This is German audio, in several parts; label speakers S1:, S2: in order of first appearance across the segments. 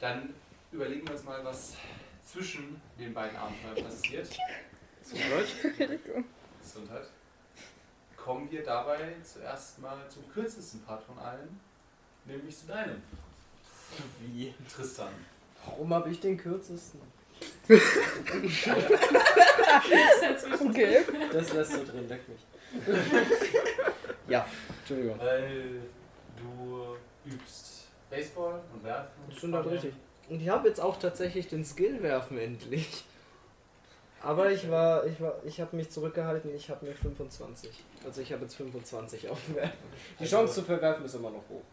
S1: Dann überlegen wir uns mal, was zwischen den beiden Abenteuern passiert.
S2: Gesundheit.
S1: Gesundheit. Kommen wir dabei zuerst mal zum kürzesten Part von allen, nämlich zu deinem,
S2: Wie?
S1: Tristan.
S2: Warum habe ich den kürzesten?
S3: Okay.
S2: Das lässt du drin, leck mich. ja, Entschuldigung.
S1: Weil du übst Baseball und Werfen.
S2: Das ist schon halt richtig. Und ich habe jetzt auch tatsächlich den Skill werfen endlich. Aber ich war, ich war, ich habe mich zurückgehalten, ich habe mir 25. Also ich habe jetzt 25 auf dem Werfen. Die Chance zu verwerfen ist immer noch hoch.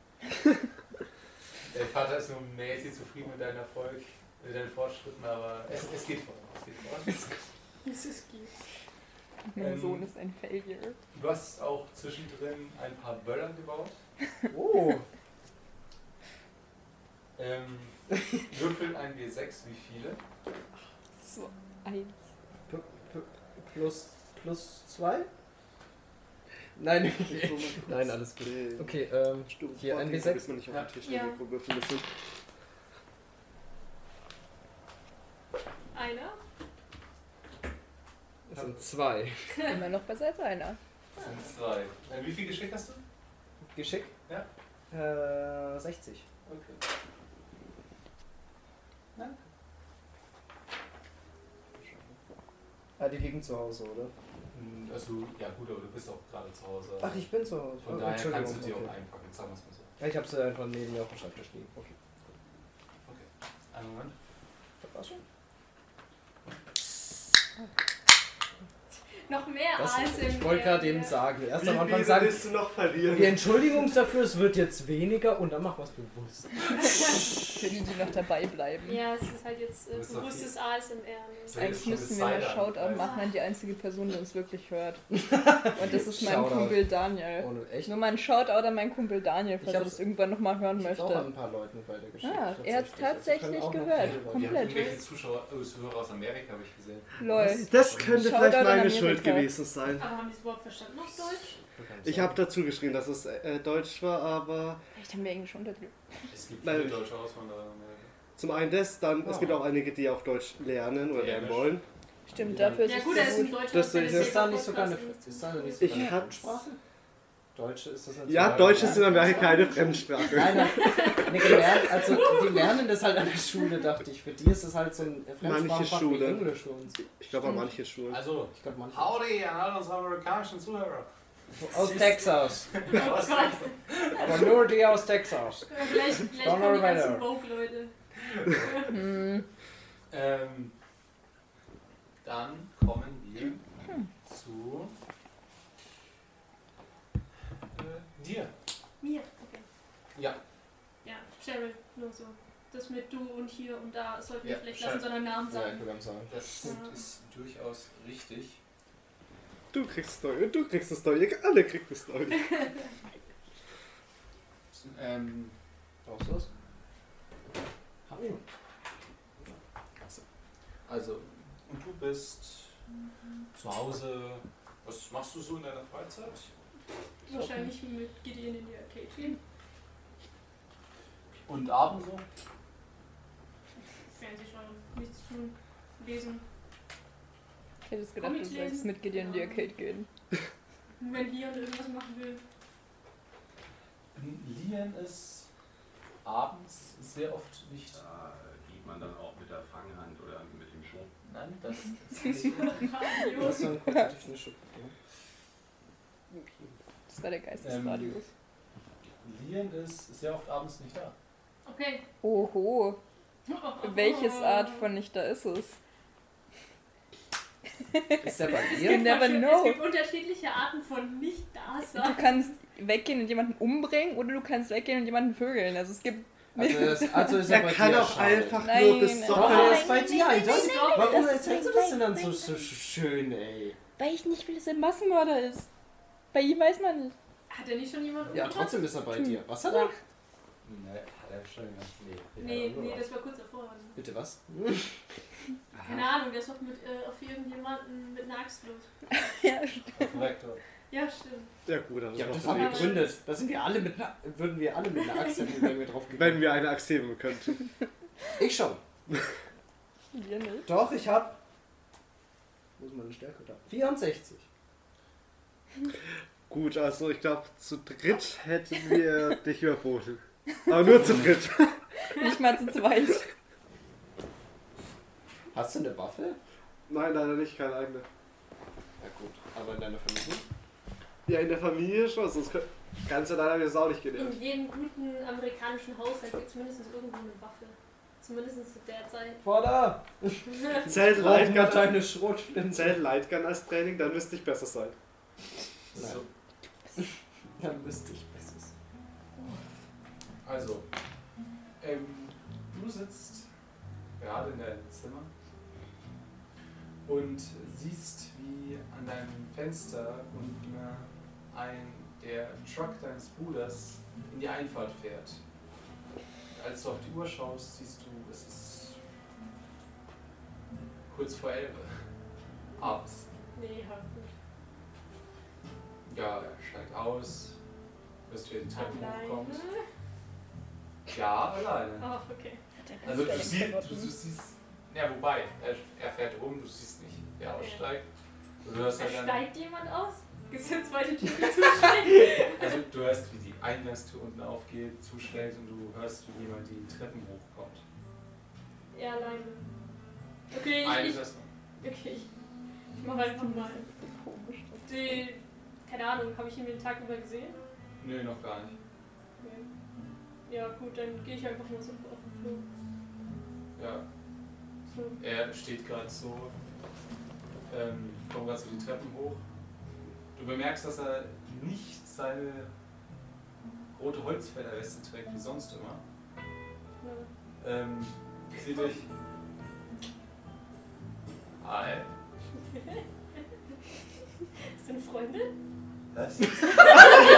S1: Der Vater ist nur mäßig zufrieden mit deinem Erfolg, mit deinen Fortschritten, aber es, es geht voran. Es geht voran.
S3: Es ist gut.
S1: Mein
S3: Mein
S1: Ähm. Sohn
S3: Sohn ist ein Failure.
S1: Du hast auch zwischendrin ein paar Böller gebaut.
S2: Oh,
S1: Ähm, würfeln ein W6, wie viele?
S3: So eins.
S2: p- p- plus, plus 2? Nein, okay. Nein, alles gut. Okay, ähm,
S4: Stimmt.
S2: Hier, ein W6.
S4: Bis man nicht auf
S1: Ja.
S4: den Tisch
S3: Ja.
S4: ja. würfeln müssen.
S5: Einer?
S2: es sind zwei.
S3: Immer noch besser als einer.
S1: Das sind zwei. Äh, wie viel geschickt hast du?
S2: Geschick?
S1: Ja.
S2: Äh, 60.
S1: Okay.
S2: Ah, die liegen zu Hause, oder?
S1: Mm, Also, ja gut, aber du bist auch gerade zu Hause.
S2: Ach, ich bin zu Hause.
S1: Von
S2: Oh,
S1: daher
S2: Entschuldigung.
S1: kannst du die auch
S2: okay.
S1: einpacken, sagen wir es mal so.
S2: Ja, Ich äh, habe sie einfach neben mir auf dem Schreibtisch liegen. Okay.
S1: Einen Moment.
S2: Das war's schon.
S5: Noch mehr
S2: Das,
S3: also
S5: ASMR.
S2: ich wollte gerade eben
S5: hier.
S2: sagen, erst am
S4: Wie
S2: Anfang
S4: viele
S2: sagen,
S4: willst du noch verlieren?
S2: die Entschuldigung dafür, es wird jetzt weniger und dann mach was bewusst.
S3: Können die noch dabei bleiben?
S5: Ja, es ist halt jetzt äh,
S1: Das ist doch
S5: bewusstes ASMR. Ne?
S3: Eigentlich müssen wir mal Shoutout machen an die einzige Person, die uns wirklich hört. Und das ist mein
S2: Shoutout.
S3: Kumpel Daniel.
S2: Ohne
S3: Ich
S2: echt.
S3: nur mal ein Shoutout an meinen Kumpel Daniel, falls
S2: Ich
S3: er
S2: hab's-
S3: das irgendwann nochmal hören
S2: Ich hab's auch an
S3: möchte.
S2: ein paar Leuten weitergeschickt.
S3: Ah, er hat's tatsächlich
S2: Also können auch noch
S3: gehört.
S2: viele Leute-
S1: Wir haben
S3: Komplett.
S1: irgendwelche Zuschauer, äh, Zuhörer aus Amerika, habe ich gesehen.
S3: Lol.
S4: Das könnte
S3: Shoutout
S4: vielleicht
S3: an
S4: meine
S3: Amerika.
S4: Schuld gewesen sein.
S5: Aber haben die es überhaupt verstanden auf Deutsch?
S4: Ich habe dazu geschrieben, dass es äh, Deutsch war, aber
S3: Vielleicht haben wir Englisch Untertitel.
S1: Es gibt
S4: Nein,
S1: viele
S4: ich-
S1: deutsche Auswanderer in Amerika.
S4: zum einen das, dann es
S1: Ah.
S4: gibt auch einige, die auch Deutsch lernen oder
S1: Ja,
S4: lernen
S1: das-
S4: wollen.
S3: Stimmt,
S2: Ja.
S3: dafür ist
S5: ja
S3: es
S5: gut, er ist
S3: so
S5: in
S3: gut.
S5: Deutschland.
S4: Das
S5: wenn
S4: ist-
S5: es
S2: Ist da
S5: jetzt
S2: nicht sogar eine,
S5: Podcast ist.
S2: ist da nicht
S4: Ich
S2: sogar eine
S4: hab-
S2: Fremdsprache? Deutsche ist das eine
S4: Ja,
S2: Fremdsprache?
S4: Deutsch ist in Amerika keine Fremdsprache.
S2: Nein, nein, nee, gelernt, also die lernen das halt an der Schule, dachte ich. Für die ist das halt so ein Fremdsprachenfach wie
S4: Schule.
S2: Englisch für uns.
S4: Ich glaube, an manche Schulen.
S1: Also,
S2: Ich glaube, manche.
S1: howdy an alle unsere amerikanischen Zuhörer.
S2: Aus Texas.
S1: Was?
S2: Aber nur die aus Texas.
S5: Vielleicht, vielleicht
S2: Don't
S5: kommen die
S2: worry
S5: ganzen
S2: about
S5: Vogue-Leute.
S3: Hm,
S1: ähm, dann kommen wir zu äh, dir.
S5: Mir, okay.
S1: Ja.
S5: Ja, Cheryl, nur so. Das mit du und hier und da sollten wir
S1: Ja,
S5: vielleicht
S1: Cheryl.
S5: lassen, sondern Namen
S2: Ja, ich
S5: sagen.
S2: würde sagen.
S1: Das ist durchaus richtig.
S4: Du kriegst eine Story und du kriegst eine Story. Ihr alle kriegt eine Story.
S1: Ähm,
S2: Brauchst du das?
S1: hab schon. Also, und du bist zu Hause. Was machst du so in deiner Freizeit?
S5: Wahrscheinlich mit Gideon in die Arcade gehen.
S1: Und abends so?
S5: Fernseh schauen, nichts tun, lesen.
S3: ich hätte es gedacht, du
S5: Comic lesen.
S3: sollst mit Gideon in die Arcade gehen.
S5: Wenn Leon irgendwas machen will.
S1: Hm, Lian ist abends sehr oft nicht.
S6: Da äh, geht man dann auch mit der Fanghand oder mit dem Schmuck.
S1: Nein, das ist nicht.
S2: Du hast so einen kurzen Schub.
S3: Das war der Geist
S1: Ähm.
S3: des Radios.
S1: Lian ist sehr oft abends nicht da.
S5: Okay.
S3: Oho. Welches
S5: Oh.
S3: Art von Nichter ist es?
S2: Ist der bei
S5: Es
S2: dir?
S5: gibt,
S3: never
S5: verschiedene-
S3: know.
S5: es gibt unterschiedliche Arten von
S3: Du
S5: Nicht-Dasein.
S3: kannst weggehen und jemanden umbringen oder du kannst weggehen und jemanden vögeln. Also es gibt.
S2: Also, das, also ist er
S4: Er
S2: bei
S4: kann
S2: dir
S4: auch
S2: schade.
S4: einfach
S3: Nein,
S4: nur bis
S3: nein,
S2: Doch, er
S4: Sommer.
S2: ist bei dir.
S5: nein,
S2: das,
S5: nein, nein,
S2: warum
S3: das ist
S2: erzählst du
S3: mein
S2: das denn dann
S3: Ding,
S2: so
S3: mein
S2: sch- schön, ey?
S3: Weil ich nicht will, dass er ein Massenmörder ist. Bei ihm weiß man nicht.
S5: Hat er nicht schon jemanden
S2: Ja,
S5: umgebracht?
S2: trotzdem ist er bei dir. Was hat er?
S1: Nee, hat er schon ganz nee.
S5: Nee,
S2: Ja,
S5: nee,
S2: nur.
S5: das war kurz davor. ne?
S2: Bitte was?
S5: Keine Ahnung, der ist doch mit, äh, auf irgendjemanden mit einer Axt los.
S3: Ja,
S1: Korrekt.
S5: Ja, stimmt.
S4: Ja gut, das
S2: Ja,
S4: ist
S2: das
S4: noch
S2: haben wir
S4: ein
S5: Aber-
S2: gegründet. Da sind wir alle mit einer, würden wir alle mit einer Axt hätten, wenn wir drauf
S4: Wenn wir eine Axt heben könnten.
S7: Ich schon.
S3: Wir nicht.
S7: Doch, ich hab. Wo ist meine Stärke da? 64.
S4: Gut, also ich glaube, zu dritt hätten wir dich überboten. Aber nur zu dritt.
S3: Nicht mal zu zweit.
S7: Hast du eine Waffe?
S4: Nein, leider nicht, keine eigene.
S7: Ja gut, aber in deiner Familie?
S4: Ja, in der Familie schon, sonst könnt- kannst du leider wieder sau nicht gelernt.
S5: In jedem guten amerikanischen Haushalt gibt es mindestens irgendwo eine Waffe. Zumindest zu der Zeit.
S7: Vorder!
S4: Zählt
S7: Brauchen wir
S4: Lightgun,
S7: deine Schrotflinte?
S4: zählt Lightgun als Training, dann müsste ich besser sein.
S7: Nein.
S1: So,
S7: Dann wüsste ich besser.
S1: also, ähm, du sitzt gerade in deinem Zimmer und siehst, wie an deinem Fenster unten ein, der Truck deines Bruders in die Einfahrt fährt. Als du auf die Uhr schaust, siehst du, es ist kurz vor elf abends.
S5: Nee, hab gut.
S1: Ja, er steigt aus, bis du hier die Treppen hochkommst.
S5: Alleine.
S1: Ja, alleine.
S5: Oh, okay.
S1: Also du siehst, du, du siehst, ja wobei, er, er fährt rum, du siehst nicht, wie er
S5: Okay.
S1: aussteigt. Du hörst
S5: Da
S1: halt dann,
S5: steigt jemand aus? Gibt's eine zweite Tür, die zuschlägt?
S1: also du hörst, wie die Eingangstür unten aufgeht, zuschlägt und du hörst, wie jemand die Treppen hochkommt.
S5: ja, alleine. Okay,
S1: Eine
S5: ich, ich,
S1: Saison.
S5: okay, ich, ich mach einfach mal.
S3: Komisch.
S5: Die, keine Ahnung, habe ich ihn den Tag über gesehen?
S1: Nö, noch gar nicht.
S5: Nee. Ja, gut, dann gehe ich einfach mal so auf den Flur.
S1: Ja,
S5: So.
S1: er steht gerade so, ähm, kommt gerade so die Treppen hoch. Du bemerkst, dass er nicht seine rote Holzfällerweste trägt, wie sonst immer.
S5: Ja.
S1: Ähm, sieh dich. Hi.
S5: Hast du eine Freundin?
S1: Was?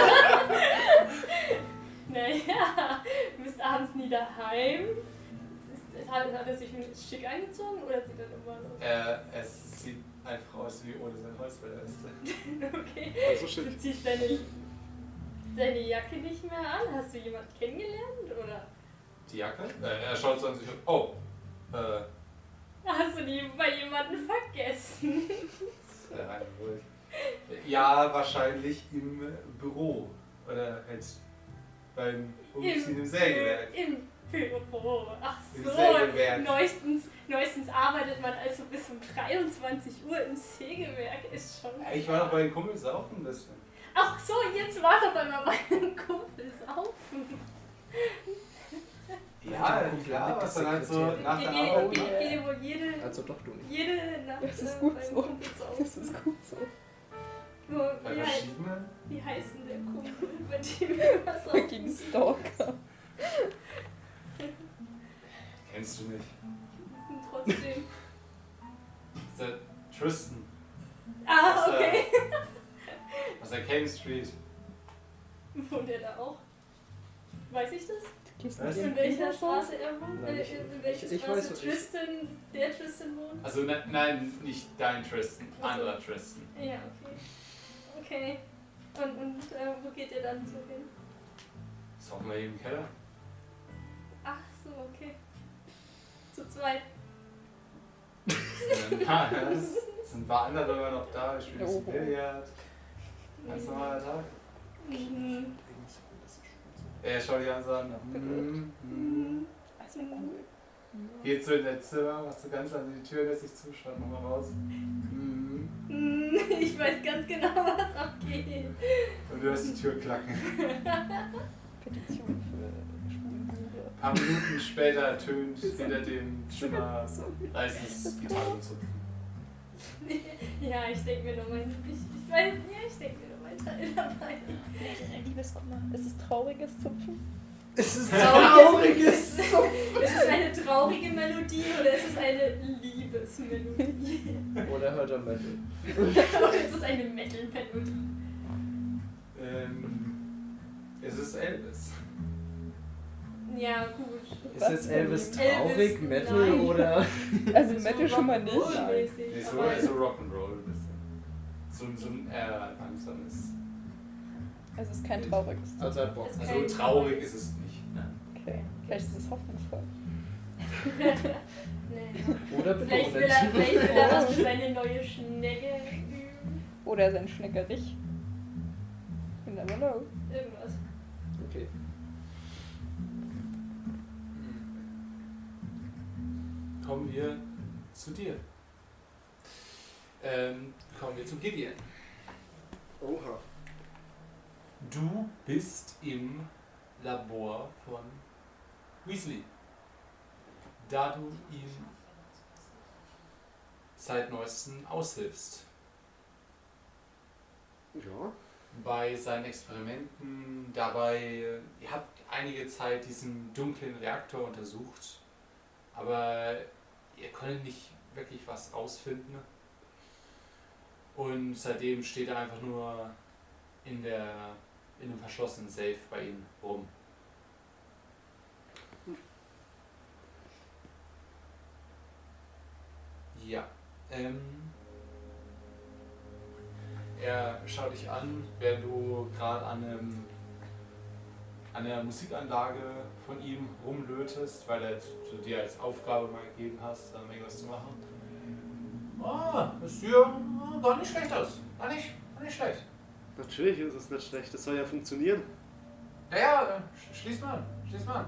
S5: Naja, du bist abends nie daheim. Ist, hat, hat er sich mit schick angezogen oder sieht er immer so?
S1: Äh, es sieht einfach aus wie ohne sein Holzfällerweste.
S5: Okay.
S4: Also
S5: Du
S4: shit.
S5: ziehst deine, deine Jacke nicht mehr an. Hast du jemanden kennengelernt? Oder
S1: Die Jacke? Äh, er schaut so an sich und oh, äh,
S5: hast du die bei jemandem vergessen?
S1: ist der rein ruhig. Äh, Ja, wahrscheinlich im Büro. Oder halt beim Umziehen im Sägewerk.
S5: Im Büro. Ach
S1: Im
S5: so.
S1: Sägewerk.
S5: Neuestens, neuestens arbeitet man also bis um 23 Uhr im Sägewerk. Ist schon.
S1: Ich war noch bei den Kumpels auch ein bisschen.
S5: Ach so, jetzt war es auf einmal bei einem Kumpel saufen.
S1: Ja,
S7: Kumpel
S1: klar,
S7: mit
S1: was dann halt so
S7: Sekretärin.
S1: nach
S5: Geht
S1: der
S5: ihr-
S1: Arbeit
S5: geht-
S1: macht.
S5: geht ihr wohl jede,
S7: Also doch du nicht.
S5: jede Nacht
S3: Das ist
S5: äh,
S3: gut
S5: beim
S3: so.
S5: Kumpel saufen?
S3: Das ist gut so.
S5: Wo,
S1: Bei
S5: wie, heißt,
S1: verschiedenen?
S5: wie heißt denn der Kumpel, bei dem ihr was
S3: Fucking
S5: saufen?
S3: Stalker.
S1: Kennst du nicht.
S5: Und Trotzdem.
S1: Ist der Tristan
S5: Ah,
S1: Aus der-
S5: okay.
S1: aus der King Street.
S5: Wohnt er da auch? Weiß ich das?
S3: Gehst
S1: Was?
S5: In welcher Straße er wohnt?
S7: Nein,
S5: Äh,
S7: ich-
S5: in in welcher
S7: ich- ich
S5: Straße
S7: weiß, was ich-
S5: Tristan, der Tristan wohnt?
S1: Also ne, nein, nicht dein Tristan,
S5: Ach so.
S1: anderer Tristan.
S5: Ja, okay. Okay. Und, und äh, wo geht ihr dann so hin?
S1: Ist auch mal hier im Keller.
S5: Ach so, okay. Zu zweit.
S1: Ja, das sind ein paar andere immer noch da. Ich spiele ein bisschen
S3: Oh.
S1: Billard. Ganz normaler Tag.
S5: Mhm.
S1: Er schaut die ganze an. Mhm, mhm.
S3: Also cool.
S1: Geht so in dein Zimmer, machst so ganz an die Tür, lässt sich zuschauen, nochmal raus. Mhm.
S5: Mhm, Ich weiß ganz genau, was abgeht.
S1: Und du hörst die Tür klacken.
S3: Petition für Schwulenbürger.
S1: Ein paar Minuten später ertönt hinter dem Zimmer leises Gitarrenzupfen.
S5: Ja, ich denke mir noch mein. Ich, ich weiß, ja, ich denke mir noch mein Teil dabei.
S3: Liebeskummer. Ist es trauriges Zupfen?
S7: Es ist
S5: trauriges Ist es eine traurige Melodie oder ist es eine Liebesmelodie?
S7: Oder hört er Metal?
S5: oder ist es eine Metal-Melodie?
S1: Ähm, es ist Elvis.
S5: Ja, gut.
S7: Ist
S3: Was
S7: jetzt
S3: denn?
S7: Elvis
S5: Elvis,
S7: traurig, Metal
S5: nein.
S7: oder?
S3: Also Metal schon mal
S1: Nee,
S3: nicht.
S5: Rock'n'Roll-mäßig,
S1: so,
S5: aber-
S1: so Rock'n'Roll ein bisschen. So, ein- so ein eher langsames.
S3: Also es ist kein trauriges Zupfen.
S7: Also hat Bock.
S5: Es
S1: Also traurig ist es nicht.
S3: Okay. Vielleicht ist es hoffnungsvoll.
S5: Nee.
S7: Oder
S5: Vielleicht will, er,
S7: bedeutet.
S5: vielleicht will er was für seine neue Schnecke üben.
S3: Oder sein Schneckerich. You never know.
S5: Irgendwas.
S7: Okay.
S1: Kommen wir zu dir. Ähm, kommen wir zu Gideon.
S4: Oha.
S1: Du bist im Labor von Weasley. Da du ihm seit neuestem aushilfst.
S4: Ja.
S1: bei seinen Experimenten. Dabei, äh, ihr habt einige Zeit diesen dunklen Reaktor untersucht, aber ihr konntet nicht wirklich was rausfinden. Und seitdem steht er einfach nur in der in einem verschlossenen Safe bei ihm rum. Ja. Ähm, er schaut dich an, während du gerade an, einem- an der Musikanlage von ihm rumlötest, weil er zu dir als Aufgabe mal gegeben hast, da irgendwas zu machen. Ah, das sieht ja gar nicht schlecht aus. Gar nicht, gar nicht schlecht.
S4: Natürlich ist es nicht schlecht. Das soll ja funktionieren.
S1: Naja, dann äh, sch- schließ mal an, schließ mal an.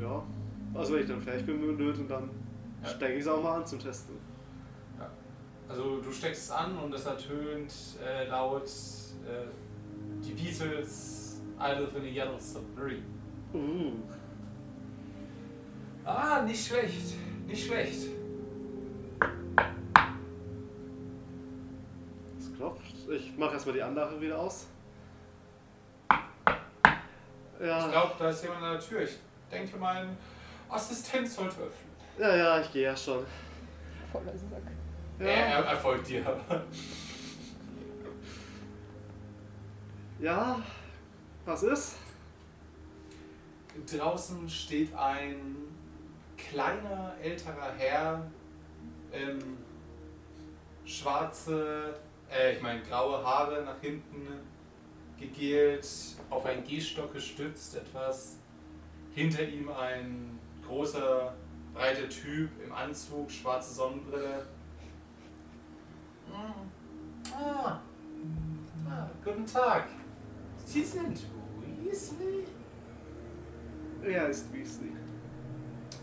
S4: Ja. Also wenn ich dann fertig bin mit dem Löten, dann
S1: Ja.
S4: stecke ich es auch mal an zum Testen.
S1: Also du steckst es an und es ertönt äh, laut äh, die Beatles I live in a yellow submarine.
S4: Uh.
S1: Ah, nicht schlecht. Nicht schlecht.
S4: Es klopft. Ich mache erstmal die Anlage wieder aus.
S1: Ich
S4: Ja,
S1: glaube, da ist jemand an der Tür. Ich denke, mein Assistent sollte öffnen.
S4: ja, ja, ich gehe ja schon.
S3: Voller Sack.
S1: Er, Äh, er,
S4: Ja,
S1: er folgt dir, aber.
S4: ja. was ist?
S1: Draußen steht ein kleiner, älterer Herr. Ähm, schwarze, äh, ich meine, graue Haare nach hinten gegelt, auf einen Gehstock gestützt etwas. Hinter ihm ein großer, breiter Typ im Anzug, schwarze Sonnenbrille. Mm. Ah. Ah, guten Tag. Sie sind Weasley?
S4: Er ist Weasley.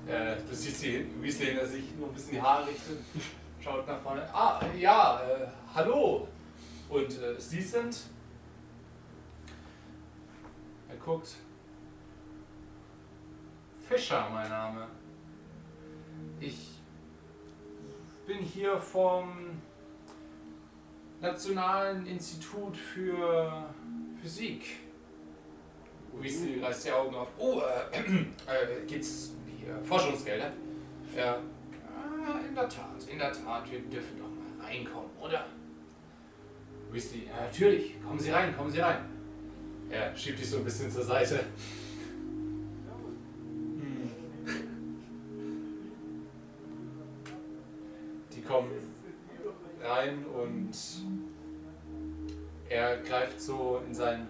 S1: Äh, du siehst die Weasley, hinter sich nur ein bisschen die Haare richtet, schaut nach vorne. Ah, ja, äh, hallo. Und äh, Sie sind? Er guckt. Fischer, mein Name. Ich bin hier vom Nationalen Institut für Physik. Weasley reißt die Augen auf. Oh, äh, äh, gibt's hier Forschungsgelder? Ja. Ah, in der Tat, in der Tat. Wir dürfen doch mal reinkommen, oder? Weasley, ja, natürlich. Kommen Sie rein, kommen Sie rein. Er schiebt dich so ein bisschen zur Seite. Hm. Die kommen rein und er greift so in seinen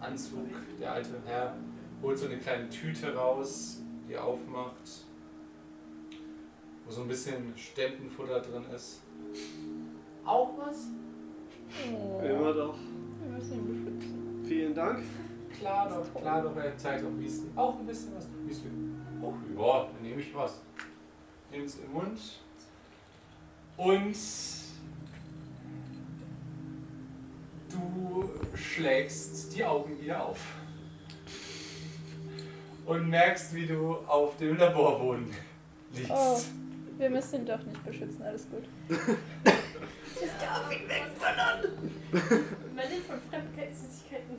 S1: Anzug, der alte Herr, holt so eine kleine Tüte raus, die er aufmacht, wo so ein bisschen Stempenfutter drin ist. Auch was?
S3: Oh.
S4: Immer doch.
S3: Wir müssen ihn beschützen.
S4: Vielen Dank.
S1: Klar doch, klar doch, er zeigt auch ne? Wiesli. Auch ein bisschen was. Wiesli. Oh, ja, dann nehme ich was. Nehme es im Mund. Und du schlägst die Augen wieder auf. Und merkst, wie du auf dem Laborboden liegst.
S3: Oh. Wir müssen ihn doch nicht beschützen, alles gut.
S5: Ich darf ihn weg, verdammt! Man nimmt von Fremdkeit Süßigkeiten.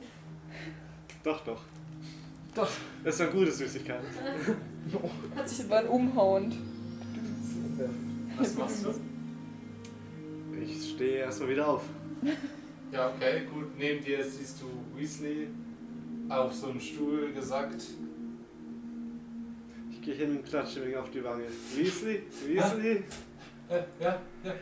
S4: Doch, doch.
S7: Doch.
S4: Das war gute Süßigkeit.
S3: Hat sich war ein Umhauend.
S1: Was machst du?
S4: Ich stehe erstmal wieder auf.
S1: Ja, okay, gut. Neben dir siehst du Weasley auf so einem Stuhl gesackt.
S4: Ich gehe hin und klatsche mir auf die Wange. Weasley, Weasley.
S1: Äh, ja, ja.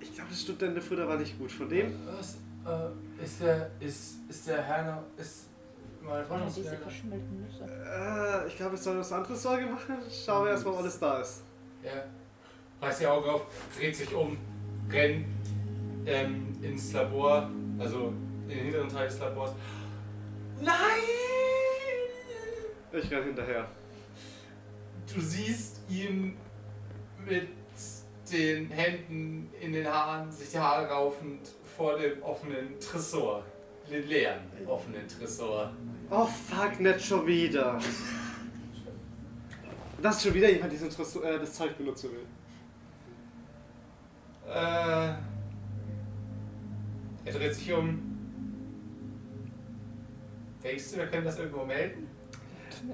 S4: Ich glaube, das Studentenfutter war nicht gut. Von dem
S1: Was? Äh, ist der, ist, ist der Herr noch, ist, Meine
S3: Ja, diese
S1: Forschungsgelder.
S3: verschimmelten Nüsse.
S4: Äh, ich glaube, wir sollen was anderes Sorge machen. Schauen wir erstmal, ob alles da ist.
S1: Ja. Reißt die Augen auf, dreht sich um, rennt ähm, ins Labor, also in den hinteren Teil des Labors. Nein!
S4: Ich renn hinterher.
S1: Du siehst ihn mit den Händen in den Haaren, sich die Haare raufend vor dem offenen Tresor. Den leeren offenen Tresor.
S4: Oh fuck, nicht schon wieder. Das ist schon wieder jemand, der äh, das Zeug benutzen will.
S1: Äh, er dreht sich um. Denkst du, wir können das irgendwo melden?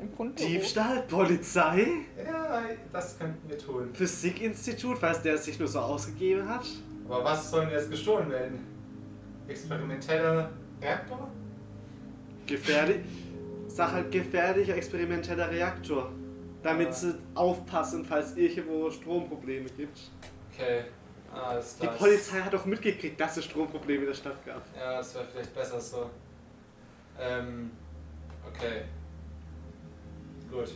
S3: Im Fundbüro.
S4: Diebstahl, Polizei,
S1: Ja, das könnten wir tun.
S4: Physikinstitut, falls der es sich nur so ausgegeben hat.
S1: Aber was sollen wir jetzt gestohlen werden? Experimenteller Reaktor?
S4: Gefährlich. Sag halt gefährlicher experimenteller Reaktor. Damit
S1: Ja.
S4: sie aufpassen, falls irgendwo Stromprobleme gibt.
S1: Okay, alles
S4: Die
S1: klar.
S4: Polizei hat auch mitgekriegt, dass es Stromprobleme in der Stadt gab.
S1: Ja, das wäre vielleicht besser so. Ähm, okay. Gut.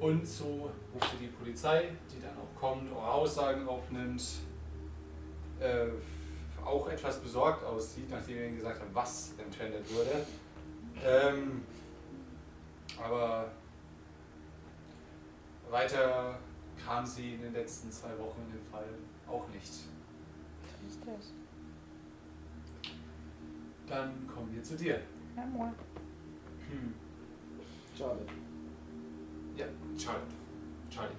S1: Und so ruft sie die Polizei, die dann auch kommt, eure Aussagen aufnimmt, äh, auch etwas besorgt aussieht, nachdem wir ihnen gesagt haben, was entwendet wurde. Ähm, aber weiter kam sie in den letzten zwei Wochen in dem Fall auch nicht.
S3: Was ist das?
S1: Dann kommen wir zu dir.
S3: Ja, moin.
S1: Hm.
S7: Schade.
S1: Ja, Charlie. Charlie.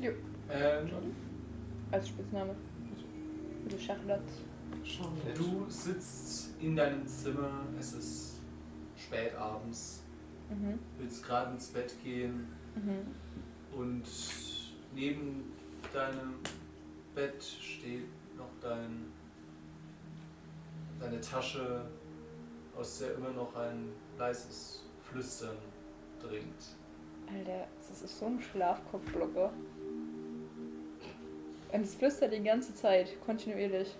S3: Jo.
S1: Ähm,
S3: Als Spitzname. Für die Schachblatt.
S1: du sitzt in deinem Zimmer, es ist spät abends,
S3: Mhm.
S1: willst gerade ins Bett gehen
S3: Mhm.
S1: und neben deinem Bett steht noch dein, deine Tasche, aus der immer noch ein leises Flüstern dringt.
S3: Alter, das ist so ein Schlafkopfblocker. Und es flüstert die ganze Zeit, kontinuierlich.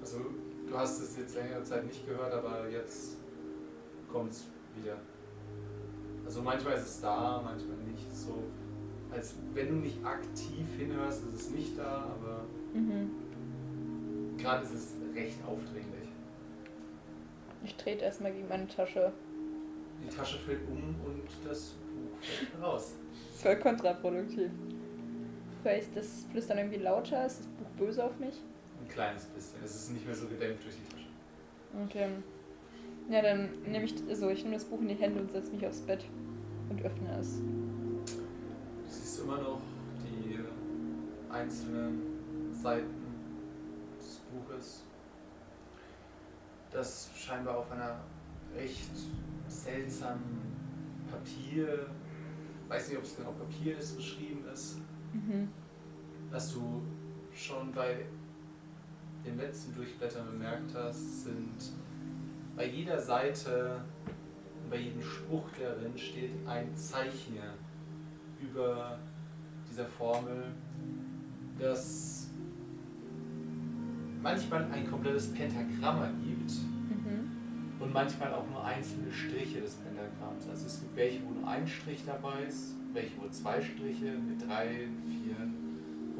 S1: Also, du hast es jetzt längere Zeit nicht gehört, aber jetzt kommt es wieder. Also, manchmal ist es da, manchmal nicht. So, als wenn du nicht aktiv hinhörst, ist es nicht da, aber
S3: Mhm.
S1: gerade ist es recht aufdringlich.
S3: Ich trete erstmal gegen meine Tasche.
S1: Die Tasche fällt um und das Buch fällt raus.
S3: Voll kontraproduktiv. Weil ich das Flüstern irgendwie lauter ist, das Buch böse auf mich.
S1: Ein kleines bisschen. Es ist nicht mehr so gedämpft durch die Tasche.
S3: Und ähm, ja, dann nehme ich, so, ich nehme das Buch in die Hände und setze mich aufs Bett und öffne es.
S1: Du siehst immer noch die einzelnen Seiten des Buches, das scheinbar auf einer recht seltsamen Papier, weiß nicht, ob es genau Papier ist, geschrieben ist,
S3: Mhm.
S1: was du schon bei dem letzten Durchblättern bemerkt hast, sind bei jeder Seite und bei jedem Spruch, der darin steht, ein Zeichen über dieser Formel, das manchmal ein komplettes Pentagramm ergibt
S3: Mhm.
S1: und manchmal auch nur einzelne Striche des Pentagramms. Also es gibt welche, wo nur ein Strich dabei ist, welche, wo zwei Striche mit drei, vier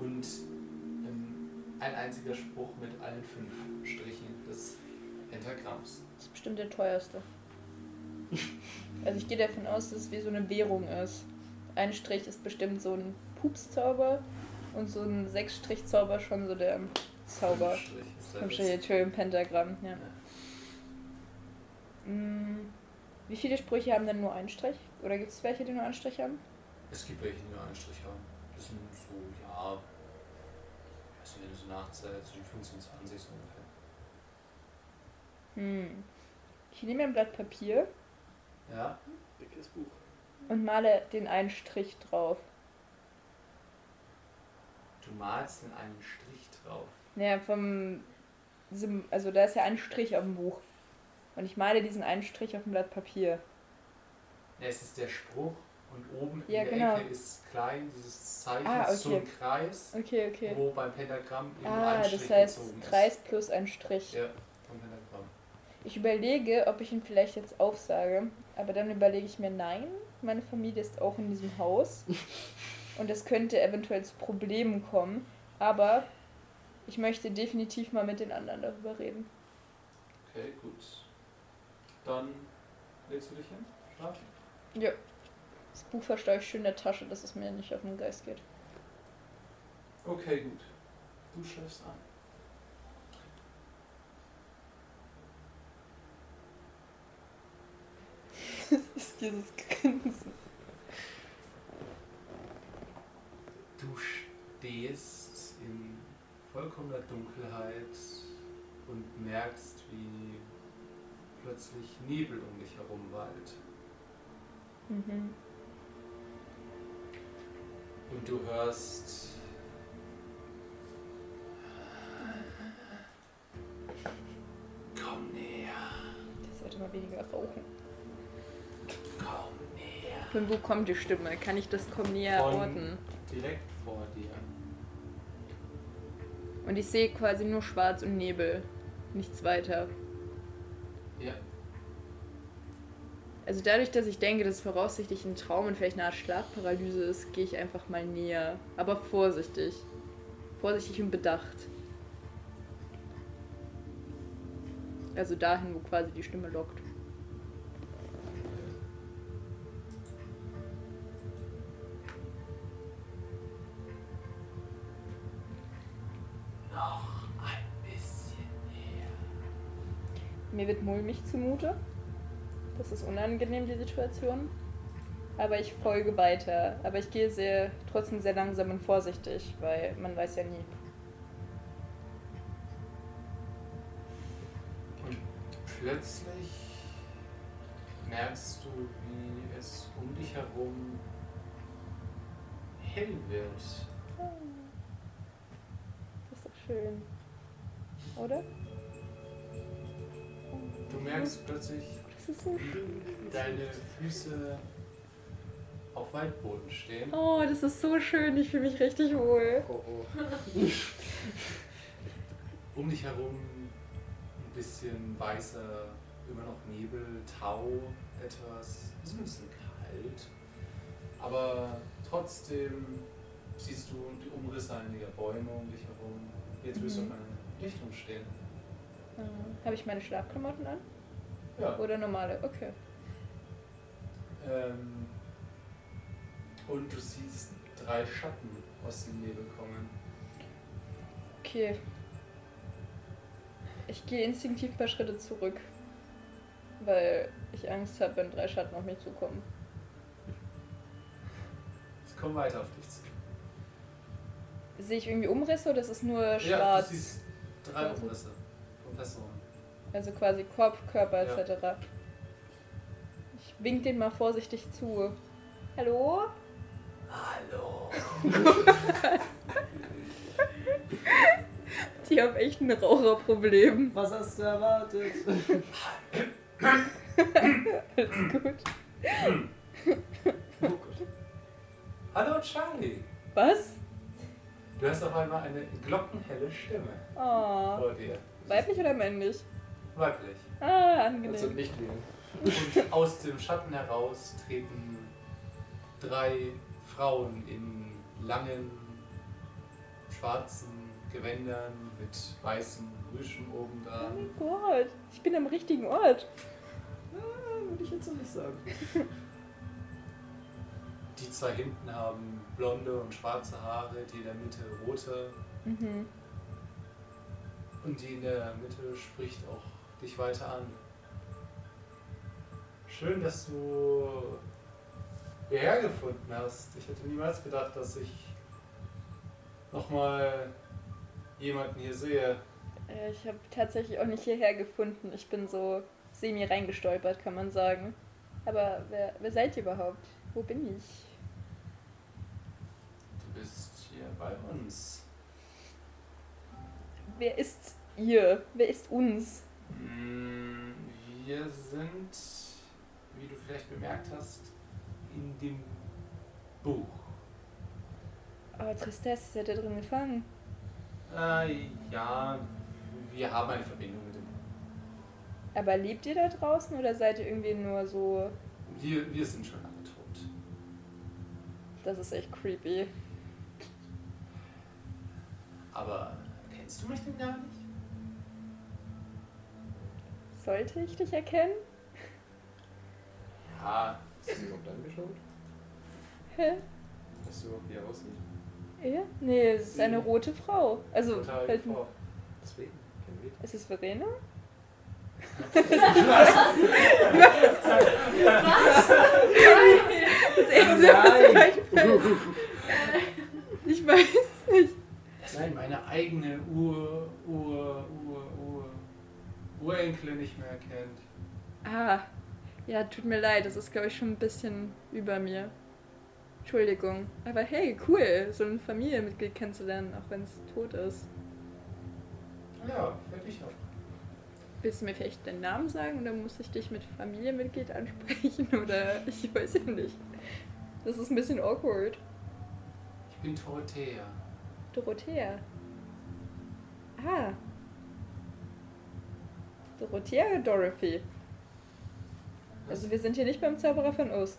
S1: und ähm, ein einziger Spruch mit allen fünf Strichen des Pentagramms.
S3: Das ist bestimmt der teuerste. also ich gehe davon aus, dass es wie so eine Währung ist. Ein Strich ist bestimmt so ein Pupszauber und so ein Sechsstrich-Zauber schon so der Zauber.
S1: Fünf Strich ist
S3: Komm
S1: das.
S3: schon, Tür im Pentagramm, ja. Mm, Wie viele Sprüche haben denn nur einen Strich? Oder gibt es welche, die nur einen Strich haben?
S1: Es gibt welche, die nur einen Strich haben. Das sind so, ja, also wenn du so nachzählst, zwischen 15 und 20 so ungefähr.
S3: Hm. Ich nehme ein Blatt Papier
S1: Ja,
S4: Dickes Buch.
S3: und male den einen Strich drauf.
S1: du malst in einen Strich drauf.
S3: Naja, vom. Sim- Also da ist ja ein Strich auf dem Buch. Und ich male diesen einen Strich auf dem Blatt Papier.
S1: Ja, es ist der Spruch Und oben
S3: Ja,
S1: in der
S3: genau.
S1: Ecke ist klein dieses Zeichen
S3: Ah,
S1: ist so
S3: okay.
S1: ein Kreis,
S3: Okay, okay.
S1: wo beim Pentagramm eben
S3: Ah,
S1: ein Strich
S3: das heißt
S1: gezogen ist.
S3: Kreis plus ein Strich.
S1: Ja, vom Pentagramm.
S3: Ich überlege, ob ich ihn vielleicht jetzt aufsage, aber dann überlege ich mir, nein, meine Familie ist auch in diesem Haus und es könnte eventuell zu Problemen kommen, aber ich möchte definitiv mal mit den anderen darüber reden.
S1: Okay, gut. Dann legst du dich hin, schlafen.
S3: Das Buch verstaue ich schön in der Tasche, dass es mir nicht auf den Geist geht.
S1: Okay, gut. Du schläfst ein.
S3: Das ist dieses Grinsen.
S1: Du stehst in vollkommener Dunkelheit und merkst, wie plötzlich Nebel um dich herum wallt.
S3: Mhm.
S1: Und du hörst. Komm näher,
S3: Das sollte mal weniger rauchen.
S1: komm näher.
S3: Von wo kommt die Stimme? Kann ich das kommen näher
S1: Von-
S3: orten?
S1: Direkt vor dir.
S3: Und ich sehe quasi nur Schwarz und Nebel. Nichts weiter.
S1: Ja,
S3: Also dadurch, dass ich denke, dass es voraussichtlich ein Traum und vielleicht eine Art Schlafparalyse ist, gehe ich einfach mal näher. Aber vorsichtig. Vorsichtig und bedacht. Also dahin, wo quasi die Stimme lockt.
S1: noch ein bisschen näher.
S3: Mir wird mulmig zumute. Das ist unangenehm, die Situation. Aber ich folge weiter. Aber ich gehe sehr, trotzdem sehr langsam und vorsichtig, weil man weiß ja nie.
S1: Und plötzlich merkst du, wie es um dich herum hell wird.
S3: Das ist doch schön. Oder?
S1: Du merkst plötzlich,
S3: Das ist so
S1: wie deine Füße auf Waldboden stehen.
S3: Oh, das ist so schön. Ich fühle mich richtig wohl.
S7: Oh, oh.
S1: Um dich herum ein bisschen weißer, immer noch Nebel, Tau, etwas. Es ist ein bisschen kalt. Aber trotzdem siehst du die Umrisse einiger Bäume um dich herum. Jetzt wirst du
S3: Mhm.
S1: auf einer Lichtung stehen.
S3: Äh, Habe ich meine Schlafklamotten an?
S1: Ja.
S3: Oder normale? Okay.
S1: Ähm, und du siehst drei Schatten aus dem Nebel kommen.
S3: Okay. Ich gehe instinktiv ein paar Schritte zurück. Weil ich Angst habe, wenn drei Schatten auf mich zukommen.
S1: Es kommen weiter auf dich zu.
S3: Sehe ich irgendwie Umrisse oder ist es nur
S1: Ja, du
S3: schwarz?
S1: siehst drei Umrisse. Kompressoren.
S3: also quasi Kopf, Körper
S1: Ja.
S3: etc. Ich wink den mal vorsichtig zu. Hallo?
S1: Hallo.
S3: Die haben echt ein Raucherproblem.
S7: Was hast du erwartet?
S3: Alles gut.
S1: Oh Gott. Hallo Charlie.
S3: Was?
S1: Du hast auf einmal eine glockenhelle Stimme
S3: Oh.
S1: vor dir.
S3: Weiblich oder männlich?
S1: Weiblich.
S3: Ah,
S7: Also
S3: angenehm.
S7: nicht wählen.
S1: Und aus dem Schatten heraus treten drei Frauen in langen, schwarzen Gewändern mit weißen Rüschen oben
S3: Oh
S1: dran.
S3: mein Gott, ich bin am richtigen Ort.
S7: Ah, würde ich jetzt noch nicht sagen.
S1: Die zwei hinten haben blonde und schwarze Haare, die in der Mitte rote.
S3: Mhm.
S1: Und die in der Mitte spricht auch dich weiter an. Schön, dass du hierher gefunden hast. Ich hätte niemals gedacht, dass ich nochmal jemanden hier sehe.
S3: Äh, Ich habe tatsächlich auch nicht hierher gefunden. Ich bin so semi reingestolpert, kann man sagen. Aber wer, wer seid ihr überhaupt? Wo bin ich?
S1: Du bist hier bei uns.
S3: Wer ist ihr? Wer ist uns?
S1: Mm, Wir sind, wie du vielleicht bemerkt hast, in dem Buch.
S3: Aber Oh, Tristesse ist ja da drin gefangen.
S1: Äh, ja, wir haben eine Verbindung mit dem Buch.
S3: Aber lebt ihr da draußen oder seid ihr irgendwie nur so.
S1: Wir, wir sind schon lange tot.
S3: Das ist echt creepy.
S1: Aber äh, kennst du mich denn gar nicht?
S3: Sollte ich dich erkennen?
S1: Ja. Hast du dich überhaupt angeschaut?
S3: Hä?
S1: Hast du überhaupt wie er aussieht?
S3: Ihr? Nee, es ist eine rote Frau. Also,
S1: Total Oh,
S3: halt,
S1: vor. Deswegen. kennen wir
S3: ist es Verena? Das ist eben so was
S7: Nein.
S3: Beispiel. Ich weiß nicht.
S1: Das wird meine eigene Ur, Ur, Ur, Ur, Urenkel nicht mehr kennt.
S3: Ah, ja, tut mir leid, das ist, glaube ich, schon ein bisschen über mir. Entschuldigung. Aber hey, cool, so ein Familienmitglied kennenzulernen, auch wenn es tot ist.
S1: Ja, werde ich auch.
S3: Willst du mir vielleicht deinen Namen sagen oder muss ich dich mit Familienmitglied ansprechen oder ich weiß ja nicht. Das ist ein bisschen awkward.
S1: Ich bin Dorothea.
S3: Dorothea. Ah. Dorothea oder Dorothy? Also wir sind hier nicht beim Zauberer von Oz.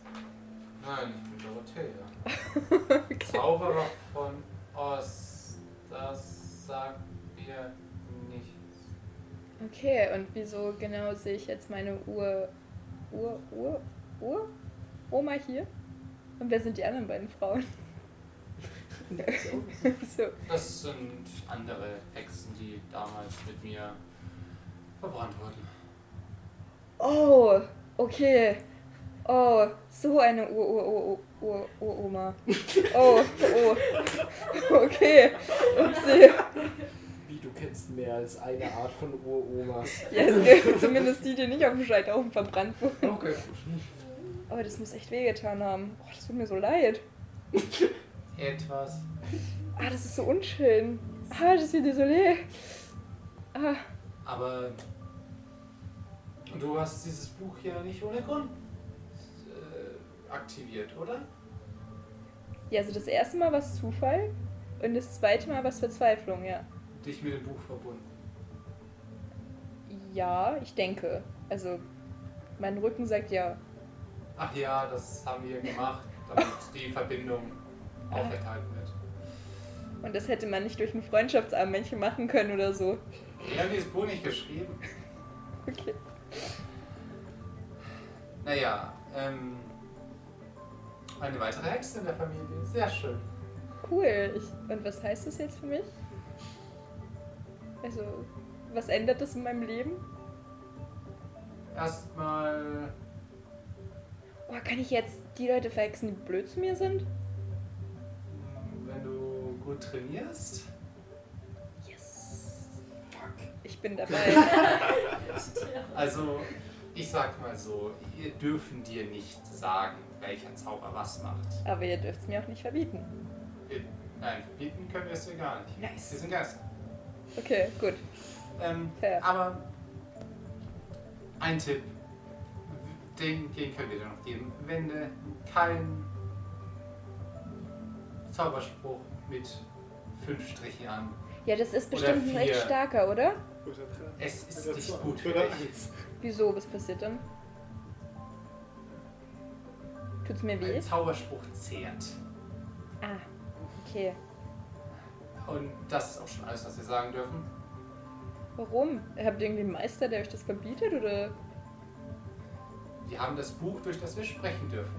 S1: Nein, ich bin Dorothea.
S3: okay.
S1: Zauberer von Oz. Das sagt mir nichts.
S3: okay, und wieso genau sehe ich jetzt meine Ur... Ur... Ur... Ur... Oma hier? Und wer sind die anderen beiden Frauen? so.
S1: Das sind andere Hexen, die damals mit mir verbrannt wurden.
S3: Oh, okay. Oh, so eine Ur Ur Ur Ur Ur Oma. Oh, oh. Okay. Upsi.
S7: Wie, du kennst mehr als eine Art von Uromas.
S3: Ja, es gibt zumindest die, die nicht auf dem Scheiterhaufen verbrannt wurden.
S1: Okay.
S3: Oh, das muss echt wehgetan haben. Oh, das tut mir so leid.
S1: Etwas.
S3: Ah, das ist so unschön. Ah, je suis désolé. Ah,
S1: Aber du hast dieses Buch ja nicht ohne Grund äh, aktiviert, oder?
S3: ja, also das erste Mal war es Zufall und das zweite Mal war es Verzweiflung, ja.
S1: Dich mit dem Buch verbunden.
S3: Ja, ich denke. Also, mein Rücken sagt ja.
S1: Ach ja, das haben wir gemacht, damit die Verbindung aufrechterhalten wird.
S3: Und das hätte man nicht durch ein Freundschaftsarmbändchen machen können oder so.
S1: Wir haben dieses Buch nicht geschrieben.
S3: Okay.
S1: Naja, ähm, eine weitere Hexe in der Familie. Sehr schön.
S3: Cool. Ich, und was heißt das jetzt für mich? Also, was ändert das in meinem Leben?
S1: Erstmal
S3: Oh, kann ich jetzt die Leute verhexen, die blöd zu mir sind?
S1: Wenn du gut trainierst.
S3: Yes. Fuck. Ich bin dabei.
S1: Also, ich sag mal so, ihr dürfen dir nicht sagen, welcher Zauber was macht.
S3: Aber ihr dürft es mir auch nicht verbieten.
S1: Wir, nein, verbieten können wir es dir gar nicht.
S3: Nice.
S1: Wir sind Geister.
S3: Okay, gut.
S1: Ähm,
S3: Fair.
S1: aber ein Tipp, den, den können wir dir noch geben. Wende keinen Zauberspruch mit fünf Strichen an.
S3: Ja, das ist
S1: Oder
S3: bestimmt ein recht
S1: vier.
S3: starker, oder?
S4: Oder drei.
S1: Es ist
S4: Oder
S1: nicht
S4: zwei.
S1: gut für
S4: Oder
S1: dich.
S4: eins.
S3: Wieso? Was passiert dann? Tut's mir weh?
S1: Ein Zauberspruch zehrt.
S3: Ah, okay.
S1: Und das ist auch schon alles, was wir sagen dürfen.
S3: Warum? Habt ihr irgendwie einen Meister, der euch das verbietet oder?
S1: Wir haben das Buch, durch das wir sprechen dürfen.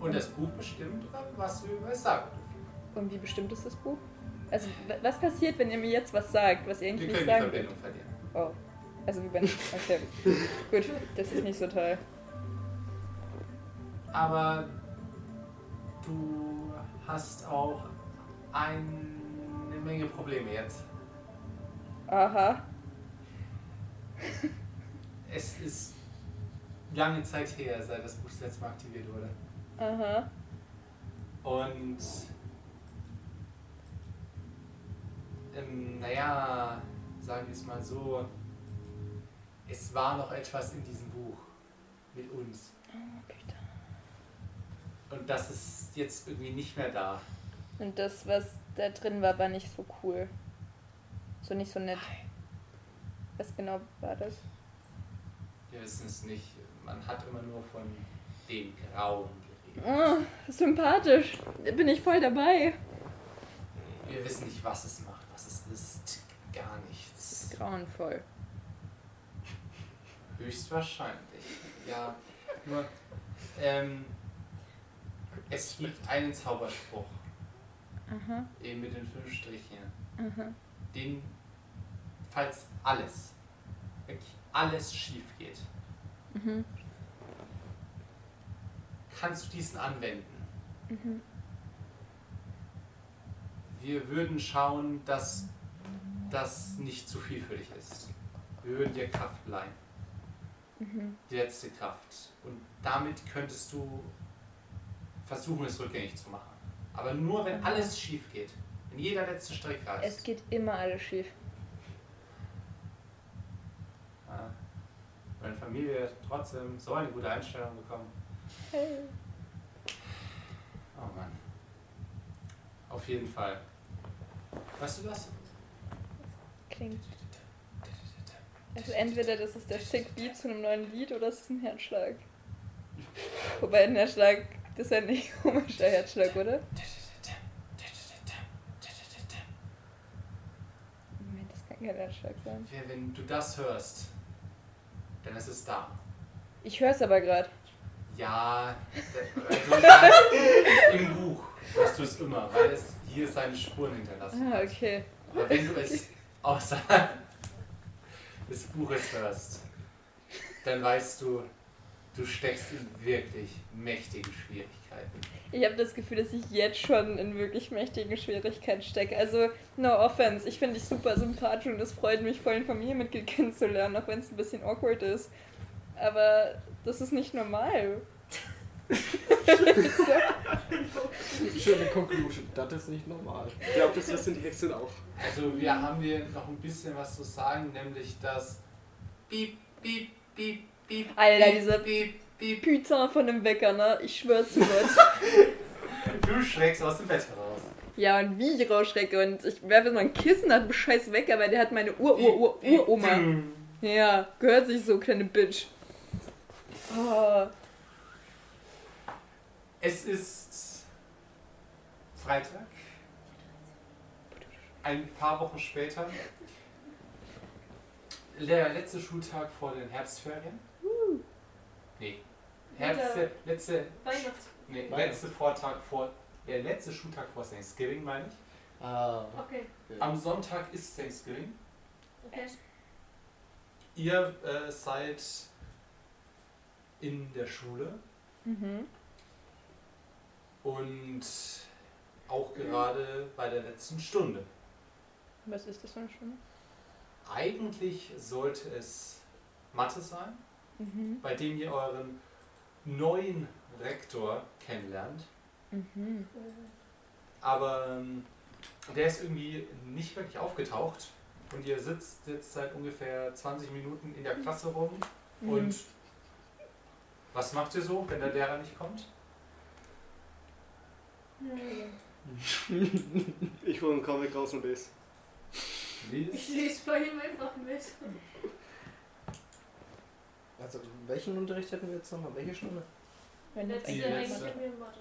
S1: Und das Buch bestimmt, was wir über es sagen dürfen.
S3: Und wie bestimmt ist das Buch? Also w- was passiert, wenn ihr mir jetzt was sagt, was ihr
S1: Wir
S3: eigentlich
S1: können
S3: nicht
S1: die
S3: sagen wollt?
S1: Verbindung verlieren.
S3: Oh, also wir werden. Okay, gut, das ist nicht so toll.
S1: Aber du hast auch eine Menge Probleme jetzt.
S3: Aha.
S1: Es ist lange Zeit her, seit das Buch das letzte Mal aktiviert wurde.
S3: Aha.
S1: Und ähm, naja, sagen wir es mal so, es war noch etwas in diesem Buch mit uns.
S3: Oh, Güte.
S1: Und
S2: Und das ist jetzt irgendwie nicht mehr da.
S3: Und das, was da drin war, war nicht so cool. So nicht so nett. Was genau war das?
S1: Wir wissen es nicht. Man hat immer nur von dem Grauen geredet.
S3: Oh, sympathisch. Da bin ich voll dabei.
S1: Wir wissen nicht, was es macht, was es ist. Gar nichts.
S3: Grauenvoll.
S1: Höchstwahrscheinlich. Ja, nur ähm, es gibt einen Zauberspruch,
S3: Aha,
S1: eben mit den fünf Strichen.
S3: aha.
S1: Den, falls alles, wirklich alles schief geht,
S3: Mhm,
S1: kannst du diesen anwenden.
S3: mhm.
S1: Wir würden schauen, dass das nicht zu viel für dich ist. Wir würden dir Kraft leihen,
S3: Mhm.
S1: die letzte Kraft. Und damit könntest du versuchen, es rückgängig zu machen. Aber nur, wenn alles schief geht. Wenn jeder letzte
S3: Es
S1: Strickreis.
S3: geht immer alles schief.
S1: Ja. Ah. Meine Familie hat trotzdem so eine gute Einstellung bekommen.
S3: Hey.
S1: Oh Mann. Auf jeden Fall. Weißt du was?
S3: Klingt. Also entweder das ist der Sick Beat zu einem neuen Lied oder es ist ein Herzschlag. Wobei ein Herzschlag, das ist ja nicht komisch, der Herzschlag, oder? Moment, das kann kein Herzschlag sein.
S1: Ja, Wenn du das hörst, dann ist es da.
S3: Ich höre es aber gerade.
S1: Ja, also im Buch hast du es immer, weil es hier seine Spuren hinterlassen
S3: Ah,
S1: hat.
S3: okay.
S1: Aber wenn du es außerhalb des Buches hörst, dann weißt du, du steckst in wirklich mächtigen Schwierigkeiten.
S3: Ich habe das Gefühl, dass ich jetzt schon in wirklich mächtigen Schwierigkeiten stecke. Also, no offense. Ich finde dich super sympathisch und es freut mich, voll ein Familienmitglied kennenzulernen, auch wenn es ein bisschen awkward ist. Aber das ist nicht normal.
S7: Schöne Conclusion. Das ist nicht normal.
S4: Ich glaube, das wissen die Hexen auch.
S1: Also wir haben dir noch ein bisschen was zu sagen, nämlich das Piep, Piep, Piep, Piep,
S3: Alter,
S1: Piep,
S3: diese-
S1: Piep, Piep.
S3: Pizza von dem Bäcker, ne? Ich schwör's dir Gott.
S1: Du schreckst aus dem Bett heraus.
S3: Ja, und wie ich rausschrecke und ich werfe mal ein Kissen nach dem scheiß Wecker, weil der hat meine Ur-Ur-Ur-Uroma. Ja, gehört sich so, kleine Bitch. Oh,
S1: Es ist Freitag. Ein paar Wochen später. Der letzte Schultag vor den Herbstferien. Nee. Herbst,
S5: Winter.
S1: letzte,
S5: Weihnachts.
S1: nee,
S7: Weihnachten.
S1: letzte Vortag vor. Der letzte Schultag vor Thanksgiving, meine ich.
S7: Ah.
S5: Okay.
S1: Am Sonntag ist Thanksgiving.
S5: okay.
S1: Ihr äh, seid in der Schule
S3: mhm.
S1: und auch gerade bei der letzten Stunde.
S3: Was ist das für eine Stunde?
S1: Eigentlich sollte es Mathe sein,
S3: Mhm.
S1: bei dem ihr euren neuen Rektor kennenlernt.
S3: Mhm.
S1: Aber ähm, der ist irgendwie nicht wirklich aufgetaucht. Und ihr sitzt jetzt seit ungefähr 20 Minuten in der Klasse rum.
S3: Mhm.
S1: Und was macht ihr so, wenn der Lehrer nicht kommt?
S5: Hm.
S4: Ich hole einen Comic raus und lese.
S5: Ich lese bei ihm einfach mit.
S7: Also, welchen Unterricht hatten wir jetzt nochmal? Welche Stunde?
S3: Wenn
S5: Letzte
S1: Die
S5: hängt
S1: letzte.
S5: mit mir im Mathe.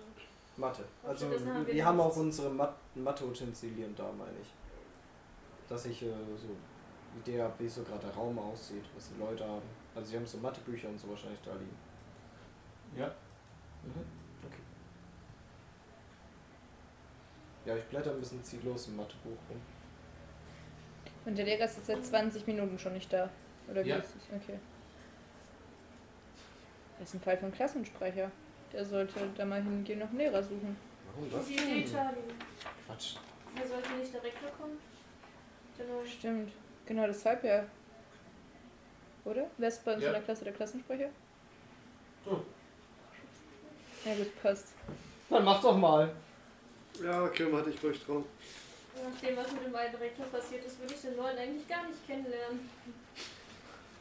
S7: Mathe. Also,
S5: das haben wir
S7: wir haben
S5: jetzt.
S7: auch unsere Mat Mathe-Utensilien da, meine ich. Dass ich äh, so eine Idee habe, wie so gerade der Raum aussieht, was die Leute haben. Also, sie haben so Mathebücher und so wahrscheinlich da liegen. Mhm.
S1: Ja.
S7: Okay. Ja, ich blätter ein bisschen ziellos im Mathebuch rum.
S3: Und der Lehrer ist jetzt seit 20 Minuten schon nicht da. Oder wie
S1: Ja.
S3: ist es? Okay. Das ist ein Fall von Klassensprecher. Der sollte da mal hingehen und einen Lehrer suchen.
S7: Warum
S5: Die Idee, Charlie.
S7: Quatsch.
S5: Wir sollten nicht direkt bekommen. Genau.
S3: Stimmt. Genau, deshalb ja. Oder? Wer ist bei uns
S1: Ja.
S3: in der Klasse der Klassensprecher?
S1: Du.
S3: Ja, gut, passt.
S7: Dann mach doch mal.
S4: Ja, Kim hatte ich ruhig drauf.
S5: Nachdem was mit dem beiden Rektor passiert ist, würde ich den neuen eigentlich gar nicht kennenlernen.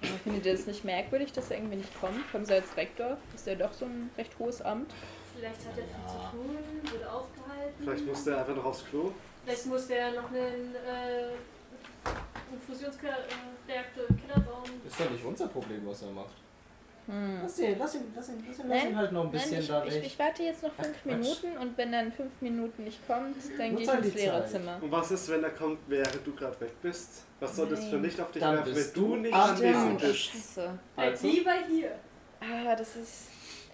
S3: Aber Findet ihr das nicht merkwürdig, dass er irgendwie nicht kommt? Kommt er als Rektor? Ist ja doch so ein recht hohes Amt.
S5: Vielleicht hat er viel zu tun, wurde aufgehalten.
S4: Vielleicht musste er einfach noch aufs Klo.
S5: Vielleicht musste er noch einen äh, einen Fusionsreaktor äh, im Keller bauen.
S2: Ist doch nicht unser Problem, was er macht.
S3: Hm.
S2: Lass ihn, lass ihn, lass ihn, lass ihn,
S3: Nein,
S2: halt noch ein
S3: Nein, ich, ich, ich warte jetzt noch fünf
S2: Ach, Quatsch.
S3: Minuten und wenn dann fünf Minuten nicht kommt, dann
S2: Nutz
S3: gehe ich
S2: halt
S3: ins
S2: die Zeit.
S3: Lehrerzimmer.
S4: Und was ist, wenn er kommt, während du gerade weg bist? Was soll das
S3: Nein.
S4: für Licht auf dich
S2: Dann
S4: werfen, wenn
S2: bist
S4: du
S2: du
S4: nicht
S2: am
S4: anwesend
S2: Abend.
S3: oh,
S4: bist?
S3: Scheiße.
S5: Bleib
S2: Also?
S5: lieber hier.
S3: Ah, das ist.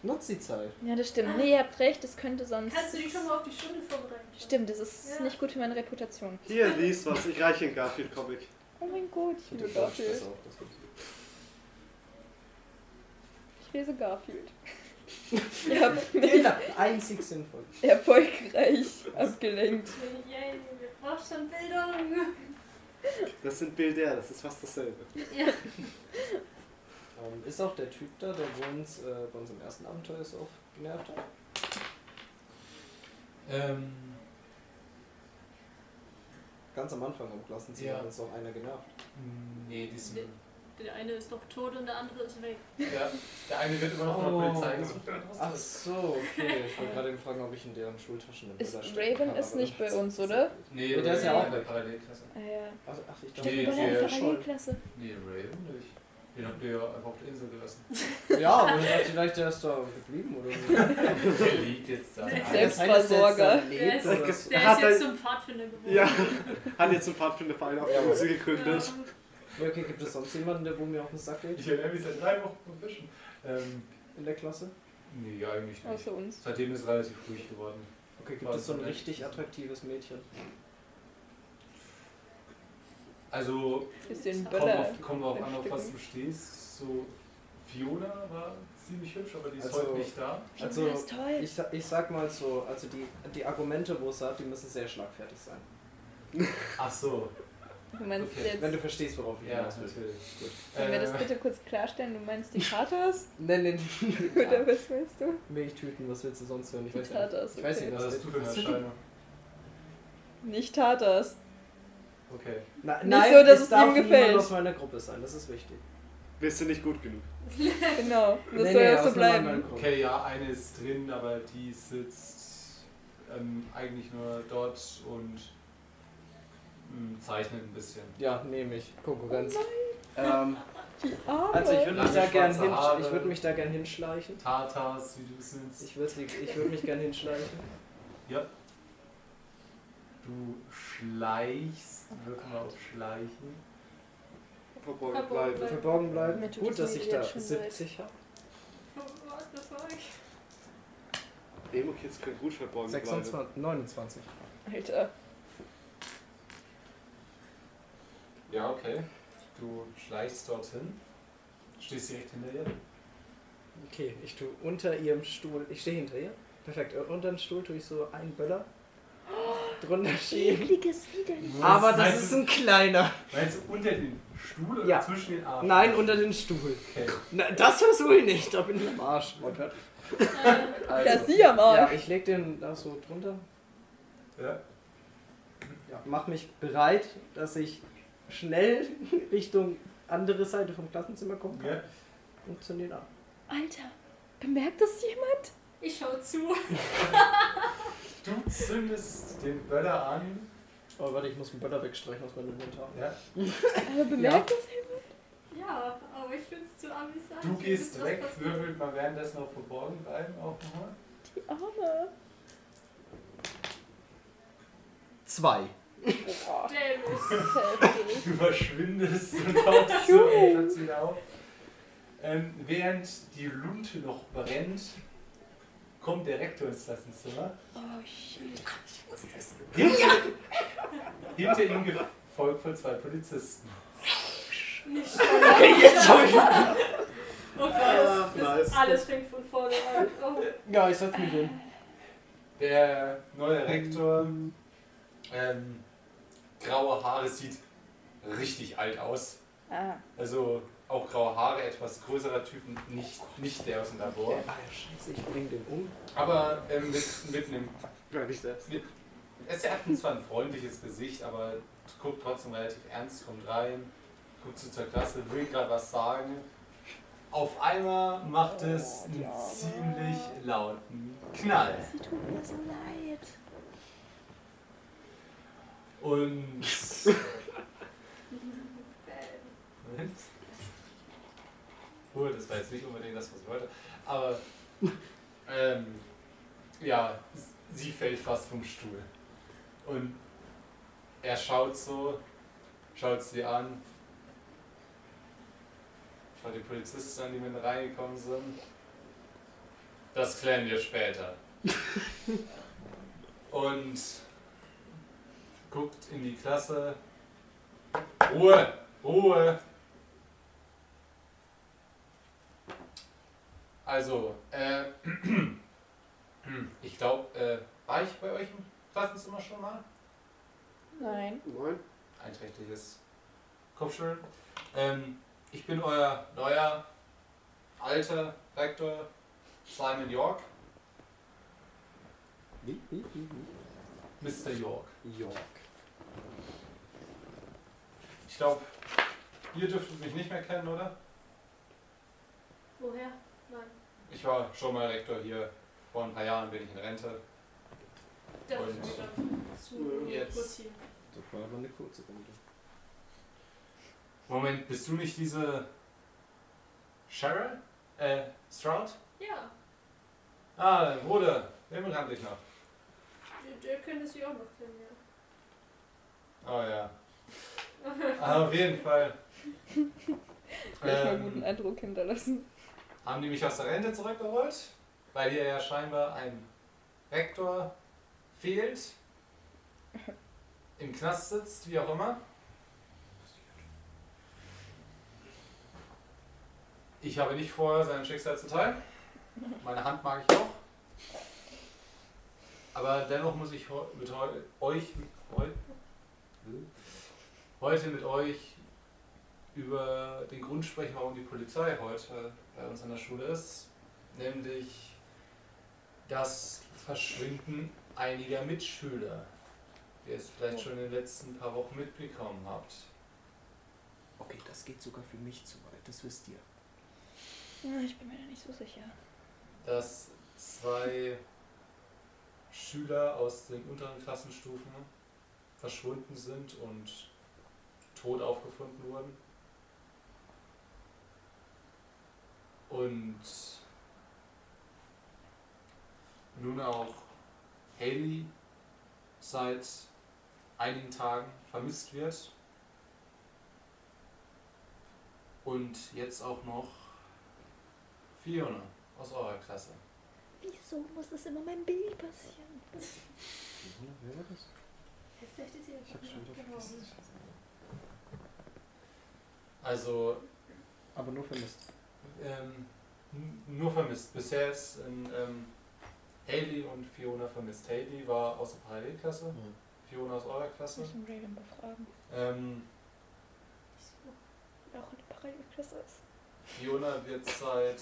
S2: Nutz die Zeit.
S3: Ja, das stimmt. Nee, ihr habt recht, das könnte sonst.
S5: Kannst du dich schon mal auf die Stunde vorbereiten?
S3: Stimmt, das ist
S5: Ja.
S3: nicht gut für meine Reputation.
S4: Hier, lies was. Ich reiche einen Garfield-Comic.
S3: Oh mein Gott, ich
S2: Bitte
S3: liebe
S2: Quatsch, das
S3: Garfield.
S2: auch. Das geht.
S3: Ich lese Garfield. ihr, habt mich
S2: Jeder, einzig sinnvoll.
S3: erfolgreich abgelenkt.
S5: Yay, wir brauchen schon Bildung.
S4: Das sind Bilder, das ist fast dasselbe.
S5: Ja.
S2: Ähm, ist auch der Typ da, der bei uns äh, bei unserem ersten Abenteuer so auch genervt hat?
S8: Ähm,
S2: Ganz am Anfang am Klassenzimmer
S8: Ja.
S2: hat uns noch einer genervt.
S8: nee, diesen.
S5: Der eine ist doch tot und der andere ist weg.
S1: Ja, der eine wird immer noch von der
S2: Oh.
S1: Polizei gesucht. und was
S2: Ach
S1: ist
S2: so, okay. Ich wollte gerade eben fragen, ob ich in deren Schultaschen eine
S3: Ist
S2: Bilder stecken
S3: Raven
S2: kann,
S3: ist
S2: aber
S3: nicht
S2: dann
S3: bei
S2: hat's-
S3: uns, oder?
S1: Nee,
S2: Nee, der ist ja
S1: Raven
S2: auch
S1: in der
S2: weg.
S1: Parallelklasse.
S3: Ah ja.
S2: Ach, Also, ach ich dachte,
S3: Stimmt,
S1: Nee,
S3: Bolle in
S1: der
S3: der
S1: ist
S3: Parallelklasse.
S1: Nee, Raven nicht. Den habt ihr ja einfach auf der Insel gelassen.
S2: Ja, aber ich dachte vielleicht, der ist da geblieben oder so. Ah,
S1: der liegt jetzt da.
S5: Nee.
S3: Selbstversorger.
S5: Der ist,
S4: oder so.
S5: der
S4: Hat
S5: ist
S4: er-
S5: jetzt zum Pfadfinder geworden.
S4: Ja, hat jetzt ein Pfadfinderverein auf der Insel gegründet.
S5: Ähm,
S2: Okay, gibt es sonst jemanden, der wo mir auf den Sack geht?
S1: Ich erinnere mich seit drei Wochen vom Fischen. Ähm,
S2: In der Klasse?
S1: nee, eigentlich nicht.
S3: Außer uns.
S1: Seitdem ist es relativ ruhig geworden.
S2: Okay, gibt
S1: Weiß
S2: es so ein
S1: nicht.
S2: richtig attraktives Mädchen?
S1: Also,
S3: Ist den
S1: kommt
S3: Böller.
S1: auf, kommt auf an, auf was
S3: Stücken.
S1: du stehst. So, Fiona war ziemlich hübsch, aber die ist
S2: Also-
S1: heute nicht da.
S3: Fiona
S2: Also,
S3: ist toll.
S2: Ich, sa- ich sag mal so, also die, die Argumente, wo es hat, die müssen sehr schlagfertig sein.
S1: Ach so,
S3: Du meinst
S1: okay.
S2: Wenn
S3: jetzt.
S2: du verstehst, worauf ich
S1: ja,
S2: hinaus will.
S1: natürlich. Gut.
S3: Können wir das
S1: Äh,
S3: bitte kurz klarstellen? Du meinst die Tatas?
S2: Nein, nein, nein.
S3: Oder was meinst du?
S2: Milchtüten, was willst du sonst hören? Ich weiß, ja
S3: Tatas,
S2: nicht. ich weiß
S3: okay.
S2: nicht,
S1: was
S2: was
S1: hast du für eine Erscheinung?
S3: Nicht Tatas.
S1: Okay.
S2: Na,
S3: Nicht
S2: nein,
S3: so, dass es ihm
S2: darf niemand
S3: gefällt.
S2: aus meiner Gruppe sein, das ist wichtig.
S4: Bist du nicht gut genug?
S3: Genau. Das
S2: Nee,
S3: soll
S2: nee,
S3: ja auch
S2: aus
S3: so
S2: nur meiner
S3: bleiben.
S2: Gruppe.
S1: Okay, ja, eine ist drin, aber die sitzt ähm, eigentlich nur dort und ähm, zeichnet ein bisschen.
S2: Ja, nehme ich. Konkurrenz.
S3: Oh
S2: ähm,
S3: Die Arme.
S2: also ich würde
S1: Lange
S2: mich, da gern
S1: schwarze
S2: hinsch-
S1: Haare.
S2: ich würd mich da gern hinschleichen.
S1: Tatas, wie du es nennst.
S2: Ich würde ich würd mich gern hinschleichen.
S1: Ja. Du schleichst. Wirken wir auf Schleichen.
S4: Verborgen bleiben.
S2: Verborgen bleiben.
S3: Mir tut
S2: Gut,
S3: das
S2: dass
S3: Mädel
S2: ich da
S3: jetzt schon leid.
S2: 70 habe.
S5: Oh, what the fuck?
S4: Demo Kids können gut verborgen bleiben.
S2: 26, 29.
S3: Oh, Alter.
S1: Ja, okay. Du schleichst dorthin. Stehst direkt hinter ihr.
S2: Okay, ich tue unter ihrem Stuhl. Ich stehe hinter ihr. Perfekt. Und unter dem Stuhl tue ich so einen Böller. Drunter stehen.
S3: Ekliges Widerlich.
S2: Aber das
S1: Meinst
S2: ist
S1: du-
S2: ein kleiner.
S1: Meinst du unter den Stuhl oder
S2: Ja.
S1: zwischen den Armen?
S2: Nein, unter den Stuhl.
S1: Okay.
S2: Na, das versuche ich nicht. Da bin ich am Arsch. Also,
S3: Da ist sie am
S2: ja,
S3: Arsch.
S2: ich lege den da so drunter.
S1: Ja.
S2: Ja, mach mich bereit, dass ich schnell Richtung andere Seite vom Klassenzimmer kommen kann.
S1: ja.
S2: Und zünd ihn an.
S3: Alter. Bemerkt das jemand?
S5: Ich schau zu.
S1: Du zündest den Böller an.
S2: Oh, warte, ich muss den Böller wegstreichen aus meinem Inventar.
S1: Ja.
S3: Aber bemerkt das
S5: Ja, aber ich find's zu amüsant.
S1: Du
S5: Ich
S1: gehst
S5: find's
S1: weg,
S5: was passiert.
S1: würfelt mal währenddessen noch verborgen bleiben auch nochmal.
S3: die Arme?
S2: Zwei.
S3: Boah.
S5: Dämlich.
S3: heftig.
S1: Du verschwindest und tauchst so im Platz wieder auf. Ähm, während die Lunte noch brennt, kommt der Rektor ins Klassenzimmer.
S3: Oh shit.
S1: Hinter, hinter ihm gefolgt von zwei Polizisten.
S5: Nicht okay,
S2: jetzt hab ich-
S5: Oh Gott, das,
S4: Ah, nice.
S5: das, alles fängt von vorne an. Oh.
S2: Ja, ich setz mich hin.
S1: Der neue Rektor, ähm, graue Haare, sieht richtig alt aus.
S3: Ah.
S1: Also auch graue Haare, etwas größerer Typen, nicht, nicht der aus dem Labor.
S2: Ah, ja, scheiße, ich bring den um.
S1: Aber ähm, mit, mit einem
S4: Gar nicht erst.
S1: Es er hat zwar ein freundliches Gesicht, aber guckt trotzdem relativ ernst, kommt rein, Gutze zur Klasse will gerade was sagen. Auf einmal macht es
S3: Oh,
S1: einen
S3: die Arme.
S1: ziemlich lauten Knall.
S3: Sie tut mir so leid.
S1: Und.
S5: äh,
S1: Moment. Cool, das war jetzt nicht unbedingt das, was ich wollte. Aber. Ähm, ja, s- sie fällt fast vom Stuhl. Und er schaut so, schaut sie an, schaut die Polizisten an, die mit reingekommen sind. Das klären wir später. Und guckt in die Klasse. Ruhe! Ruhe! Also, äh, ich glaube, äh, war ich bei euch im Klassenzimmer schon mal?
S3: Nein.
S4: Nein.
S1: Einträchtiges Kopfschütteln. Ähm, ich bin euer neuer, alter Rektor Simon York,
S4: Wie, wie, wie, wie?
S1: Mr. York.
S4: York.
S1: Ich glaube, ihr dürftet mich nicht mehr kennen, oder?
S5: Woher? Nein.
S1: Ich war schon mal Rektor hier. Vor ein paar Jahren bin ich in Rente.
S5: Das
S1: Und
S5: ist schon zu
S1: jetzt-
S5: routiniert.
S4: Das war aber eine kurze Runde.
S1: Moment, bist du nicht diese Cheryl? Äh, Stroud?
S5: Ja,
S1: Ah, dein Bruder. Den kannte ich noch.
S5: der- der könnte sich auch noch kennen, ja.
S1: Oh ja. Ah, auf jeden Fall.
S3: Ich mal einen guten
S1: Ähm,
S3: Eindruck hinterlassen.
S1: haben die mich aus der Rente zurückgeholt? Weil hier ja scheinbar ein Rektor fehlt. Im Knast sitzt, wie auch immer. Ich habe nicht vor, sein Schicksal zu teilen. Meine Hand mag ich auch. Aber dennoch muss ich heu- mit heu euch mit heu heute mit euch über den Grund sprechen, warum die Polizei heute bei uns an der Schule ist. Nämlich das Verschwinden einiger Mitschüler, die ihr es vielleicht schon in den letzten paar Wochen mitbekommen habt.
S7: Okay, das geht sogar für mich zu weit, das wisst ihr.
S3: Ja, ich bin mir da nicht so sicher.
S1: dass zwei Schüler aus den unteren Klassenstufen verschwunden sind und tot aufgefunden wurden. Und nun auch Haley seit einigen Tagen vermisst wird. Und jetzt auch noch Fiona aus eurer Klasse.
S9: Wieso muss das immer meinem Baby passieren?
S4: Mhm, Wer war das?
S5: Vielleicht ist sie
S4: Ich hab's schon wieder vergessen.
S1: Also
S4: Aber nur vermisst.
S1: ähm, n- nur vermisst. Bisher ist ähm, ähm, Haley und Fiona vermisst. Haley war aus der Parallelklasse,
S4: Mhm.
S1: Fiona aus eurer Klasse.
S3: Muss den Raven befragen.
S1: Ähm,
S3: Auch eine Parallelklasse ist.
S1: Fiona wird seit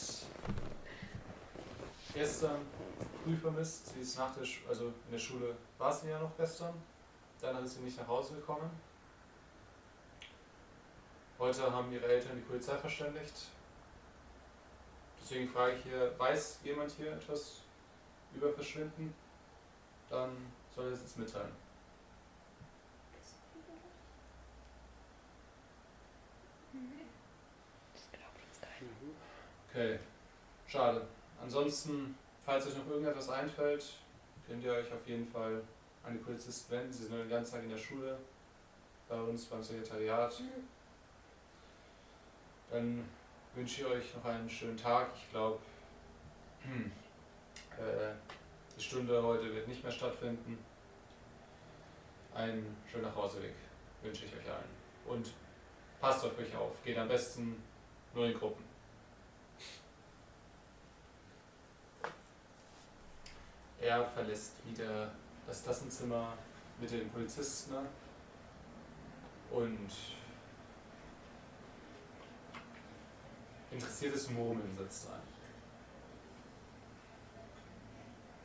S1: gestern früh vermisst. Sie ist nach der Schule, also in der Schule war sie ja noch gestern. Danach ist sie nicht nach Hause gekommen. Heute haben ihre Eltern die Polizei verständigt. Deswegen frage ich hier, weiß jemand hier etwas über Verschwinden? Dann soll er es uns mitteilen.
S3: Das glaubt uns keiner.
S4: Mhm.
S1: Okay, schade. Ansonsten, falls euch noch irgendetwas einfällt, könnt ihr euch auf jeden Fall an die Polizisten wenden. Sie sind den ganzen Tag in der Schule, bei uns beim Sekretariat. Dann wünsche ich euch noch einen schönen Tag. Ich glaube, äh, die Stunde heute wird nicht mehr stattfinden. Einen schönen Nachhauseweg wünsche ich euch allen. Und passt auf euch auf. Geht am besten nur in Gruppen. Er verlässt wieder das Klassenzimmer mit den Polizisten ne? und interessiertes Murmeln setzt ein.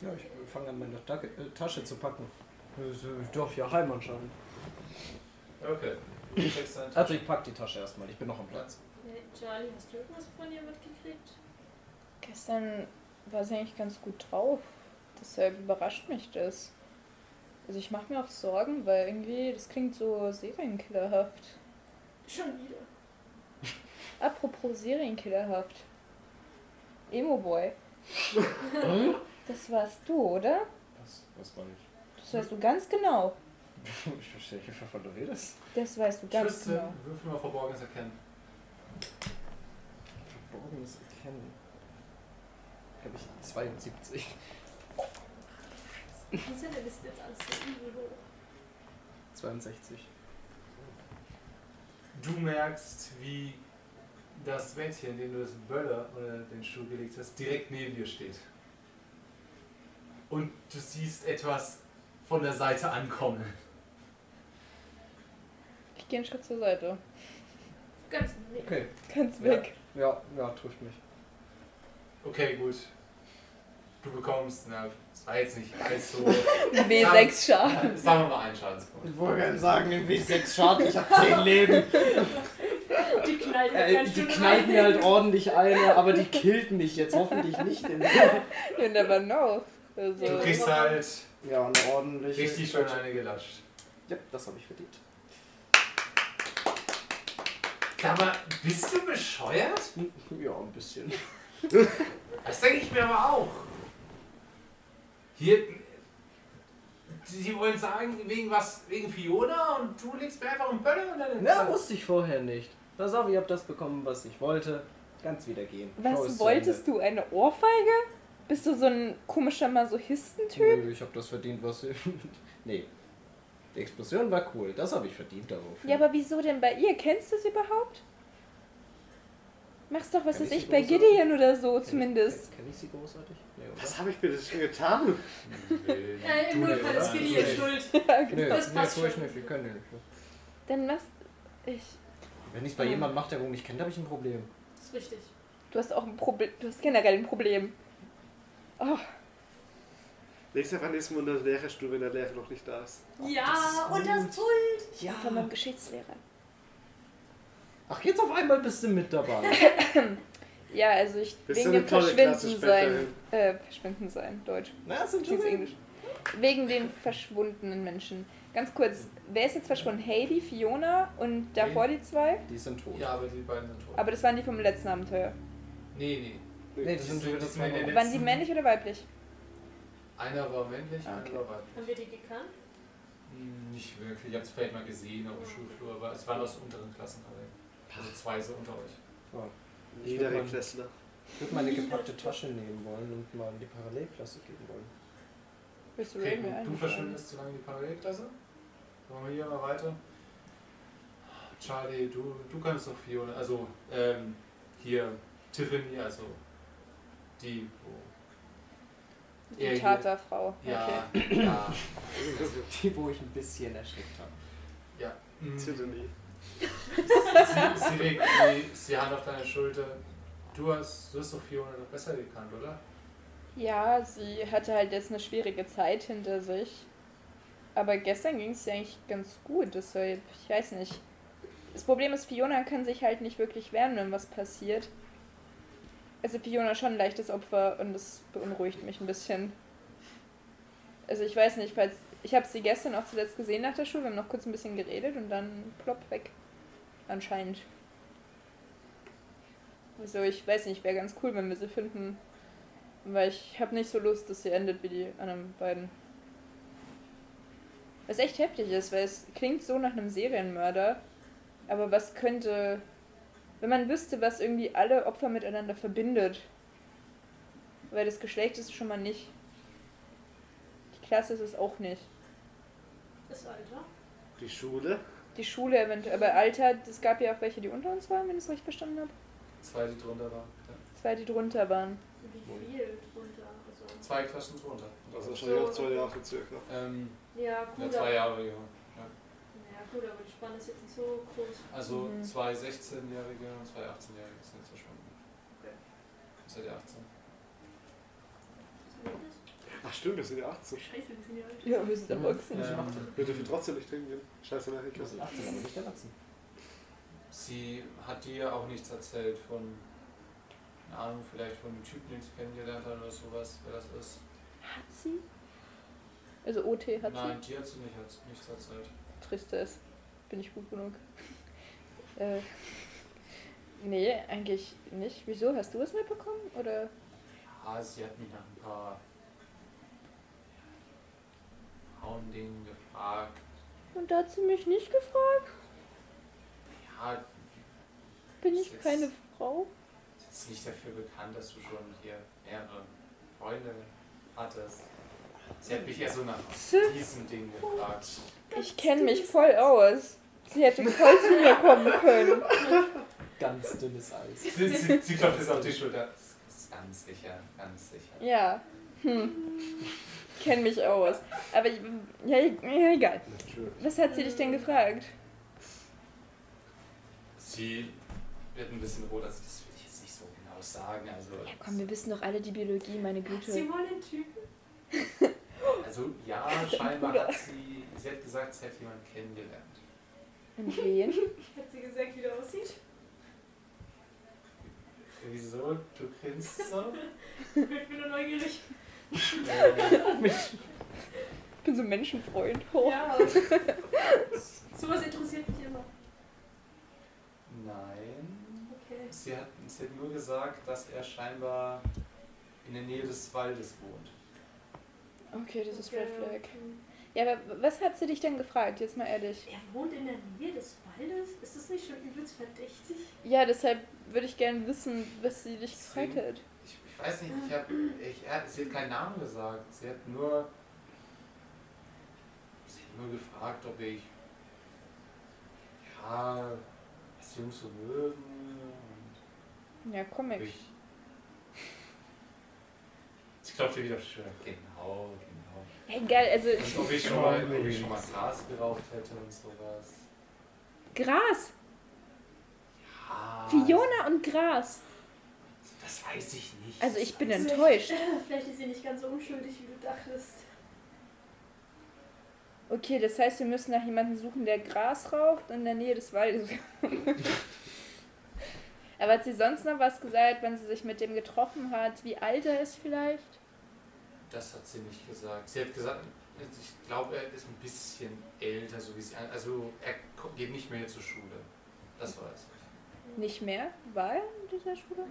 S7: Ja, ich fange an, meine Tacke- äh, Tasche zu packen. Ich darf ja heim anscheinend.
S1: Okay. Du steckst deine Tasche.
S2: Also ich pack die Tasche erstmal, ich bin noch am Platz.
S5: Äh, Charlie, hast du irgendwas von ihr mitgekriegt?
S3: Gestern war sie eigentlich ganz gut drauf. Deshalb überrascht mich das. Also ich mache mir auch Sorgen, weil irgendwie das klingt so serienkillerhaft.
S5: Schon wieder.
S3: Apropos serienkillerhaft. Emo Boy. das warst du, oder?
S2: Was? Was war ich?
S3: Das weißt du ganz genau.
S2: Ich verstehe nicht, wovon du redest.
S3: Das weißt du ganz
S1: Tristan,
S3: genau.
S1: würfel mal Verborgenes erkennen.
S2: Verborgenes Erkennen. Habe ich 72.
S5: Wieso denn ist jetzt alles so übel hoch?
S2: 62.
S1: Du merkst, wie das Mädchen, dem du das Böller oder den Schuh gelegt hast, direkt neben dir steht. Und du siehst etwas von der Seite ankommen.
S3: Ich gehe einen Schritt zur Seite.
S5: Ganz nee.
S2: Okay.
S3: Ganz
S2: Ja.
S3: weg.
S2: Ja, ja, trifft mich.
S1: Okay, gut. Du bekommst, na, das war jetzt nicht allzu.
S3: W6 scharf.
S1: sagen wir mal einen Schadenspunkt.
S2: Ich wollte gerne sagen, im W6 Schaden, ich habe 10 Leben.
S5: Die knallt mir
S2: Äh,
S5: ganz
S2: die
S5: schön
S2: knallt
S5: rein.
S2: mir halt ordentlich eine, aber die killt mich jetzt hoffentlich nicht. In
S3: You never know. Also,
S1: Du kriegst halt
S2: ja, eine ordentliche.
S1: richtig schön eine gelascht.
S2: Ja, das habe ich verdient.
S1: Sag mal, bist du bescheuert?
S2: Ja, ein bisschen.
S1: Das denke ich mir aber auch. Hier. Sie wollen sagen, wegen was, wegen Fiona und du legst mir einfach einen Böller und dann.
S2: Na, wusste ich vorher nicht. Pass auf, ich habe das bekommen, was ich wollte. Ganz wieder gehen.
S3: was wolltest du? Eine Ohrfeige? Bist du so ein komischer Masochistentyp?
S2: Nö, ich habe das verdient, was ich. nee. Die Explosion war cool, das habe ich verdient darauf.
S3: Ja, aber wieso denn bei ihr? Kennst du sie überhaupt? Mach's doch, was
S2: Kenn
S3: weiß
S2: ich
S3: ich,
S2: sie
S3: bei
S2: großartig?
S3: Gideon oder so zumindest.
S2: Kenne ich sie großartig? Nee, oder?
S4: Was habe ich mir das schon getan?
S5: Äh, Im
S1: Du,
S5: Notfall
S1: ja,
S5: ist Gilly
S1: natürlich.
S5: schuld.
S2: Nö,
S5: Das
S2: nee,
S5: passt
S2: tue ich
S5: schon.
S2: nicht, wir können nicht.
S3: genau. Dann machst ich.
S2: Wenn ich es bei jemandem mache, der wohl nicht kennt, habe ich ein Problem.
S5: Das ist richtig.
S3: Du hast auch ein Problem. Du hast generell ein Problem. Oh,
S4: Nächstes Mal ist man unter der Lehrerstuhl, wenn der Lehrer noch nicht da ist.
S5: Ja, und das Pult.
S2: Ja.
S3: von meinem Geschichtslehrer.
S2: Ach, jetzt auf einmal bist du mit dabei.
S3: Ja, also ich
S4: Das
S3: wegen
S4: ist so eine
S3: dem
S4: tolle Klasse
S3: Verschwinden sein.
S4: späterhin.
S3: Äh, Verschwinden sein, Deutsch.
S2: Na, das sind
S3: Ich sing's Englisch. Wegen den verschwundenen Menschen. Ganz kurz, wer ist jetzt verschwunden? Heidi, Fiona und davor die zwei?
S2: Die sind tot.
S1: Ja, aber die beiden sind tot.
S3: Aber das waren die vom letzten Abenteuer.
S1: nee, nee.
S2: Nee, das sind
S1: Die sind-
S2: das
S1: die
S2: waren
S1: sind in
S2: auch-
S1: den-
S3: Waren die männlich oder weiblich?
S1: Einer war männlich,
S2: Ah, okay.
S1: einer war weiblich.
S5: Haben wir die gekannt?
S1: Hm, Nicht wirklich. Ich hab's vielleicht mal gesehen auf dem Schulflur, aber es waren aus unteren Klassen alle. Also zwei so unter euch.
S4: Niedere Klässler.
S2: Ich würde meine gepackte Tasche nehmen wollen und mal in die Parallelklasse geben wollen.
S3: Willst du
S1: Okay,
S3: Raven
S1: du
S3: ein?
S1: verschwindest zu lange in die Parallelklasse. Machen wir hier mal weiter. Charlie, du, du kannst doch Fiona, also ähm, hier Tiffany, also die, wo, Ja,
S3: Die
S1: hier.
S3: Taterfrau. Okay.
S1: ja, ja,
S2: Die, wo ich ein bisschen erschreckt habe.
S1: ja. Mhm. Sie,
S4: Tiffany.
S1: sie legt die, die Hand auf deine Schulter. Du hast, du hast doch Fiona noch besser gekannt, oder?
S3: Ja, sie hatte halt jetzt eine schwierige Zeit hinter sich. Aber gestern ging es ihr eigentlich ganz gut, deshalb, ich weiß nicht. Das Problem ist, Fiona kann sich halt nicht wirklich wehren, wenn was passiert. Also Fiona ist schon ein leichtes Opfer und das beunruhigt mich ein bisschen. Also ich weiß nicht, falls. Ich habe sie gestern auch zuletzt gesehen nach der Schule, wir haben noch kurz ein bisschen geredet und dann plopp weg. Anscheinend. Also ich weiß nicht, wäre ganz cool, wenn wir sie finden. Weil ich habe nicht so Lust, dass sie endet wie die anderen beiden. Was echt heftig ist, weil es klingt so nach einem Serienmörder. Aber was könnte. Wenn man wüsste, was irgendwie alle Opfer miteinander verbindet. Weil das Geschlecht ist es schon mal nicht. Die Klasse ist es auch nicht.
S5: Das Alter.
S4: Die Schule.
S3: Die Schule eventuell. Aber Alter, es gab ja auch welche, die unter uns waren, wenn ich es richtig verstanden habe.
S1: Zwei, die drunter waren. Ja.
S3: Zwei, die drunter waren.
S5: Wie viel drunter? Also,
S1: Zwei Klassen drunter.
S4: Also wahrscheinlich auch zwei Jahre ne? circa.
S1: ähm,
S5: ja,
S1: ja,
S5: gut.
S1: zwei
S5: aber-
S1: Jahre, ja.
S5: Ja, gut, aber die Spanne ist jetzt nicht so groß.
S1: Also
S3: Mhm.
S1: zwei 16-Jährige und zwei 18-Jährige sind jetzt verschwunden.
S5: Okay.
S1: Seit ihr 18.
S4: Ach stimmt, wir sind ja 18.
S5: Scheiße, wir sind ja alt.
S3: Ja, wir sind
S2: erwachsen.
S3: erwachsen.
S1: Ähm,
S4: Wir dürfen trotzdem nicht trinken gehen. Scheiße, Nachricht.
S2: Das sind 18, aber nicht erwachsen.
S1: Sie hat dir auch nichts erzählt von, keine Ahnung, vielleicht von dem Typen, den sie kennengelernt hat oder sowas, wer das ist.
S9: Hat sie?
S3: Also OT hat
S1: Nein, dir hat sie nicht, hat sie nichts erzählt.
S3: sie. Tristes. Bin ich gut genug. äh, nee, eigentlich nicht. Wieso? Hast du es mitbekommen? Oder?
S1: Ja, Ah, sie hat mich nach ein paar Frauendingen gefragt.
S3: Und da hat sie mich nicht gefragt.
S1: Ja,
S3: Bin
S1: Ist
S3: ich
S1: jetzt-
S3: keine Frau?
S1: ist jetzt nicht dafür bekannt, dass du schon hier mehrere Freunde hattest. Sie hat mich ja so nach diesem Ding gefragt.
S3: Ich kenne mich voll aus. Sie hätte voll zu mir kommen können.
S2: Ganz dünnes Eis.
S1: Sie, sie, sie klopft jetzt auf die Schulter. Das ist ganz sicher, ganz sicher.
S3: Ja. Hm. Kenn mich aus. Aber ich- ja, e-, ja, egal. Was hat sie dich denn gefragt?
S1: Sie wird ein bisschen rot, also das will ich jetzt nicht so genau sagen. Also,
S3: Ja, komm, wir wissen doch alle die Biologie, meine Güte.
S5: Sie wollen einen Typen?
S1: also ja, scheinbar hat sie, sie hat gesagt, sie hat jemanden kennengelernt.
S3: Und wen?
S5: Hat sie gesagt, wie der aussieht?
S1: Wieso? Du grinst so?
S5: Ich bin nur neugierig.
S1: Äh,
S3: Ich bin so ein Menschenfreund. Oh.
S5: Ja. Sowas interessiert mich immer.
S1: nein.
S5: Okay.
S1: Sie hat, sie hat nur gesagt, dass er scheinbar in der Nähe des Waldes wohnt.
S3: Okay, das ist
S5: Okay.
S3: Red Flag. Ja, aber was hat sie dich denn gefragt? Jetzt mal ehrlich.
S5: Er wohnt in der Nähe des Waldes? Ist das nicht schon übelst verdächtig?
S3: Ja, deshalb würde ich gerne wissen, was sie dich
S1: Deswegen-
S3: gefragt hat.
S1: Ich, ich weiß nicht, ich hab, ich, er, sie hat keinen Namen gesagt. Sie hat nur, sie hat nur gefragt, ob ich, ja, was Jungs so mögen und
S3: Ja,
S1: ob
S3: Comic.
S1: ich. Ich klopfte wieder auf die Schulter. Genau, genau.
S3: Hey, geil, also
S1: Und ob ich schon mal, ob ich schon mal Gras geraucht hätte und sowas.
S3: Gras.
S1: Ah,
S3: Fiona und Gras.
S1: Das weiß ich nicht.
S3: Also ich bin
S5: Das ist
S3: enttäuscht.
S5: Vielleicht ist sie nicht ganz so unschuldig, wie du dachtest.
S3: Okay, das heißt, wir müssen nach jemandem suchen, der Gras raucht in der Nähe des Waldes. Aber hat sie sonst noch was gesagt, wenn sie sich mit dem getroffen hat? Wie alt er ist vielleicht?
S1: Das hat sie nicht gesagt. Sie hat gesagt, ich glaube, er ist ein bisschen älter, so wie sie. Also, er ko- geht nicht mehr zur Schule.
S3: Mhm.
S1: Das war es.
S3: Nicht mehr? War er in dieser Schule?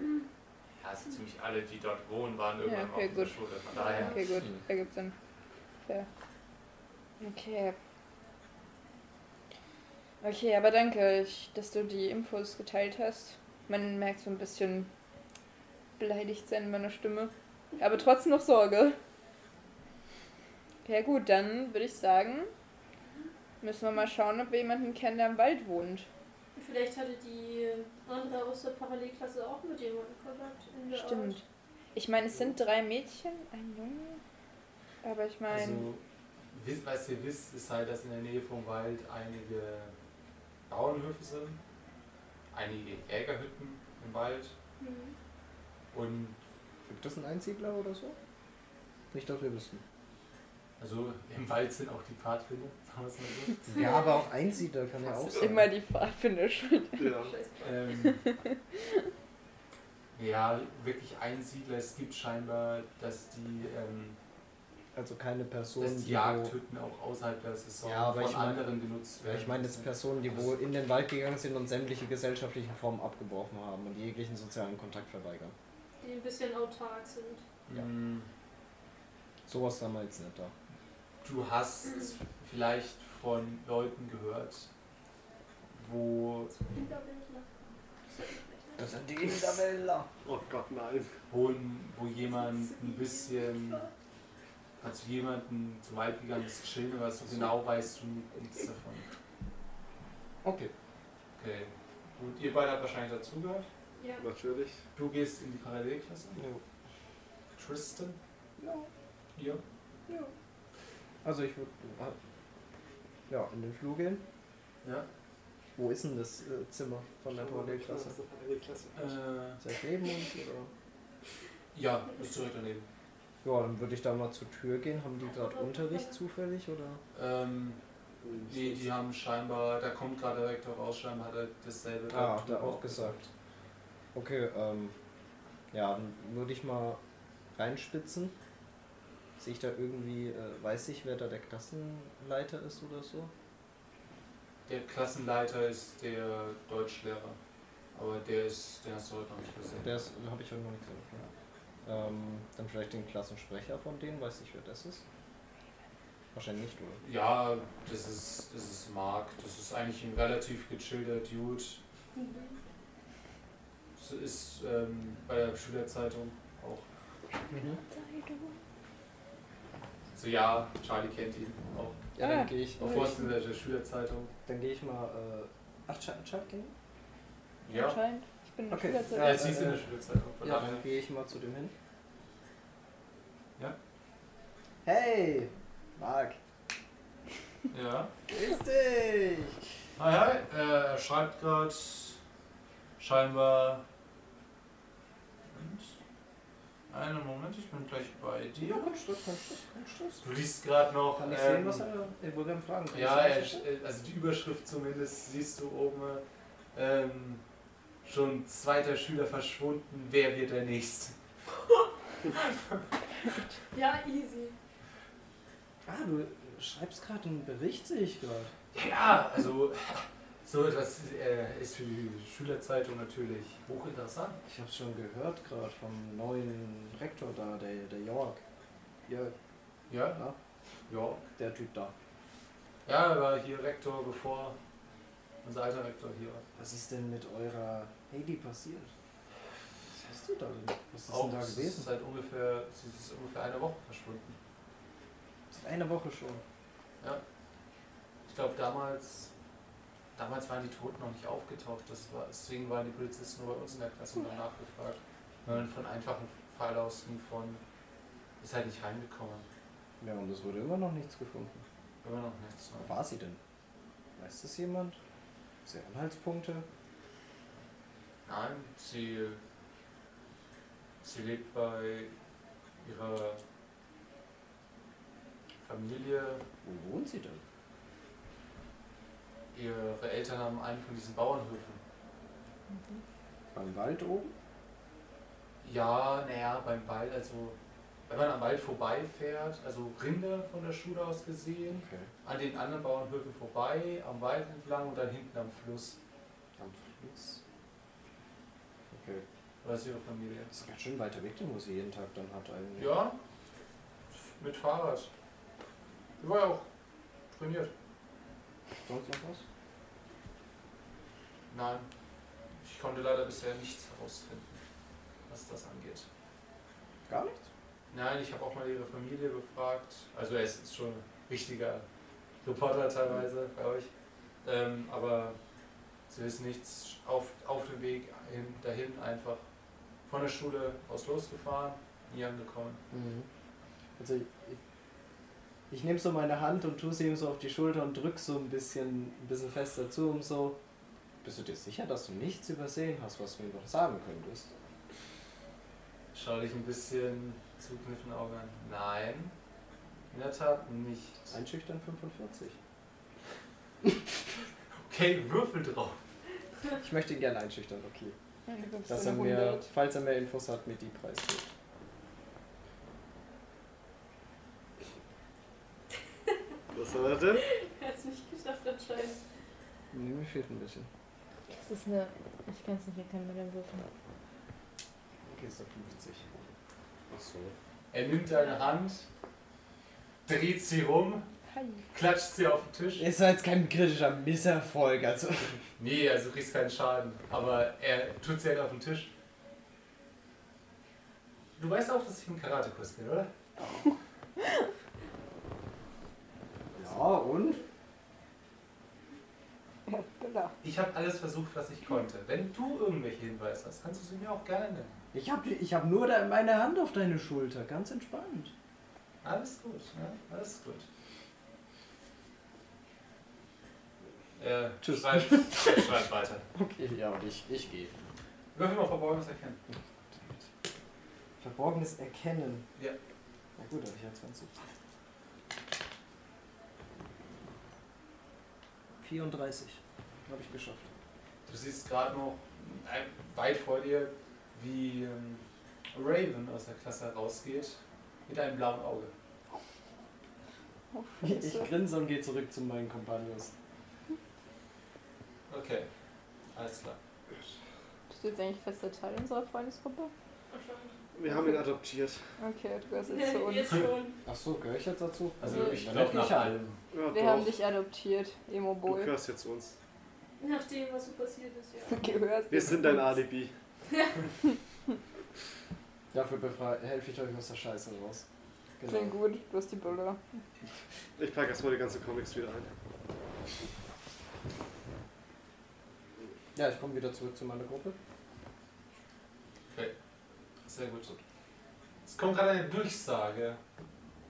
S1: Ja, also ziemlich alle, die dort wohnen, waren irgendwann
S3: Ja, okay,
S1: auch in der
S3: gut.
S1: Schule. Von daher.
S3: Okay, gut, ergibt Sinn. Fair. Okay. Okay, aber danke, ich, dass du die Infos geteilt hast. Man merkt so ein bisschen beleidigt sein in meiner Stimme. Aber trotzdem noch Sorge. Ja gut, dann würde ich sagen, müssen wir mal schauen, ob wir jemanden kennen, der im Wald wohnt.
S5: Vielleicht hatte die andere aus der Parallelklasse auch mit jemandem Kontakt. In der
S3: Stimmt. Ich meine, es sind drei Mädchen, ein Junge. Aber ich meine,
S1: Also, wisst- was ihr wisst, ist halt, dass in der Nähe vom Wald einige Bauernhöfe sind, einige Jägerhütten im Wald
S5: Art. Mhm.
S1: und
S7: Gibt es einen Einsiedler oder so? Nicht, dass wir wissen.
S1: also im Wald sind auch die Pfadfinder. sagen wir es mal so.
S7: Ja, aber auch Einsiedler kann ja
S1: Das
S7: auch
S1: ist
S2: Also-
S7: sein.
S3: immer die Pfadfinder schuld.
S4: Ja.
S5: Scheiß
S1: Ähm, ja, wirklich Einsiedler. Es gibt scheinbar, dass die, ähm,
S7: Also keine Personen,
S1: dass die
S7: wo...
S1: Jagdhütten auch außerhalb der Saison
S7: Ja, aber
S1: von
S7: ich meine-
S1: anderen genutzt
S7: Ja,
S1: werden.
S7: ich meine jetzt Personen, die wo in den Wald gegangen sind und sämtliche gesellschaftlichen Formen abgeworfen haben und jeglichen sozialen Kontakt verweigern.
S5: Die ein bisschen autark sind.
S1: Mm,
S7: Sowas haben wir jetzt nicht da.
S1: Du hast vielleicht von Leuten gehört, wo,
S7: Das sind die Isabella.
S4: Oh Gott, nein.
S1: wo, wo jemand ein bisschen als jemanden zum Wald gegangen ist, chillen, aber so genau weißt du nichts davon.
S7: Okay.
S1: Okay. Und ihr beide habt wahrscheinlich dazugehört.
S5: Ja.
S4: Natürlich.
S1: Du gehst in die Parallelklasse.
S7: Jo.
S1: Tristan?
S7: Ja.
S1: Ja.
S7: Also ich würde... Ja, in den Flur gehen.
S1: Ja.
S7: Wo ist denn das äh, Zimmer von der Parallelklasse? Ist
S4: Parallelklasse.
S1: ne? Äh,
S7: das neben uns oder?
S1: ja, ist direkt daneben.
S7: Ja, dann würde ich da mal zur Tür gehen. Haben die gerade Unterricht zufällig oder?
S1: Ähm,
S4: Hm.
S1: Die, die haben scheinbar, da kommt gerade der Rektor raus, scheinbar hat er dasselbe
S2: Ah,
S1: gehabt.
S2: da auch gesagt. Okay, ähm, ja, dann würde ich mal reinspitzen. Sehe ich da irgendwie, äh, weiß ich, wer da der Klassenleiter ist oder so?
S1: Der Klassenleiter ist der Deutschlehrer. Aber der ist, den hast du heute noch nicht gesehen.
S2: Der ist, habe ich heute noch nicht gesehen. Okay. Ähm, dann vielleicht den Klassensprecher von denen, weiß ich, wer das ist? Wahrscheinlich nicht, oder?
S1: Ja, das ist, das ist Mark. Das ist eigentlich ein relativ gechillter Dude.
S2: Mhm.
S1: Das ist ähm, bei der Schülerzeitung auch. So ja, Charlie kennt ihn auch.
S2: Ja,
S10: Ah.
S2: dann gehe ich,
S1: Auch Vorsitzender der Schülerzeitung.
S2: dann gehe ich mal, äh, ach, Chad, Chad ging?
S1: Ja.
S10: Anscheinend. Ich bin
S2: Okay.
S10: okay.
S1: Ja,
S2: Ja,
S1: es hieß in der
S2: äh,
S1: Schülerzeitung. Von
S2: Ja,
S1: daher.
S2: dann gehe ich mal zu dem hin.
S1: Ja.
S2: Hey, Marc.
S1: ja.
S2: Grüß dich!
S1: Hi, hi. Äh, er schreibt gerade scheinbar. Moment. Einen Moment, ich bin gleich bei dir.
S2: Kunststoff, Kunststoff, Kunststoff.
S1: Du liest gerade noch.
S2: Kann ich
S1: ähm,
S2: sehen, was er im Programm fragen kann?
S1: Ja,
S2: ich
S1: er, also die Überschrift zumindest siehst du oben. äh, Ähm, schon zweiter Schüler verschwunden, wer wird der nächste?
S5: Ja, easy.
S2: Ah, du schreibst gerade einen Bericht, sehe ich gerade.
S1: Ja, ja, also so etwas äh, ist für die Schülerzeitung natürlich hochinteressant.
S2: Ich habe schon gehört gerade vom neuen Rektor da, der, der York. Ja,
S1: Ja,
S2: ja,
S1: ja.
S2: der Typ da.
S1: Ja, er war hier Rektor, bevor unser alter Rektor hier war.
S2: Was ist denn mit eurer Lady passiert? Was hast du da denn? Was ist
S1: Auch
S2: denn da
S1: es Ist
S2: gewesen?
S1: seit ungefähr, sie ist ungefähr eine Woche verschwunden.
S2: Seit einer Woche schon.
S1: Ich glaube damals, damals waren die Toten noch nicht aufgetaucht. Das war, deswegen waren die Polizisten nur bei uns in der Klasse und haben nachgefragt. Weil man von einfachen Fall ausging von, ist halt nicht heimgekommen.
S2: Ja, und es wurde immer noch nichts gefunden.
S1: Immer noch nichts.
S2: Wo war sie denn? Weiß das jemand? Sehr Anhaltspunkte?
S1: Nein, sie, sie lebt bei ihrer Familie.
S2: Wo wohnt sie denn?
S1: Ihre Eltern haben einen von diesen Bauernhöfen.
S2: Beim Wald oben?
S1: Ja, naja, beim Wald, also wenn man am Wald vorbeifährt, also Rinder von der Schule aus gesehen,
S2: Okay.
S1: an den anderen Bauernhöfen vorbei, am Wald entlang und dann hinten am Fluss.
S2: Am Fluss? Okay.
S1: Oder ist ihre Familie?
S2: Das ist ein ganz schön weiter Weg, den muss sie jeden Tag dann hat eigentlich.
S1: Ja, mit Fahrrad. Die war ja auch trainiert.
S2: Sonst noch was?
S1: Nein, ich konnte leider bisher nichts herausfinden, was das angeht.
S2: Gar nichts?
S1: Nein, ich habe auch mal ihre Familie befragt. Also er ist schon ein richtiger Reporter teilweise bei euch. Ähm, aber sie wissen nichts. Auf, auf dem Weg hin, dahin einfach von der Schule aus losgefahren, nie angekommen.
S2: Mhm. Also ich, ich, ich nehme so meine Hand und tue sie ihm so auf die Schulter und drück so ein bisschen, ein bisschen fest dazu, um so. Bist du dir sicher, dass du nichts übersehen hast, was du mir noch sagen könntest?
S1: Schau dich ein bisschen zukniffen Augen an. Nein, in der Tat nicht.
S2: Einschüchtern 45.
S1: Okay, Würfel drauf.
S2: Ich möchte ihn gerne einschüchtern, okay.
S10: Du bist
S2: Dass
S10: so
S2: er
S10: eine
S2: mir,
S10: 100.
S2: falls er mehr Infos hat, mir die preisgibt.
S4: Was soll er denn?
S5: Er hat es nicht geschafft anscheinend.
S2: Nee, mir fehlt ein bisschen.
S3: Das ist eine. Ich kann es nicht erkennen mit dem Würfel.
S2: Okay, ist doch 50. Ach so.
S1: Er nimmt deine Hand, dreht sie rum,
S10: Hi.
S1: klatscht sie auf den Tisch.
S2: Ist jetzt kein kritischer Misserfolg, also.
S1: Nee, also du kriegst keinen Schaden. Aber er tut sie halt auf den Tisch. Du weißt auch, dass ich im Karatekurs bin, oder?
S2: Ja, und?
S10: Genau.
S1: Ich habe alles versucht, was ich konnte. Wenn du irgendwelche Hinweise hast, kannst du sie mir auch gerne nennen.
S2: Ich hab, ich hab nur da meine Hand auf deine Schulter, ganz entspannt.
S1: Alles gut, ne? Alles gut. Er
S2: Tschüss.
S1: Schreibt, er schreibt Äh, weiter.
S2: Okay, ja, und ich, ich gehe.
S1: Würfel mal Verborgenes erkennen.
S2: Verborgenes Erkennen.
S1: Ja.
S2: Na gut, habe ich ja 20.
S7: 34. Habe ich geschafft.
S1: Du siehst gerade noch ein- weit vor dir, wie ähm, Raven aus der Klasse rausgeht mit einem blauen Auge.
S3: Oh,
S2: Ich
S3: scheiße.
S2: grinse und gehe zurück zu meinen Kompagnons.
S1: Okay, alles klar.
S3: Bist du jetzt eigentlich fester Teil unserer Freundesgruppe?
S4: Wir haben ihn adoptiert.
S3: Okay, du gehörst jetzt zu
S5: Nee,
S3: uns.
S5: jetzt schon.
S2: Achso, gehöre ich jetzt dazu?
S6: Also
S2: Dann
S6: ich
S2: hätte
S6: glaub, nach
S2: ja-
S6: allem.
S4: Ja,
S3: Wir
S4: doch.
S3: haben dich adoptiert,
S4: du
S3: Emo-Boy.
S4: gehörst jetzt zu uns.
S5: Nachdem, was so passiert ist, ja.
S3: Du gehörst
S4: Wir
S3: jetzt
S4: sind dein
S3: uns.
S4: Alibi.
S2: Dafür befrei- helfe ich euch aus der Scheiße raus. Genau.
S3: Klingt
S4: Genau.
S3: gut, du hast die Bilder.
S4: Ich packe erstmal die ganzen Comics wieder ein.
S2: Ja, ich komme wieder zurück zu meiner Gruppe.
S1: Sehr gut. Es kommt gerade eine Durchsage.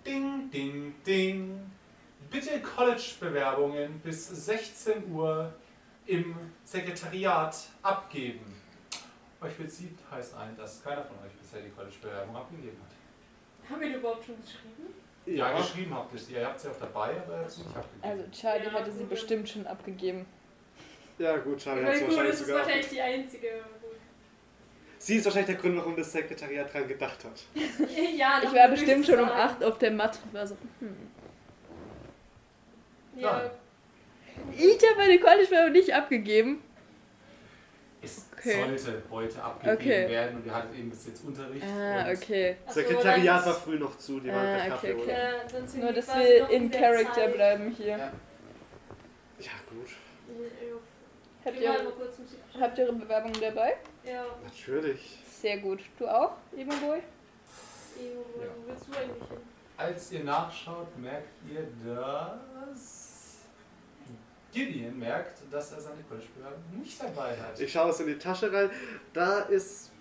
S1: Ding, ding, ding. Bitte College-Bewerbungen bis 16 Uhr im Sekretariat abgeben. Euch bezieht heißt ein, dass keiner von euch bisher die College-Bewerbung abgegeben hat.
S5: Haben wir die überhaupt schon geschrieben?
S1: Ja, geschrieben habt ihr. es. Ihr habt sie auch dabei, aber ihr habt sie nicht abgegeben.
S3: Also Charlie
S5: Ja,
S3: hatte sie
S5: gut.
S3: bestimmt schon abgegeben.
S4: Ja, gut,
S5: Ich
S4: Charlie hat es
S5: meine, gut,
S4: wahrscheinlich
S5: das ist
S4: sogar.
S5: wahrscheinlich die einzige.
S4: Sie ist wahrscheinlich der Grund, warum das Sekretariat dran gedacht hat.
S5: ja,
S3: Ich
S5: noch
S3: war
S5: nichts
S3: bestimmt
S5: zu
S3: schon um
S5: sagen.
S3: 8 auf der Matte und war so, hm.
S5: Ja, also,
S1: Nein.
S3: Ich habe meine College-Bewerbung nicht abgegeben.
S1: es
S3: okay.
S1: sollte heute abgegeben
S3: Okay.
S1: werden und wir hatten eben bis jetzt Unterricht.
S3: Ah,
S1: und
S3: okay.
S5: Ach so,
S4: Sekretariat
S5: dann-
S4: war früh noch zu, die
S3: Ah,
S4: waren bei
S3: okay,
S4: Kaffee,
S3: okay.
S4: oder?
S5: Ja, dann sind
S3: Nur,
S5: die
S3: dass
S5: quasi
S3: wir
S5: noch
S3: in
S5: der
S3: Character
S5: Zeit.
S3: bleiben hier.
S1: Ja.
S4: Ja, gut.
S5: Ja,
S3: Habt,
S5: Wir machen mal
S3: ihr,
S5: kurz Musik.
S3: habt ihr Ihre Bewerbung dabei?
S5: Ja,
S4: Natürlich.
S3: Sehr gut. Du auch, Emo-Boy?
S5: Emo, wo
S1: Ja.
S5: willst du eigentlich hin?
S1: Als ihr nachschaut, merkt ihr, dass Gideon merkt, dass er seine College-Bewerbung nicht dabei hat.
S4: Ich schaue es in die Tasche rein. Da ist.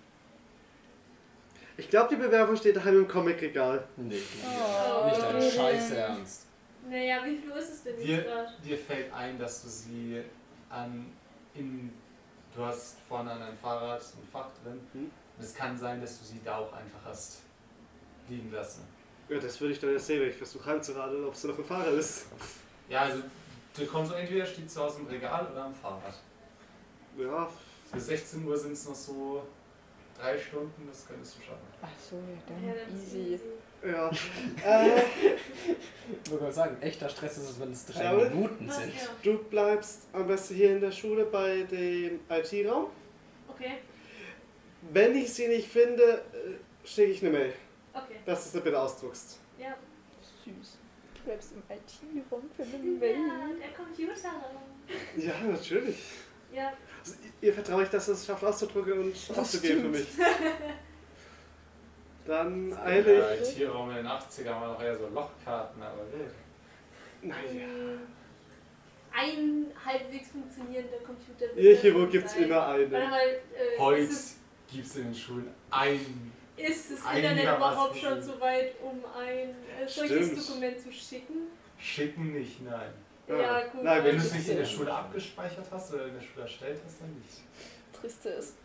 S4: Ich glaube, die Bewerbung steht daheim im Comicregal.
S2: Nee,
S3: Oh.
S2: nicht dein Scheiß Ernst.
S5: Naja, wie viel Uhr ist es denn
S1: Wir-
S5: jetzt gerade?
S1: Dir fällt ein, dass du sie an in du hast vorne an deinem Fahrrad ein Fach drin.
S4: Hm.
S1: Und es kann sein, dass du sie da auch einfach hast liegen lassen.
S4: Ja, das würde ich dann ja sehen, wenn ich versuche ranzuradeln, ob es noch ein Fahrer ist.
S1: Ja, also du kommst entweder steht zu Hause im Regal oder am Fahrrad.
S4: Ja,
S1: Bis 16 Uhr sind es noch so drei Stunden, das könntest du schaffen.
S3: Ach so, ja,
S5: Ja, dann
S3: dann
S5: ist
S3: easy.
S4: ja. äh,
S2: Ich würde mal sagen, echter Stress ist es, wenn es drei
S4: Schau.
S2: Minuten
S5: Was?
S2: sind.
S5: Ja.
S4: du bleibst am besten hier in der Schule bei dem IT-Raum.
S5: Okay,
S4: Wenn ich sie nicht finde, äh, schicke ich eine Mail,
S5: okay.
S4: dass du sie bitte ausdruckst.
S5: Ja.
S3: Süß. Du bleibst im IT-Raum für eine
S5: ja,
S3: Mail.
S5: der Computer.
S4: Ja, natürlich.
S5: Ja,
S4: Also, ihr vertraue ich, dass du es schafft auszudrücken und auszugeben für mich. Dann eile
S1: Ja, Tierraum in den 80ern waren noch eher so Lochkarten, aber
S4: ich. Naja.
S5: ein halbwegs funktionierender Computer. wird
S4: Ihr
S5: das
S4: Chirurg
S5: schon
S4: gibt's
S5: sein.
S4: immer
S5: Warte
S4: einen.
S5: mal, äh,
S1: heute
S5: Ist,
S1: gibt es in den Schulen ein.
S5: es, ist das
S1: Ein
S5: Internet
S1: Jahr
S5: überhaupt
S1: was
S5: schon
S1: gesehen.
S5: so weit, um ein äh, solches
S4: Stimmt.
S5: Dokument zu schicken?
S1: Schicken nicht, nein.
S5: Ja,
S4: Ah.
S5: gut.
S4: Nein,
S1: Wenn
S4: wenn
S1: du
S4: du
S1: es nicht in der Schule abgespeichert hast oder in der Schule erstellt hast, dann nicht.
S3: Triste ist.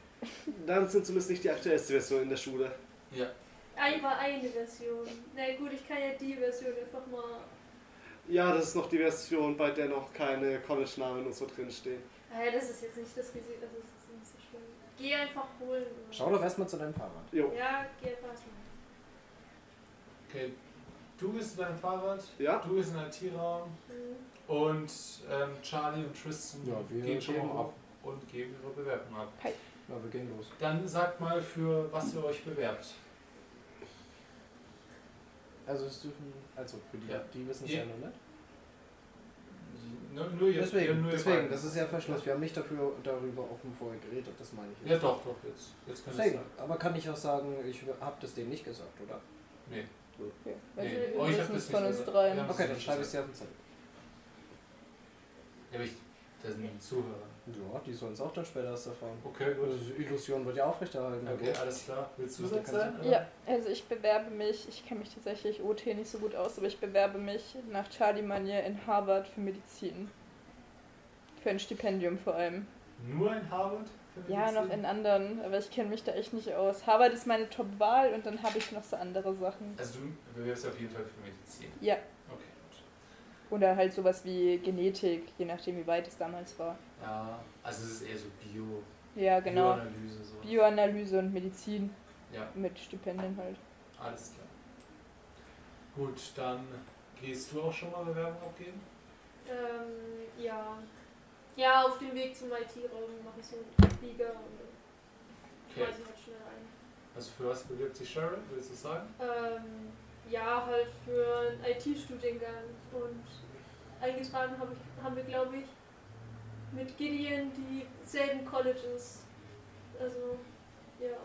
S4: Dann sind zumindest nicht die aktuellste Version in der Schule.
S5: Einmal Ah, eine Version. Na gut, ich kann ja die Version einfach mal.
S4: Ja, das ist noch die Version, bei der noch keine College-Namen und so drinstehen.
S5: Naja, Ah, das ist jetzt nicht das Risiko, das ist jetzt nicht so schlimm. Geh einfach holen. oder?
S2: Schau doch erstmal zu deinem Fahrrad.
S4: Jo.
S5: Ja, geh einfach holen.
S1: Okay, du bist in deinem Fahrrad,
S4: Ja?
S1: du bist in deinem Tierraum
S5: Mhm.
S1: und ähm, Charlie und Tristan
S2: Ja, wir
S1: gehen schon
S2: geben
S1: mal
S2: ab.
S1: ab und geben ihre Bewerbung ab.
S2: Ja, wir gehen los.
S1: Dann sagt mal, für was ihr euch bewerbt.
S2: Also es dürfen, also für die,
S1: Ja.
S2: die wissen es
S1: Ja.
S2: ja noch nicht.
S1: Nur, nur ihr,
S2: Deswegen,
S1: nur ihr
S2: deswegen,
S1: beiden.
S2: das ist ja Verschluss. Wir haben nicht dafür darüber offen vorher geredet, das meine ich
S1: Ja,
S2: jetzt.
S1: doch, doch, jetzt. Jetzt könnt ihr es
S2: Deswegen,
S1: sagen.
S2: aber kann ich auch sagen, ich habe das denen nicht gesagt, oder?
S1: Nee.
S3: Ja, weil
S1: Nee.
S3: wir
S1: Oh, ich hab
S3: wissen
S1: das
S3: es von
S1: nicht
S3: uns
S1: gesagt.
S3: dreien.
S1: Wir haben-
S2: Okay, dann schreibe ich es ja auf den Zettel.
S1: Ja, aber ich, das sind die Zuhörer.
S2: Ja, die sollen es auch dann später erst erfahren.
S1: Okay, gut.
S2: Also, die Illusion wird ja aufrechterhalten.
S1: Okay, alles klar. Willst du
S2: Ja,
S1: das
S2: kannst du-
S1: sein? oder?
S3: Ja, also ich bewerbe mich, ich kenne mich tatsächlich OT nicht so gut aus, aber ich bewerbe mich nach Charlie Manier in Harvard für Medizin. Für ein Stipendium vor allem.
S1: Nur in Harvard?
S3: Ja, noch in anderen, aber ich kenne mich da echt nicht aus. Harvard ist meine Top-Wahl und dann habe ich noch so andere Sachen.
S1: Also du bewirbst dich auf jeden Fall für Medizin.
S3: Ja.
S1: Okay, gut.
S3: Oder halt sowas wie Genetik, je nachdem wie weit es damals war.
S1: Ja, also es ist eher so Bio,
S3: Ja, genau.
S1: Bioanalyse. So.
S3: Bioanalyse und Medizin
S1: Ja,
S3: mit Stipendien halt.
S1: alles klar. Gut, dann gehst du auch schon mal Bewerbung abgeben?
S5: Ähm, ja. Ja, auf dem Weg zum IT-Raum mache ich so einen Flieger und
S1: Okay.
S5: reise halt schnell ein.
S1: Also für was bewirbt sich Cheryl, würdest du sagen?
S5: Ähm, ja, halt für einen IT-Studiengang. Und eingetragen hab ich, haben wir, glaube ich, mit Gideon dieselben Colleges. Also, ja.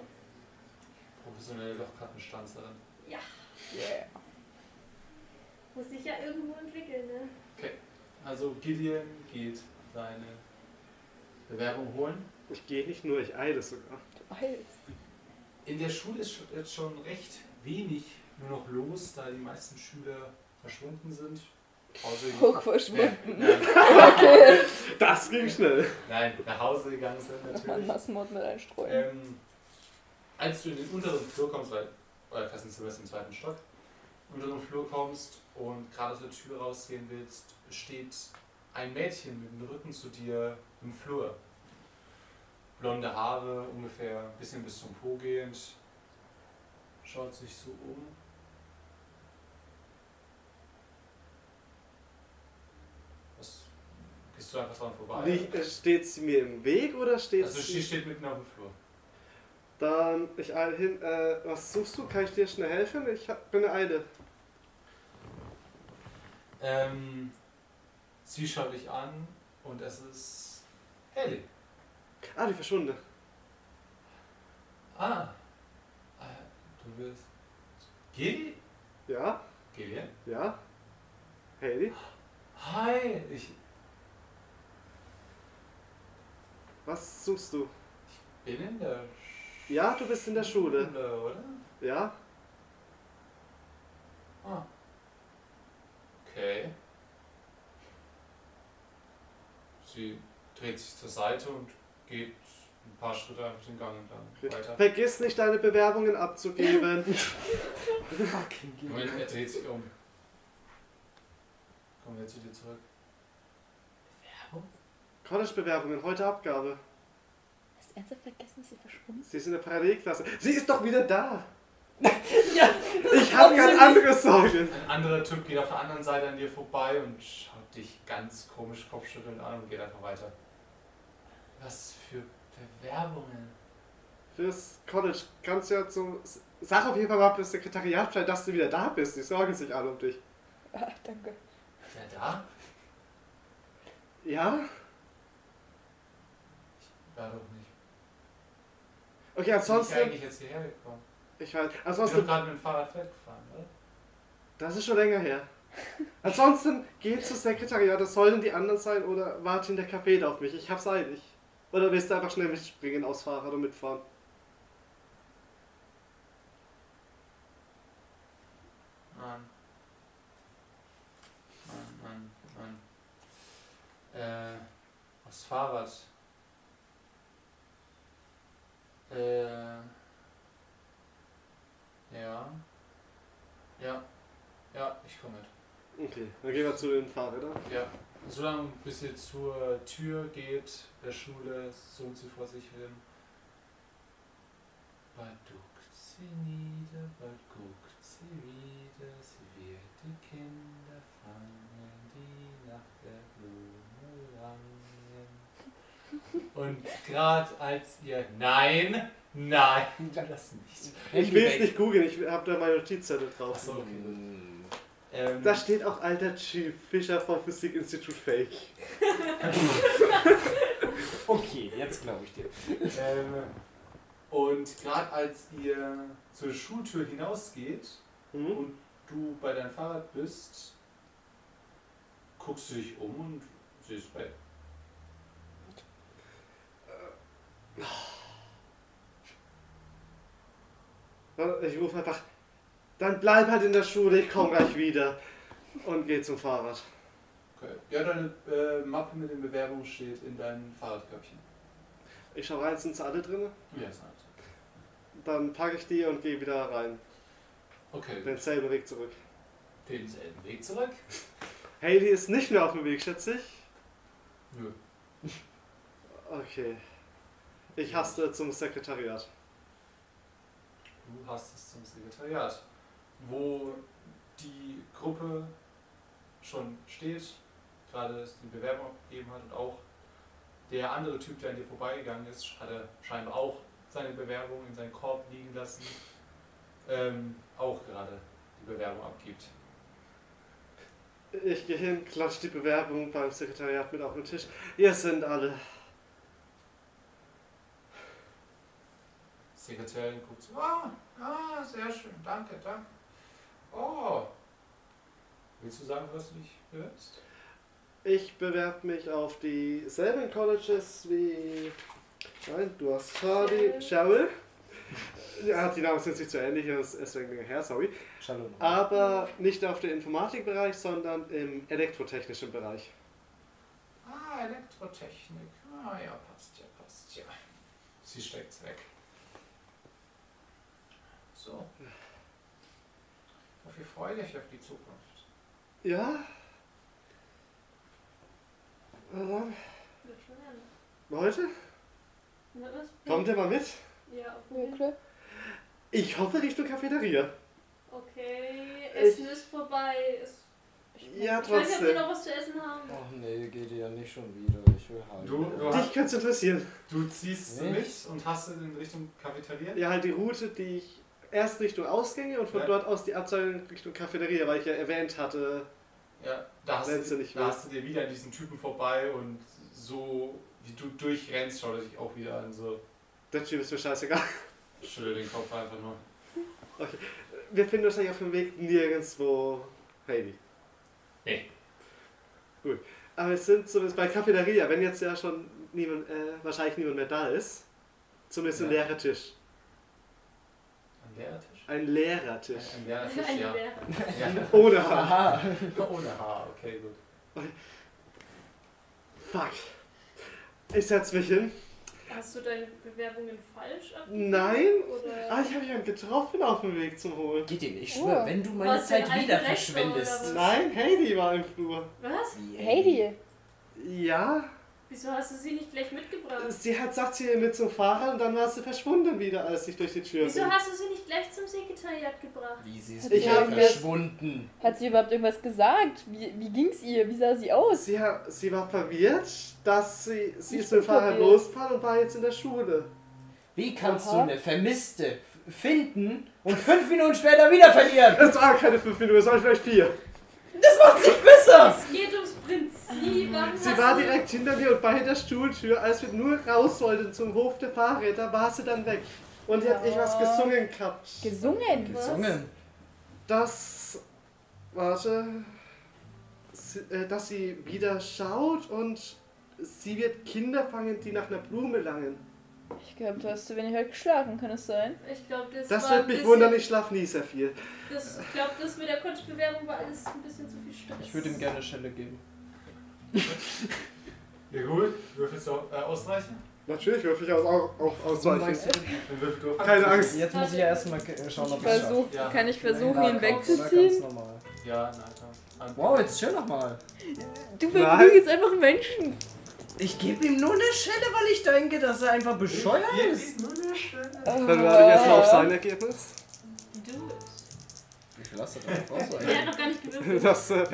S1: Professionelle Lochkartenstanzerin.
S3: Yeah.
S5: Muss sich ja irgendwo entwickeln, ne?
S1: Also Gideon geht seine Bewerbung holen.
S4: Ich gehe nicht nur, ich eile sogar.
S3: Du eilst.
S1: In der Schule ist sch- jetzt schon recht wenig nur noch los, da die meisten Schüler verschwunden sind. Außer die-
S3: Hoch verschwunden.
S1: Nein,
S4: Das ging schnell.
S1: nein, nach Hause gegangen sind
S3: An
S1: natürlich.
S3: Massenmord mit einstreuen.
S1: Ähm, als du in den unteren Flur kommst, weil euer Klassenzimmer ist im zweiten Stock, unteren Flur kommst und gerade aus der Tür rausgehen willst, steht ein Mädchen mit dem Rücken zu dir im Flur. Blonde Haare, ungefähr ein bisschen bis zum Po gehend. Schaut sich so um. Was? Gehst du einfach dran vorbei?
S4: Nicht, äh, steht sie mir im Weg oder steht
S1: Also sie
S4: sie...
S1: steht mitten auf dem Flur.
S4: Dann, ich eile hin. Äh, was suchst du? Kann ich dir schnell helfen? Ich hab, bin eine Eile.
S1: Ähm, sie schaut dich an und es ist Haley.
S4: Ah, die verschwundene.
S1: Ah, äh, du bist Geli?
S4: Ja?
S1: Geli?
S4: Ja? Haley?
S1: Hi, ich
S4: Was suchst du?
S1: bin in der
S4: Ja, du bist in der Schule.
S1: Schule, oder?
S4: Ja?
S1: Ah. Okay. Sie dreht sich zur Seite und geht ein paar Schritte einfach den Gang entlang weiter.
S4: Vergiss nicht, deine Bewerbungen abzugeben.
S2: Fucking
S1: Moment, er dreht sich um. Kommen wir zu dir zurück.
S4: College-Bewerbungen, heute Abgabe.
S9: Hast du ernsthaft vergessen, dass sie verschwunden
S4: Sie ist in der Parallelklasse. Sie ist doch wieder da.
S3: Ja,
S4: Ich habe ganz andere Sorgen.
S1: Ein anderer Typ geht auf der anderen Seite an dir vorbei und schaut dich ganz komisch kopfschüttelnd an und geht einfach weiter. Was für Bewerbungen.
S4: Fürs College kannst du ja zum... Sag auf jeden Fall mal fürs Sekretariat Bescheid, dass du wieder da bist. Die sorgen sich alle um dich.
S3: Ah, danke.
S1: Ist er da?
S4: Ja?
S1: War doch nicht.
S4: Okay,
S1: Sonst bin ich
S4: ansonsten...
S1: eigentlich jetzt hierher gekommen.
S4: Ich weiß.
S1: Ich bin doch
S4: Ansonsten...
S1: gerade mit dem Fahrrad weggefahren, oder?
S4: Das ist schon länger her. Ansonsten geh zum Sekretariat, das sollen die anderen sein oder warte in der Café auf mich. Ich hab's eilig. Oder willst du einfach schnell mitspringen aufs Fahrrad und mitfahren?
S1: Mann. Mann, Mann, Mann. Äh, aufs Fahrrad. Äh. Ja. Ja. Ja, ich komme mit.
S4: Okay, dann gehen wir zu den Fahrrädern.
S1: Ja. Solange bis ihr zur Tür geht, der Schule, zoomt sie vor sich hin. Bald duckt sie nieder, bald guckt sie wieder, sie wird die Kinder fangen, die nach der Blume langen. Und gerade als ihr Nein, nein, das nicht.
S4: Ich will es nicht googeln, ich hab da meine Notizzettel drauf.
S1: Achso, okay. gut. Ähm,
S4: Da steht auch alter Chief Fischer vom Physikinstitut Fake.
S2: Okay, jetzt glaube ich dir.
S1: Ähm, und gerade als ihr zur Schultür hinausgeht
S4: Hm?
S1: und du bei deinem Fahrrad bist, guckst du dich um und siehst bei.
S4: Ich rufe einfach, dann bleib halt in der Schule, ich komm gleich wieder. Und geh zum Fahrrad.
S1: Okay. Ja, deine äh, Mappe mit den Bewerbungen steht in deinem Fahrradkörbchen.
S4: Ich schau rein, sind sie alle drin?
S1: Ja, ist halt.
S4: Dann packe ich die und gehe wieder rein.
S1: Okay,
S4: Denselben Weg zurück.
S1: denselben Weg zurück.
S4: Haley ist nicht mehr auf dem Weg, schätze ich.
S2: Nö.
S4: Okay. Ich haste zum Sekretariat.
S1: Du hast es zum Sekretariat, wo die Gruppe schon steht, gerade es die Bewerbung abgegeben hat und auch der andere Typ, der an dir vorbeigegangen ist, hatte scheinbar auch seine Bewerbung in seinen Korb liegen lassen, ähm, auch gerade die Bewerbung abgibt.
S4: Ich gehe hin, klatsche die Bewerbung beim Sekretariat mit auf den Tisch. Ihr sind alle.
S1: Sekretärin guckt so, ah, ah, sehr schön, danke, danke. Oh, willst du sagen, was du dich bewirbst?
S4: Ich bewerbe mich auf dieselben Colleges wie. Nein, du hast Hardy, Cheryl. Ja, die Namen sind sich zu ähnlich, das ist deswegen länger her, sorry.
S2: Shalom.
S4: Aber nicht auf den Informatikbereich, sondern im elektrotechnischen Bereich.
S1: Ah, Elektrotechnik. Ah ja, passt ja, passt ja. Sie steckt's weg. So. Dafür freue ich mich auf die Zukunft.
S4: Ja? Na dann,
S5: Wird schon lernen.
S4: Leute,
S5: Na, was?
S4: kommt ihr mal mit?
S5: Ja, okay.
S3: Mögle?
S4: Ich hoffe Richtung Cafeteria.
S5: okay. Essen
S4: Ich-
S5: ist vorbei. Es-
S4: Ja,
S5: Ich weiß nicht, ob wir
S4: trotzdem.
S5: noch was zu essen haben.
S2: Ach nee, geht ja nicht schon wieder. Ich will halt.
S1: Du- du hast-
S4: Dich könnte es interessieren.
S1: Du ziehst
S2: Nicht?
S1: mit und hast es in Richtung Cafeteria?
S4: Ja, halt die Route, die ich erst Richtung Ausgänge und von
S1: Ja.
S4: dort aus die Abzweigung Richtung Cafeteria, weil ich ja erwähnt hatte.
S1: Ja, da hast,
S4: Wenn's
S1: du,
S4: dir nicht
S1: da
S4: will.
S1: hast du dir wieder an diesen Typen vorbei und so wie du durchrennst, schaut er sich auch wieder an, so
S4: Der Typ ist mir scheißegal.
S1: schüttel den Kopf einfach nur.
S4: Wir finden wahrscheinlich auf dem Weg nirgendwo Heidi.
S1: Nee.
S4: Gut. Aber es sind zumindest bei Cafeteria, wenn jetzt ja schon niemand, äh, wahrscheinlich niemand mehr da ist, zumindest ein
S1: Ja.
S4: leerer Tisch.
S1: Ein leerer Tisch?
S4: Ein leerer Tisch.
S1: Ein leerer Tisch,
S5: Ein
S1: ja.
S5: Lehrer.
S1: ja.
S4: Ohne Haar.
S1: Ohne Haar, okay, gut.
S4: Fuck. Ich setz mich hin.
S5: Hast du deine Bewerbungen falsch abgegeben?
S4: Nein.
S5: Oder
S4: Ah, ich habe jemanden getroffen auf dem Weg zum Holen.
S2: Geht dir nicht, schwör,
S3: Oh.
S2: wenn du meine
S5: Was,
S2: Zeit
S5: ein
S2: wieder
S5: Rechter
S2: verschwendest.
S5: oder
S4: Nein, Heidi war im Flur.
S5: was?
S2: Wie, ey?
S3: Heidi!
S4: Ja,
S5: Wieso hast du sie nicht gleich mitgebracht?
S4: sie hat sagt, sie mit zum Fahrer und dann war sie verschwunden wieder, als ich durch die Tür
S5: Wieso
S4: bin.
S5: hast du sie nicht gleich zum Sekretariat gebracht?
S2: Wie sie ist
S3: Ich
S2: wieder
S4: hab jetzt-
S2: verschwunden.
S3: Hat sie überhaupt irgendwas gesagt? Wie, wie ging's ihr? Wie sah sie aus?
S4: Sie, ha- sie war verwirrt, dass sie, sie
S3: Ich
S4: ist mit
S3: bin
S4: dem Fahrer
S3: verwirrt.
S4: losgefahren und war jetzt in der Schule.
S2: Wie kannst
S3: Aha.
S2: du eine Vermisste f- finden und fünf Minuten später wieder verlieren?
S4: Es waren keine fünf Minuten, es waren vielleicht vier.
S2: Das macht's nicht besser!
S5: Es geht ums Prinzip. Warum
S4: Ah. Sie
S5: hast
S4: war
S5: du-
S4: direkt hinter mir und bei der Stuhltür, als wir nur raus wollten zum Hof der Fahrräder, war sie dann weg. Und die hat ich was gesungen gehabt.
S3: Gesungen?
S2: Gesungen.
S4: dass. Warte. Sie, äh, dass sie wieder schaut und sie wird Kinder fangen, die nach einer Blume langen.
S3: Ich glaube, du hast zu wenig heute geschlagen, kann es sein?
S5: Ich glaube, das,
S4: Das
S5: war
S4: wird
S5: ein
S4: mich
S5: bisschen-
S4: wundern, ich schlaf nie sehr viel.
S5: Das, ich glaube, das mit der Coach-Bewerbung war alles ein bisschen zu viel Stress.
S2: Ich würde ihm gerne eine Schelle geben.
S1: Ja gut, würfelst du äh, ausreichen?
S4: Natürlich würfel ich auch, auch, auch ausweichen.
S1: Dann würfel du
S4: Keine Angst.
S2: Jetzt muss ich ja erstmal ge- schauen,
S3: Ich
S2: ob ich es schaffe.
S3: versuch,
S1: Ja.
S3: Kann ich versuchen,
S2: Nahkampf
S3: ihn
S2: oder
S3: wegzuziehen?
S2: ganz normal.
S1: Ja, na klar.
S2: Wow, jetzt chill doch mal.
S3: Du
S4: Nein.
S3: verprügelst einfach Menschen.
S2: Ich gebe ihm nur eine Schelle, weil ich denke, dass er einfach bescheuert ist.
S4: Dann warte ich
S3: Oh,
S4: erstmal auf sein Ergebnis.
S5: Do it.
S2: Ich lasse das raus.
S5: Er hat noch gar nicht gewürfelt.
S4: Das, äh,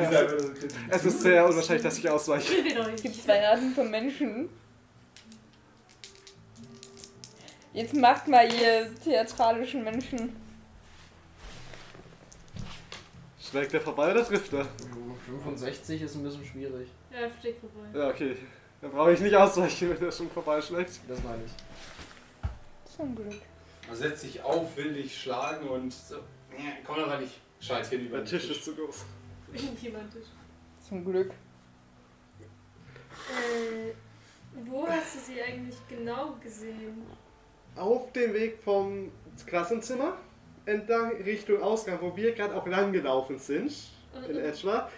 S4: es ist sehr unwahrscheinlich, dass ich ausweiche.
S5: Will wir doch
S3: Es gibt
S5: nicht.
S3: zwei Arten von Menschen. Jetzt macht mal ihr theatralischen Menschen.
S4: Schlägt der vorbei oder trifft er?
S2: 65 ist ein bisschen schwierig.
S5: Ja, steht vorbei.
S4: Ja, okay. Dann brauche ich nicht ausweichen, wenn er schon vorbeischlägt.
S2: Das meine ich.
S3: Zum Glück.
S1: Er setzt sich auf, will dich schlagen und so. Nee, Komm aber nicht. Schalt hin über
S4: Der
S1: den
S4: Tisch ist zu groß.
S5: Irgendjemand ist.
S3: Zum Glück.
S5: Äh, wo hast du sie eigentlich genau gesehen?
S4: auf dem Weg vom Klassenzimmer entlang Richtung Ausgang, wo wir gerade auch lang gelaufen sind, in etwa.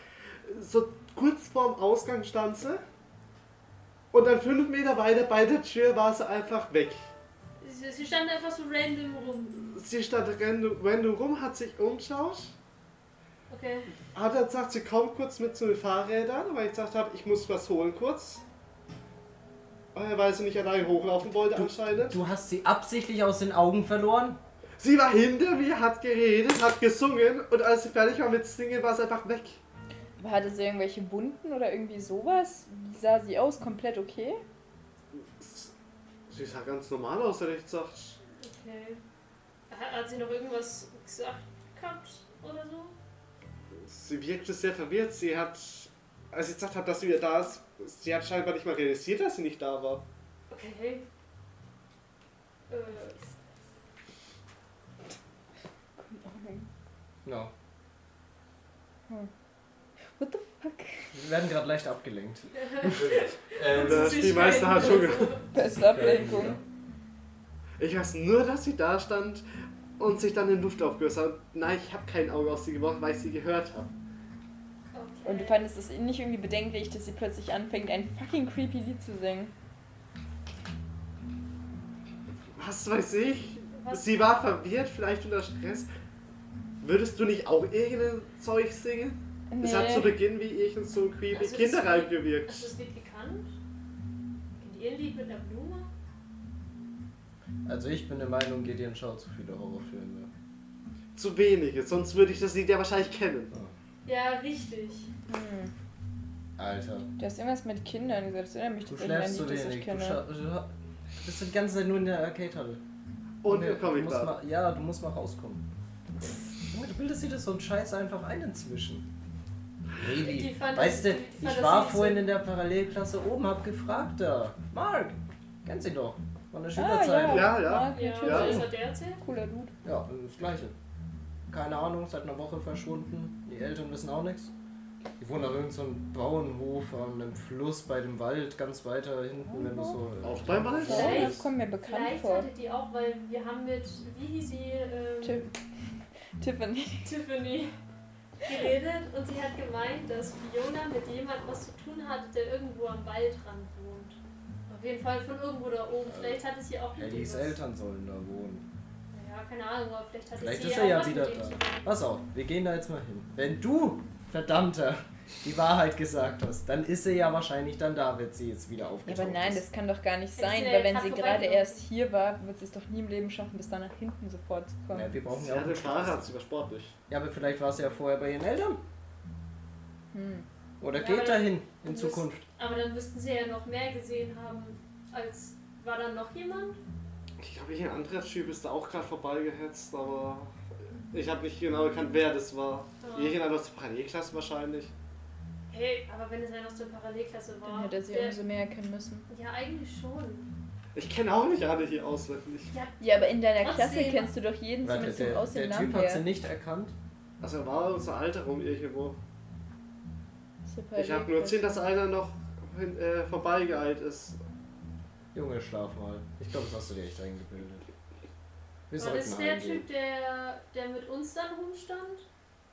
S4: So kurz vorm Ausgang stand sie und dann fünf Meter weiter bei der Tür war sie einfach weg.
S5: Sie, sie stand einfach so random rum.
S4: Sie stand random, random rum, hat sich umgeschaut
S5: Okay.
S4: Hat er gesagt, sie kommt kurz mit zu den Fahrrädern, weil ich gesagt habe, ich muss was holen kurz. Äh, Weil sie nicht allein hochlaufen wollte anscheinend.
S2: Du hast sie absichtlich aus den Augen verloren?
S4: Sie war hinter mir, hat geredet, hat gesungen und als sie fertig war mit Singen, war sie einfach weg.
S3: Aber hatte sie irgendwelche Wunden oder irgendwie sowas? Wie sah sie aus? Komplett okay?
S4: Sie sah ganz normal aus, hätte ich gesagt.
S5: Okay. Hat, hat sie noch irgendwas gesagt gehabt oder so?
S4: Sie wirkte sehr verwirrt. Sie hat, als ich gesagt habe, dass sie wieder da ist, sie hat scheinbar nicht mal realisiert, dass sie nicht da war.
S5: Okay. Äh,
S9: Keine Ahnung.
S2: Ja.
S9: What the fuck?
S2: Wir werden gerade leicht abgelenkt.
S1: Ähm,
S4: Und äh, die meiste hat schon ge-
S3: Beste Ablenkung.
S4: Ich weiß nur, dass sie da stand und sich dann in Luft aufgelöst hat. Nein, ich habe kein Auge auf sie geworfen, weil ich sie gehört habe.
S5: Okay.
S3: Und du fandest es nicht irgendwie bedenklich, dass sie plötzlich anfängt, ein fucking creepy Lied zu singen.
S4: Was weiß ich?
S5: Was?
S4: Sie war verwirrt, vielleicht unter Stress. Würdest du nicht auch irgendein Zeug singen?
S3: Nee. also
S4: Es hat zu Beginn wie irgendein so creepy
S5: Also das-
S4: Kinderreim gewirkt.
S5: Hast du das Lied gekannt? Kennt ihr ein Lied mit einer Blume?
S2: Also ich bin der Meinung, Gideon schaut zu viele Horrorfilme.
S4: Zu wenige, sonst würde ich das Lied ja wahrscheinlich kennen.
S5: Ja, richtig.
S3: Hm.
S2: Alter.
S3: Du hast irgendwas mit Kindern gesagt. Das erinnert mich
S2: Du
S3: tatsächlich an ein
S2: schläfst
S3: Lied,
S2: zu
S3: das ich
S2: wenig. Du,
S3: kenne.
S2: scha- du bist die ganze Zeit nur in der Arcade-Halle.
S4: Und
S2: Nee,
S4: im Comic
S2: du musst mal, Ja, du musst mal rauskommen. Junge, du bildest dir das so ein Scheiß einfach ein inzwischen.
S5: Die
S2: Lady.
S5: Fantasie-
S2: Weißt du,
S5: die
S2: ich
S5: Fantasie
S2: war
S5: ist
S2: vorhin
S5: so-
S2: in der Parallelklasse oben, hab gefragt da. Mark, kennst ihn doch. Von der
S3: Ah,
S2: Schülerzeit.
S3: ja.
S4: Ja, ja.
S3: Mark,
S5: Ja,
S4: Ja.
S5: das
S3: natürlich.
S5: hat er erzählt.
S3: Cooler Dude.
S2: Ja, das gleiche. Keine Ahnung, seit einer Woche verschwunden. Die Eltern wissen auch nichts. Die wohnen auf irgendeinem Bauernhof an einem Fluss bei dem Wald, ganz weiter hinten, wenn du
S5: Oh.
S2: so.
S4: Auch beim Wald?
S3: Ja, Oh, das
S5: Vielleicht-
S3: kommt mir bekannt
S5: Vielleicht
S3: vor.
S5: hatte die auch, weil wir haben mit, wie hieß sie, ähm,
S3: Tiff- Tiffany.
S5: Tiffany geredet und sie hat gemeint, dass Fiona mit jemandem was zu tun hatte, der irgendwo am Waldrand wohnt. Auf jeden Fall von irgendwo da oben.
S2: Äh,
S5: Vielleicht hatte sie auch mit dem
S2: Hellys
S5: was-
S2: Eltern sollen da wohnen.
S5: Ja, keine Ahnung, aber vielleicht hatte
S2: Vielleicht
S5: sie
S2: ist er
S5: auch
S2: ja
S5: was
S2: wieder
S5: mit dem
S2: da.
S5: zu tun.
S2: Was auch, wir gehen da jetzt mal hin. Wenn du, verdammter, die Wahrheit gesagt hast, dann ist sie ja wahrscheinlich dann da, wird sie jetzt wieder
S3: Ja,
S2: aufgetaucht.
S3: aber nein,
S2: ist.
S3: das kann doch gar nicht
S5: Hätte
S3: sein,
S5: sie ja
S3: weil wenn
S5: gerade
S3: sie gerade
S5: vorbeigelaufen.
S3: erst hier war, wird sie es doch nie im Leben schaffen, bis da nach hinten sofort zu kommen.
S2: Ja, wir brauchen
S4: Sie
S2: ja auch
S4: hatte
S2: einen
S4: Fahrrad, sie war sportlich.
S2: Ja, aber vielleicht war sie ja vorher bei ihren Eltern.
S3: Hm.
S2: Oder
S5: Ja,
S2: geht
S5: aber
S2: dahin in
S5: müssen-
S2: Zukunft.
S5: Aber dann müssten sie ja noch mehr gesehen haben, als war dann noch jemand?
S4: Ich glaube, ein anderer Typ ist da auch gerade vorbeigehetzt, aber ich habe nicht genau erkannt, wer das war.
S5: Ja.
S4: Irgendeiner aus der Parallelklasse wahrscheinlich.
S5: Hey, aber wenn es einer aus der Parallelklasse war.
S3: Dann hätte er sie
S5: der-
S3: umso mehr erkennen müssen.
S5: ja, eigentlich schon.
S4: Ich kenne auch nicht alle hier auswendig.
S3: Ja, aber in deiner
S5: Trotzdem-
S3: Klasse kennst du doch jeden
S2: Warte,
S3: zumindest vom
S2: der,
S3: Aussehen
S2: der
S3: Namen
S2: Typ hat sie
S3: her.
S2: nicht erkannt.
S4: Also er war unser Alter rum irgendwo.
S3: Super
S4: ich habe nur gesehen, dass einer noch hin, äh, vorbeigeeilt ist.
S2: Junge, schlaf mal. Ich glaube, das hast du dir echt eingebildet. Wir
S5: War das
S2: sollten
S5: der
S2: heimgehen.
S5: Typ, der, der mit uns dann rumstand?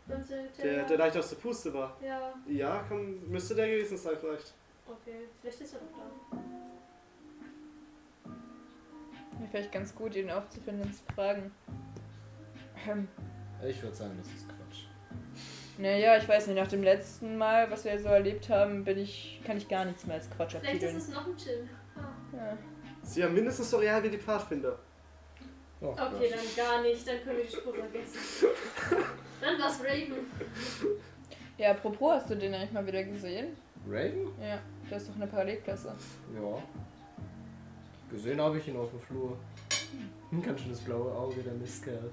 S5: Beim
S4: Der,
S5: Sanitär?
S4: der leicht aus der Puste war.
S5: ja,
S4: Ja, kann, müsste der gewesen sein vielleicht.
S5: okay. Vielleicht ist er noch da.
S3: Mir vielleicht ganz gut, ihn aufzufinden und zu fragen. Ähm,
S2: Ich würde sagen, das ist Quatsch.
S3: naja, ich weiß nicht, nach dem letzten Mal, was wir so erlebt haben, bin ich, kann ich gar nichts mehr als Quatsch
S5: Vielleicht ist
S3: abtiteln.
S5: es noch ein Gin. Ah.
S3: Ja.
S4: Sie haben mindestens so real wie die Pfadfinder.
S2: Oh,
S5: Okay, dann gar nicht. Dann können wir die Spur vergessen. dann war's Raven.
S3: ja, apropos, hast du den eigentlich mal wieder gesehen?
S2: Raven?
S3: Ja, das ist doch eine Parallelklasse.
S2: Ja. Gesehen habe ich ihn auf dem Flur. Ein ganz schönes blaue Auge, der Mistkerl.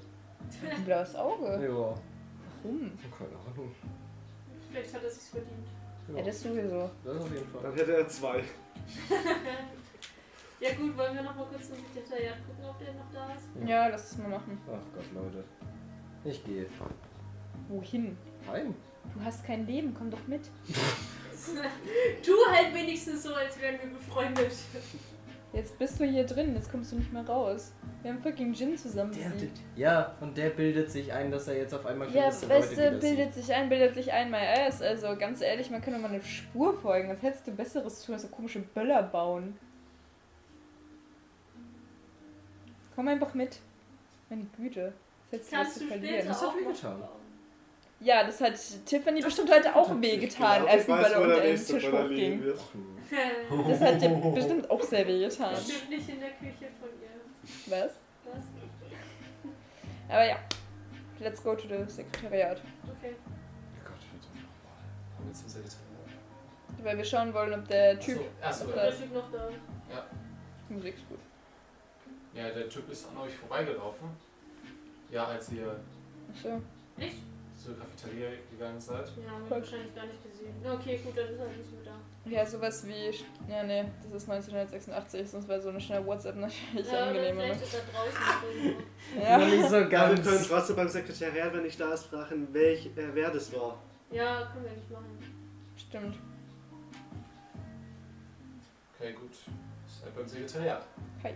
S3: Ein blaues Auge.
S2: Ja.
S3: Warum?
S2: Keine Ahnung.
S5: Vielleicht hat er sich's verdient.
S2: Ja,
S3: Ja, das sowieso.
S2: das auf jeden Fall.
S4: Dann hätte er zwei.
S5: Ja gut, wollen wir noch mal kurz im Detail gucken, ob der noch da ist?
S3: Ja, lass es mal machen.
S2: Ach Gott, Leute. Ich gehe.
S3: Wohin?
S2: Heim.
S3: Du hast kein Leben, komm doch mit.
S5: Tu halt wenigstens so, als wären wir befreundet.
S3: Jetzt bist du hier drin, jetzt kommst du nicht mehr raus. Wir haben fucking Gin zusammen besiegt.
S2: Ja, und der bildet sich ein, dass er jetzt auf einmal
S3: Ja,
S2: gewisse
S3: weißt du,
S2: wieder
S3: bildet sich ein, bildet sich ein, my ass. Also ganz ehrlich, man kann doch mal eine Spur folgen. Was hättest du Besseres zu tun, als so komische Böller bauen? Komm einfach mit. Meine Güte. Was hättest du was
S5: Kannst
S3: zu
S5: du
S3: verlieren?
S5: später
S2: Das hat
S5: auch
S2: wehgetan.
S5: noch-
S3: Ja, das hat Tiffany bestimmt heute auch wehgetan,
S4: Genau,
S3: als
S4: ich
S3: die
S4: weiß,
S3: Baller
S4: wo
S3: unter
S4: der
S3: den
S4: nächste
S3: Tisch
S4: Baller liegen
S3: hochging.
S4: wird.
S5: Oh
S3: Das hat dir bestimmt auch sehr wehgetan.
S5: Bestimmt nicht in der Küche von ihr.
S3: Was?
S5: Was?
S3: Aber ja, let's go to the Sekretariat.
S5: Okay.
S1: Gott, verdammt nochmal. Haben wir zum Sekretariat?
S3: Weil wir schauen wollen, ob der Typ...
S1: Achso,
S3: Ja.
S5: Der
S1: ja.
S5: Typ noch da.
S3: Musik ist gut.
S1: ja, der Typ ist an euch vorbeigelaufen. Ja, als ihr
S3: Achso.
S5: Echt?
S1: zur Cafeteria gegangen seid.
S5: Ja, haben wir wahrscheinlich gar nicht gesehen. Na, Okay, gut, dann ist er nicht mehr da.
S3: Ja, sowas wie... Ja, nee, das ist 1986, sonst wäre so eine schnelle WhatsApp natürlich
S5: Ja, oder
S3: angenehmer. ne?
S5: vielleicht ist ne? er draußen oder so.
S3: Ja.
S7: Noch nicht so
S4: Alle können
S7: ganz.
S4: trotzdem beim Sekretariat, wenn ich da ist, fragen, welch, äh, wer das war.
S5: Ja, können wir nicht machen.
S3: Stimmt.
S1: Okay, gut. Seid beim Sekretariat.
S3: Hi.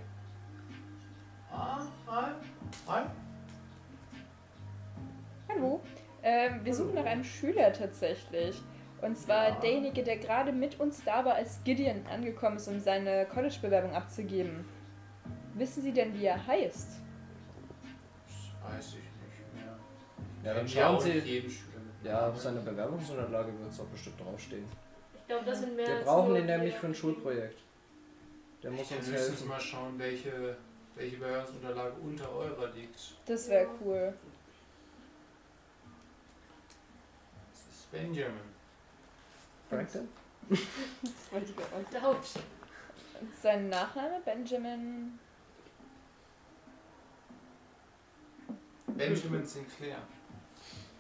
S1: Ah, hi. Hi.
S3: Hallo. Ähm, wir suchen nach einem Schüler tatsächlich. Und zwar
S1: Ja.
S3: derjenige, der gerade mit uns da war, als Gideon angekommen ist, um seine College-Bewerbung abzugeben. Wissen Sie denn, wie er heißt?
S1: Das weiß ich nicht mehr.
S2: Ja, dann
S1: Ich
S2: schauen
S1: auch
S2: Sie-
S1: nicht jeden Schüler mit.
S2: Ja, auf seiner Bewerbungsunterlage wird es doch bestimmt draufstehen.
S5: Ich glaube, das sind mehr
S2: Wir
S5: als
S2: brauchen
S5: nur
S2: den nämlich
S5: wir.
S2: für ein Schulprojekt. Der muss
S1: Ich
S2: uns
S1: muss höchstens
S2: helfen.
S1: mal schauen, welche, welche Bewerbungsunterlage unter eurer liegt.
S3: Das wäre cool.
S1: Das ist Benjamin.
S2: Franklin?
S9: Das wollte ich gerade auch.
S5: Der Hauptstadt.
S3: Und sein Nachname? Benjamin.
S1: Benjamin Sinclair.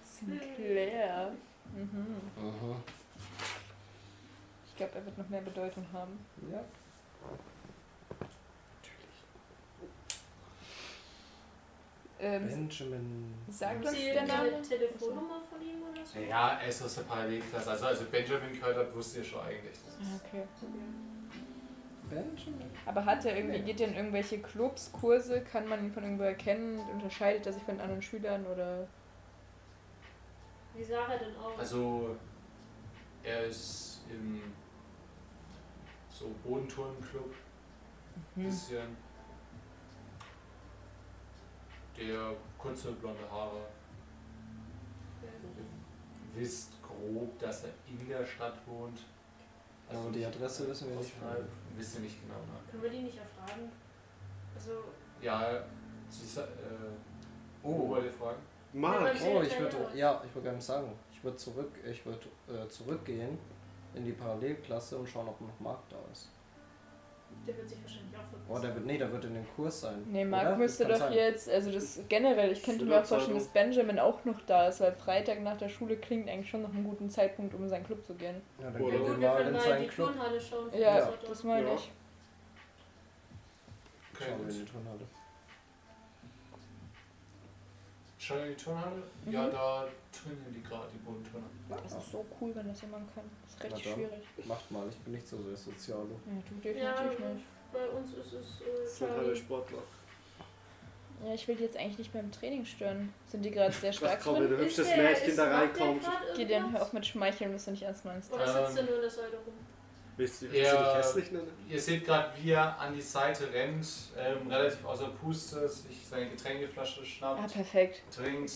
S3: Sinclair. Mhm.
S2: Aha.
S3: Ich glaube, er wird noch mehr Bedeutung haben.
S2: Ja.
S3: Ähm,
S2: Benjamin.
S3: sagt uns
S5: Sie
S3: der Name?
S5: eine Telefonnummer von ihm oder so?
S1: Ja, er ist aus der Parallelklasse. Also, als ihr Benjamin gehört habt, wusst ihr schon eigentlich. dass es-
S3: Ah, Okay.
S2: Benjamin.
S3: Aber hat er irgendwie, geht er in irgendwelche Clubs, Kurse? Kann man ihn von irgendwo erkennen? Unterscheidet er sich von anderen Schülern oder?
S5: Wie sah er denn aus?
S1: Also, er ist im so Bodenturmclub. Ein bisschen. Der kurze blonde Haare. Ihr wisst grob, dass er in der Stadt wohnt. Also
S2: Ja, aber die Adresse wissen wir nicht.
S1: Außerhalb Wisst ihr nicht genau, ne?
S5: Können wir die nicht erfragen? Also,
S1: Ja, sie sa- äh, oh.
S2: Oh,
S1: wollt ihr fragen?
S4: Mark,
S2: oh ich würde. Ja, ich würde gar nicht sagen. Ich würde zurück, ich würde äh, zurückgehen in die Parallelklasse und schauen, ob noch Marc da ist.
S5: der wird sich wahrscheinlich auch verpassen.
S2: Oh, der wird. Nee, der wird in den Kurs sein.
S3: Nee,
S2: oder?
S3: Marc
S2: Das
S3: müsste
S2: kann
S3: doch
S2: sein.
S3: jetzt, also das generell, ich könnte mir auch vorstellen, dass Benjamin auch noch da ist, weil Freitag nach der Schule klingt eigentlich schon noch einen guten Zeitpunkt, um in seinen Club zu gehen.
S2: Ja, dann
S4: Oder-
S2: gehen wir
S5: Gut, wir
S2: mal
S5: können
S2: in
S5: mal in
S2: seinen
S5: die
S2: Club.
S5: Turnhalle schauen.
S3: Ja,
S5: vielleicht ist er
S3: das
S5: dort.
S3: meine
S4: Ja.
S3: ich.
S1: Okay,
S2: Schauen wir in
S1: gut.
S2: die Turnhalle.
S1: Schaut ihr in die Turnhalle?
S3: Mhm.
S1: Ja, da turnen die gerade, die Bodenturner.
S3: Das ist so cool, wenn das jemand kann. Das ist richtig
S2: Na dann.
S3: schwierig.
S2: Macht mal, ich bin nicht so sehr soziale.
S3: Ja, du definitiv nicht.
S5: Bei uns ist es.
S4: das wird halt
S5: Äh,
S4: der
S5: Charlie.
S4: Sportler.
S3: Ja, ich will die jetzt eigentlich nicht mehr im Training stören. Sind die gerade sehr
S4: Was
S3: stark
S4: kommt, wenn
S3: drin?
S4: ein hübsches
S5: Ist der-
S4: Mädchen
S5: ist-
S4: da
S5: macht der
S4: reinkommt?
S5: grad
S3: Gideon, hör
S5: irgendwas?
S3: auf mit Schmeicheln, das du nicht ernst meinst.
S5: Oder sitzt er
S1: Ähm,
S5: nur in der Säule rum?
S4: Willst du willst
S1: Ja.
S4: du dich hässlich nennen?
S1: Ihr seht gerade, wie er an die Seite rennt, ähm, relativ außer Puste, sich seine Getränkeflasche
S3: Ah,
S1: schnappt,
S3: perfekt.
S1: trinkt.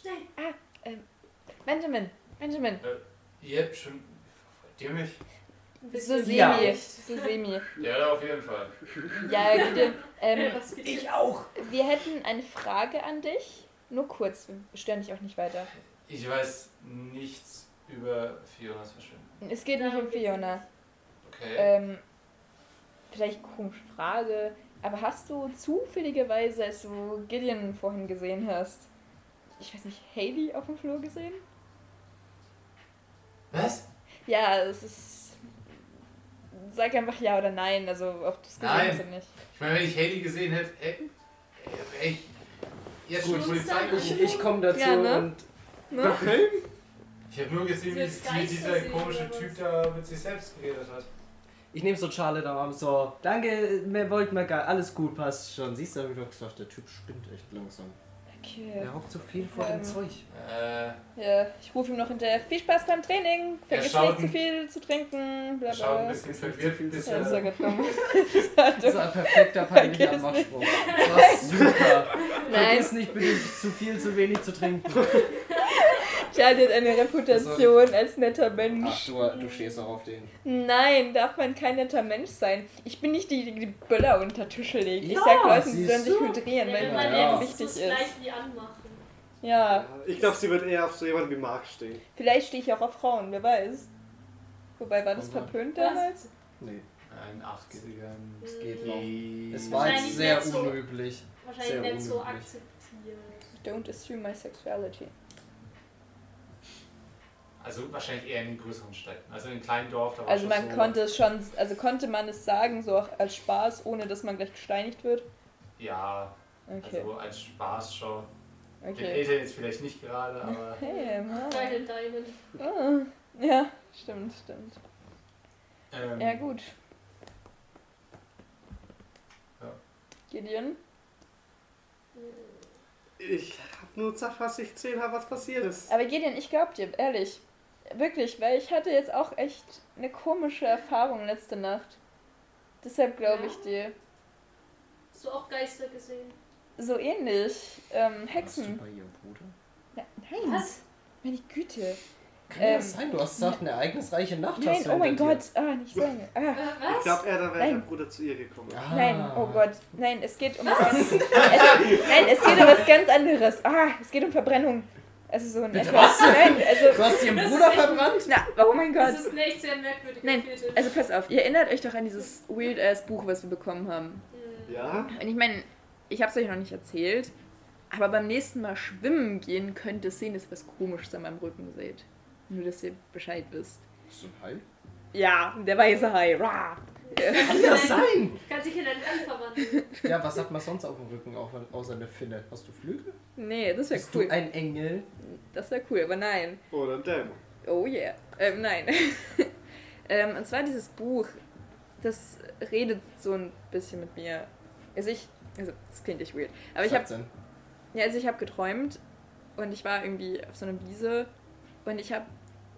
S5: Schnell!
S3: Benjamin, Benjamin.
S1: Ihr habt schon. Verfolgt ihr mich?
S3: So semi.
S2: Ja.
S3: So semi.
S1: Ja, da auf jeden Fall.
S3: Ja, Gideon. Ähm,
S5: was geht hier?
S2: auch!
S3: Wir hätten eine Frage an dich. Nur kurz, wir stören dich auch nicht weiter.
S1: Ich weiß nichts über Fionas Verschwinden.
S3: Es geht nicht
S5: Darum
S3: um
S5: geht's
S3: Fiona.
S5: nicht.
S1: Okay.
S3: Ähm, vielleicht komische Frage, aber hast du zufälligerweise, als du Gideon vorhin gesehen hast, ich weiß nicht, Haley auf dem Flur gesehen?
S1: Was?
S3: Ja, es ist. Sag einfach ja oder nein, also ob du es gesehen
S1: Nein.
S3: hast oder nicht.
S1: Ich meine, wenn ich Haley gesehen hätte, hätte ich jetzt schon
S5: Gut.
S1: Polizei
S2: Ich,
S1: gerufen.
S2: ich komme dazu
S3: Ja, ne?
S2: und
S3: Ne?
S1: Ich habe nur gesehen, wie,
S5: Jetzt
S1: wie dieser
S5: Geister sehen
S1: komische
S5: oder was?
S1: Typ da mit sich selbst geredet hat.
S2: ich nehme so Charlotte am Arm, so, danke, mehr wollt mir gar, alles gut, passt schon. Siehst du, hab ich doch gesagt, der Typ spinnt echt langsam.
S3: Okay.
S2: Er hockt so viel vor
S3: Ähm,
S2: dem Zeug.
S1: Äh,
S3: Ja, ich rufe ihm noch hinterher. Viel Spaß beim Training, vergiss
S1: schaut
S3: nicht
S1: ein-
S3: zu viel zu trinken, bla
S1: er schaut ein
S3: bla.
S1: bisschen verwirrt, ein
S3: Ja, das war
S1: bisschen.
S3: grad dumm.
S2: Das war ein perfekter peinlicher
S3: Vergiss
S2: Anmachspruch. Das war super.
S3: Nein,
S2: Vergiss nicht, bitte zu viel, zu wenig zu trinken.
S3: Charlie hat eine Reputation als netter Mensch.
S2: Ach, du, du stehst auch auf den.
S3: Nein, darf man kein netter Mensch sein. Ich bin nicht die, die die Böller unter Tische legt. Ich
S2: Ja,
S3: sag Leuten, sie
S2: siehst
S3: sollen sich
S2: du?
S3: hydrieren,
S5: wenn
S3: weil
S5: man
S2: ja.
S5: ja.
S3: das
S5: ist,
S3: wichtig
S5: das
S3: ist.
S5: gleich wie anmachen.
S3: Ja,
S4: Ich glaube, sie wird eher auf so jemanden wie Mark stehen.
S3: vielleicht stehe ich auch auf Frauen, wer weiß. Wobei, war das
S2: Also-
S3: verpönt
S5: Was?
S3: damals?
S2: Nee,
S1: Ein 80ern.
S2: es
S5: Hm.
S2: geht noch. Es
S1: Es
S2: war
S5: Wahrscheinlich
S2: jetzt sehr
S5: nicht so.
S2: unüblich.
S5: Wahrscheinlich
S2: Sehr
S5: nicht so
S2: unüblich.
S5: akzeptiert.
S3: Don't assume my sexuality.
S1: Also wahrscheinlich eher in den größeren Städten. Also in einem kleinen Dorf,
S2: Oh,
S1: da war
S3: Also
S1: schon
S3: man
S1: so,
S3: konnte es schon, also konnte man es sagen, so auch als Spaß, ohne dass man gleich gesteinigt wird?
S1: Ja,
S3: Okay,
S1: also als Spaß schon. Den
S3: okay.
S1: Eltern jetzt vielleicht nicht gerade, aber
S3: Hey, Mann.
S5: Deine Diamond.
S3: Ah, Ja, stimmt, stimmt.
S1: ähm,
S3: Ja, gut.
S1: Ja.
S3: Gideon?
S4: Ich habe nur gesagt, was ich gesehen habe, was passiert
S5: Äh,
S4: ist.
S3: Aber Gideon, ich glaub dir, ehrlich. Wirklich, weil ich hatte jetzt auch echt eine komische Erfahrung letzte Nacht. Deshalb glaube ich dir.
S5: Hast du auch Geister gesehen?
S3: So ähnlich. Ähm,
S2: Warst
S3: Hexen.
S2: du bei ihrem Bruder?
S3: Na, nein.
S5: Was?
S3: Meine Güte.
S2: Kann
S3: Ähm,
S2: das sein? Du hast gesagt, eine ereignisreiche Nacht
S3: Nein,
S2: hast du
S3: oh mein
S2: hinter dir.
S3: Gott. Ah, nicht sagen. Ah.
S5: Äh,
S4: Ich
S5: Was?
S4: glaube eher, da wäre der
S3: Nein.
S4: Bruder zu ihr gekommen.
S2: Ah.
S3: Nein, oh Gott. Nein, es geht um was ganz, es, Nein, es geht um was ganz anderes. Ah, es geht um Verbrennung. Also so ein etwas. Nein, also.
S2: Du hast ihren
S5: Das
S2: Bruder
S5: ist echt-
S2: verbrannt?
S3: Na, oh mein Gott.
S5: Das ist eine echt sehr merkwürdige
S3: Nein,
S5: Geschichte.
S3: Also pass auf, ihr erinnert euch doch an dieses weird-ass Buch, was wir bekommen haben.
S5: Hm.
S4: Ja?
S3: Und ich meine, ich hab's euch noch nicht erzählt, aber beim nächsten Mal schwimmen gehen könnt ihr sehen, dass ihr was Komisches an meinem Rücken seht. Nur, dass ihr Bescheid wisst.
S2: Bist du ein Hai?
S3: Ja, der weiße Hai. Rah.
S2: Kann das sein?
S5: Kann sich in einen Mann verwandeln.
S2: Ja, was hat man sonst auf dem Rücken, auch wenn- außer eine Finne? Hast du Flügel?
S3: Nee, das wäre
S2: Bist
S3: cool.
S2: du ein Engel?
S3: Das wäre cool, aber nein.
S4: Oder ein Dämon.
S3: Oh yeah. Ähm, nein. ähm, und zwar dieses Buch, das redet so ein bisschen mit mir. Also ich, also das klingt echt weird. Aber ich habe
S2: Sag's denn.
S3: ja, also ich habe geträumt und ich war irgendwie auf so einer Wiese und ich habe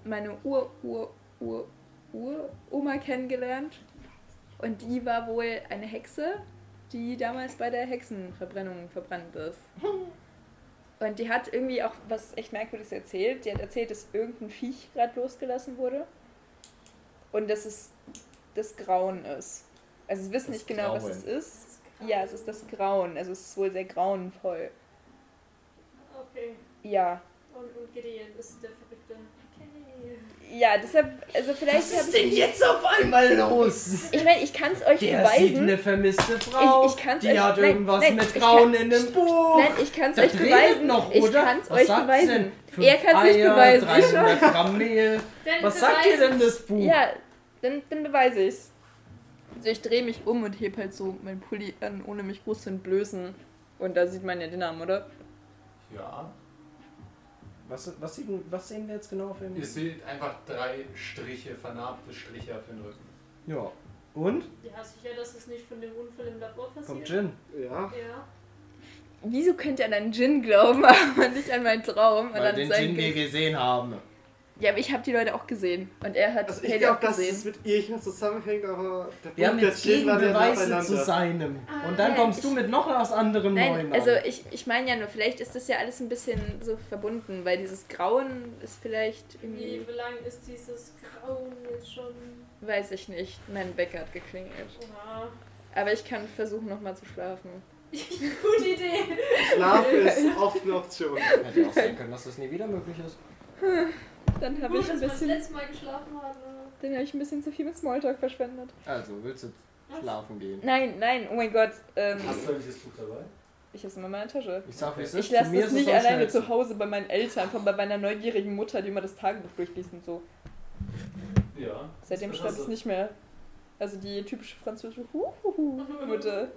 S3: meine Ur, Ur, Ur, Ur Oma kennengelernt und die war wohl eine Hexe, die damals bei der Hexenverbrennung verbrannt ist. Und die hat irgendwie auch was echt Merkwürdiges erzählt. Die hat erzählt, dass irgendein Viech gerade losgelassen wurde und dass es das Grauen ist. Also sie wissen
S2: Das
S3: nicht genau, was
S2: Grauen.
S3: es ist. Ja, es ist das Grauen. Also es ist wohl sehr grauenvoll.
S5: Okay.
S3: Ja.
S5: Und, und Gideon ist der Verrückte. Okay.
S3: Ja, deshalb, also vielleicht habe ich.
S2: jetzt auf einmal los?
S3: Ich meine, ich kann es euch
S2: Der sieht
S3: beweisen.
S2: eine vermisste Frau.
S3: Ich- ich kann's
S2: die
S3: euch-
S2: hat
S3: nein,
S2: irgendwas
S3: nein,
S2: mit
S3: ich
S2: Grauen
S3: kann-
S2: in dem Buch.
S3: Nein, ich kann es
S2: Der
S3: euch
S2: redet
S3: beweisen.
S2: noch,
S3: ich
S2: oder?
S3: kann es
S2: Was
S3: euch
S2: sagt's
S3: beweisen.
S2: Denn?
S3: Er kann's nicht
S2: Eier,
S3: beweisen, ich
S2: 300 Gramm Mehl.
S5: Denn
S2: Was sagt ihr denn das Buch?
S3: Ja, dann, dann beweise ich's. Also ich drehe mich um und heb halt so meinen Pulli an, ohne mich groß zu entblößen. Und da sieht man ja den Namen, oder?
S1: ja.
S2: Was, was, sieht, denn- was sehen wir jetzt genau auf dem
S1: Ihr seht einfach drei Striche, vernarbte Striche auf den Rücken.
S2: Ja. Und?
S5: Ja, sicher, dass es nicht von dem Unfall im Labor passiert.
S2: Vom Gin.
S4: Ja.
S5: Ja.
S3: Wieso könnt ihr an einen Gin glauben, aber nicht an meinen Traum? Und
S2: Weil
S3: an
S2: den
S3: sein
S2: Gin wir
S3: Ge-
S2: gesehen haben.
S3: ja, aber ich habe die Leute auch gesehen. Und er hat
S4: Also ich
S3: Haley
S4: glaube, dass es
S3: gesehen.
S4: mit ihr zusammenhängt, aber der
S2: Wir haben
S4: Punkt, der
S2: jetzt
S4: Gin war der
S2: Gegenbeweise zu
S4: nacheinander.
S2: seinem.
S5: Ah,
S2: Und dann
S3: nein,
S2: kommst
S3: ich-
S2: du mit noch was anderem
S3: Nein,
S2: Neuen
S3: also
S2: an.
S3: ich, ich meine ja nur, vielleicht ist das ja alles ein bisschen so verbunden, weil dieses Grauen ist vielleicht
S5: Wie
S3: irgendwie,
S5: lang ist dieses Grauen jetzt schon?
S3: weiß ich nicht, mein Wecker hat geklingelt.
S5: Oha.
S3: Aber ich kann versuchen nochmal zu schlafen.
S5: Gute Idee.
S4: Schlaf ist oft eine Option.
S2: Hätte auch sein können, dass das nie wieder möglich ist.
S3: Dann habe
S5: Gut,
S3: ich ein
S5: dass wir das
S3: bisschen,
S5: letzte Mal geschlafen haben. oder?
S3: dann habe ich ein bisschen zu viel mit Smalltalk verschwendet.
S2: Also, willst du
S5: Was?
S2: schlafen gehen?
S3: Nein, nein, oh mein Gott, ähm,
S1: Hast du eigentlich das Buch dabei?
S3: ich habe es in meiner Tasche.
S2: Ich sag, wie es ist.
S3: Ich lasse das
S2: es
S3: nicht
S2: am
S3: alleine
S2: schnellsten.
S3: zu Hause bei meinen Eltern, von bei meiner neugierigen Mutter, die immer das Tagebuch durchliest und so.
S1: Ja.
S3: Seitdem
S1: Das
S3: schreibe ich
S1: hast
S3: es
S1: du.
S3: nicht mehr. Also die typische französische Huhuhu-Mutter.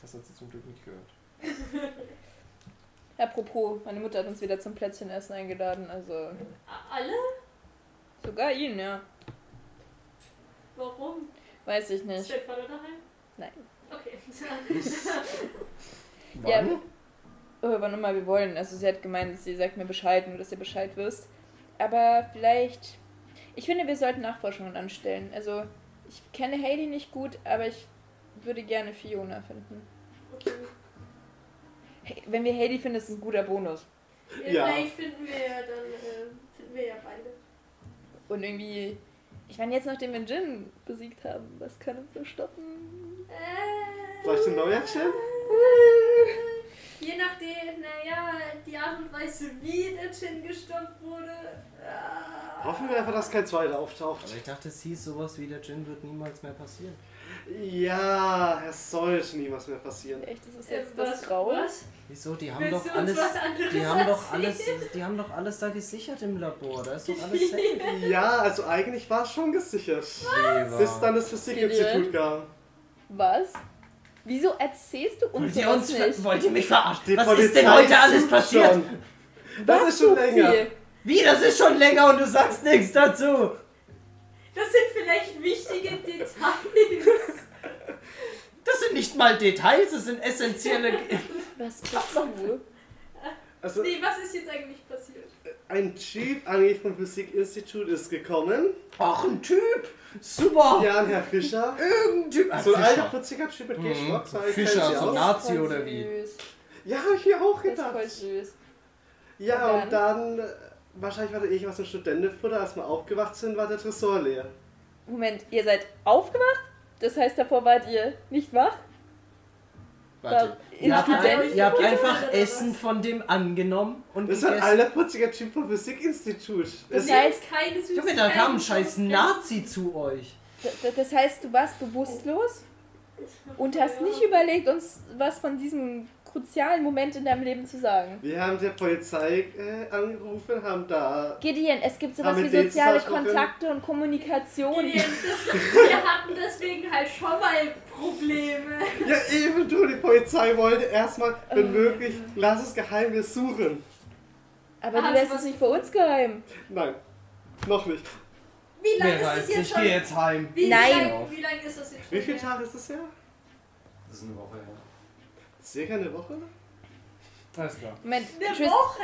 S2: Das hat sie zum Glück nicht gehört.
S3: Apropos, meine Mutter hat uns wieder zum Plätzchenessen eingeladen, also
S5: A- Alle?
S3: sogar ihn, ja.
S5: Warum?
S3: Weiß ich
S5: Ist
S3: nicht.
S5: dein Vater daheim?
S3: Nein.
S5: Okay.
S3: Ja.
S2: Wann?
S3: Oh, wann immer wir wollen. Also sie hat gemeint, sie sagt mir Bescheid, nur dass ihr Bescheid wisst. Aber vielleicht. Ich finde, wir sollten Nachforschungen anstellen. Also, ich kenne Haley nicht gut, aber ich würde gerne Fiona finden.
S5: okay.
S3: Hey, wenn wir Haley finden, ist es ein guter Bonus.
S5: Ja,
S4: Ja.
S5: Vielleicht finden wir ja dann ähm,
S3: Und irgendwie, ich meine, jetzt nachdem wir Jin besiegt haben, was kann uns so stoppen?
S4: Vielleicht eine neue Action?
S5: Äh, Je nachdem, naja, die Art und Weise, wie der Chin gestoppt wurde. Ah.
S4: Hoffen wir einfach, dass kein zweiter
S2: Aber
S4: auftaucht.
S2: ich dachte, es hieß sowas wie der Gin wird niemals mehr passieren.
S4: Ja, es sollte niemals mehr passieren.
S3: Echt, das ist
S5: Äh,
S3: jetzt das
S5: was-
S3: Graue.
S5: was?
S2: Wieso? Die haben
S5: Willst
S2: doch
S5: du
S2: alles.
S5: uns was anderes
S2: Die haben doch
S5: erzählen?
S2: alles. Die haben doch alles da gesichert im Labor. Da ist doch alles safe.
S4: Ja, also eigentlich war es schon gesichert.
S2: Leber.
S4: Bis dann das Physikinstitut
S3: Gideon?
S4: kam.
S3: Was? Wieso erzählst du
S2: Wollt
S3: uns
S2: ihr,
S3: das
S2: uns ver-
S3: nicht?
S2: wollt ihr mich verarschen?
S4: Die
S2: Was ist
S4: Polizei
S2: denn heute alles
S4: sucht
S2: passiert?
S4: schon. Das ist schon länger.
S2: Wie, das ist schon länger und du sagst nichts dazu?
S5: Das sind vielleicht wichtige Details.
S2: Das sind nicht mal Details, das sind essentielle...
S3: Was bist du?
S4: Also
S5: nee, was ist jetzt eigentlich passiert?
S4: ein Jeep angeblich vom Physikinstitut ist gekommen.
S2: Ach, ein Typ!
S3: Oh.
S2: Super!
S4: Ja, ein Herr Fischer.
S2: Irgendein Typ! Ah,
S4: So ein alter
S2: Fischer.
S4: putziger Typ mit
S2: Mhm.
S4: Gehstock.
S2: So
S4: sah ich,
S2: Fischer,
S4: kennt sie
S2: so
S4: aus.
S2: Nazi
S3: Voll
S2: oder wie?
S3: Süß.
S4: Ja, hab ich mir auch
S3: Das ist
S4: gedacht.
S3: voll süß.
S4: Ja, und dann, äh, wahrscheinlich war da irgendwas im Studentenfutter, als wir aufgewacht sind, war der Tresor leer.
S3: Moment, ihr seid aufgewacht? Das heißt, davor wart ihr nicht wach?
S2: Warte.
S3: Im
S2: Ihr habt,
S3: Studenten-
S2: ein, ihr habt
S5: oder
S2: einfach
S5: was?
S2: Essen von dem angenommen und
S4: Das war ein
S2: gegessen.
S4: alter putziger Typ vom Physikinstitut.
S5: Das
S4: Es-
S3: Ja. heißt,
S5: sind keine
S2: Junge,
S5: Süßigkeiten.
S2: da kam ein scheiß Nazi zu euch.
S3: D- d- Das heißt, du warst bewusstlos und hast
S5: Ja.
S3: nicht überlegt, uns was von diesem kruzialen Moment in deinem Leben zu sagen.
S4: Wir haben der Polizei äh, angerufen, haben da.
S3: Gideon, es gibt sowas
S4: Aber
S3: wie
S4: mit denen
S3: soziale
S4: zusammen-
S3: Kontakte und Kommunikation.
S5: Gideon, das- Wir hatten deswegen halt schon mal Probleme.
S4: Ja, eben du, die Polizei wollte erstmal, wenn möglich, lass es geheim, wir suchen.
S3: Aber du
S5: Hast
S3: lässt
S5: du
S3: es
S5: was-
S3: nicht vor uns geheim.
S4: Nein, noch nicht.
S5: Wie lange ist
S2: Bereits,
S5: das jetzt
S2: ich gehe
S5: schon?
S2: jetzt heim.
S5: Wie
S3: Nein.
S5: Lang, wie lange ist das jetzt schon?
S4: Wie viele
S5: her?
S4: Tage ist es her?
S6: Das ist eine Woche her.
S4: Circa eine Woche?
S2: Alles klar.
S3: Moment,
S5: Eine
S3: tschüss.
S5: Woche.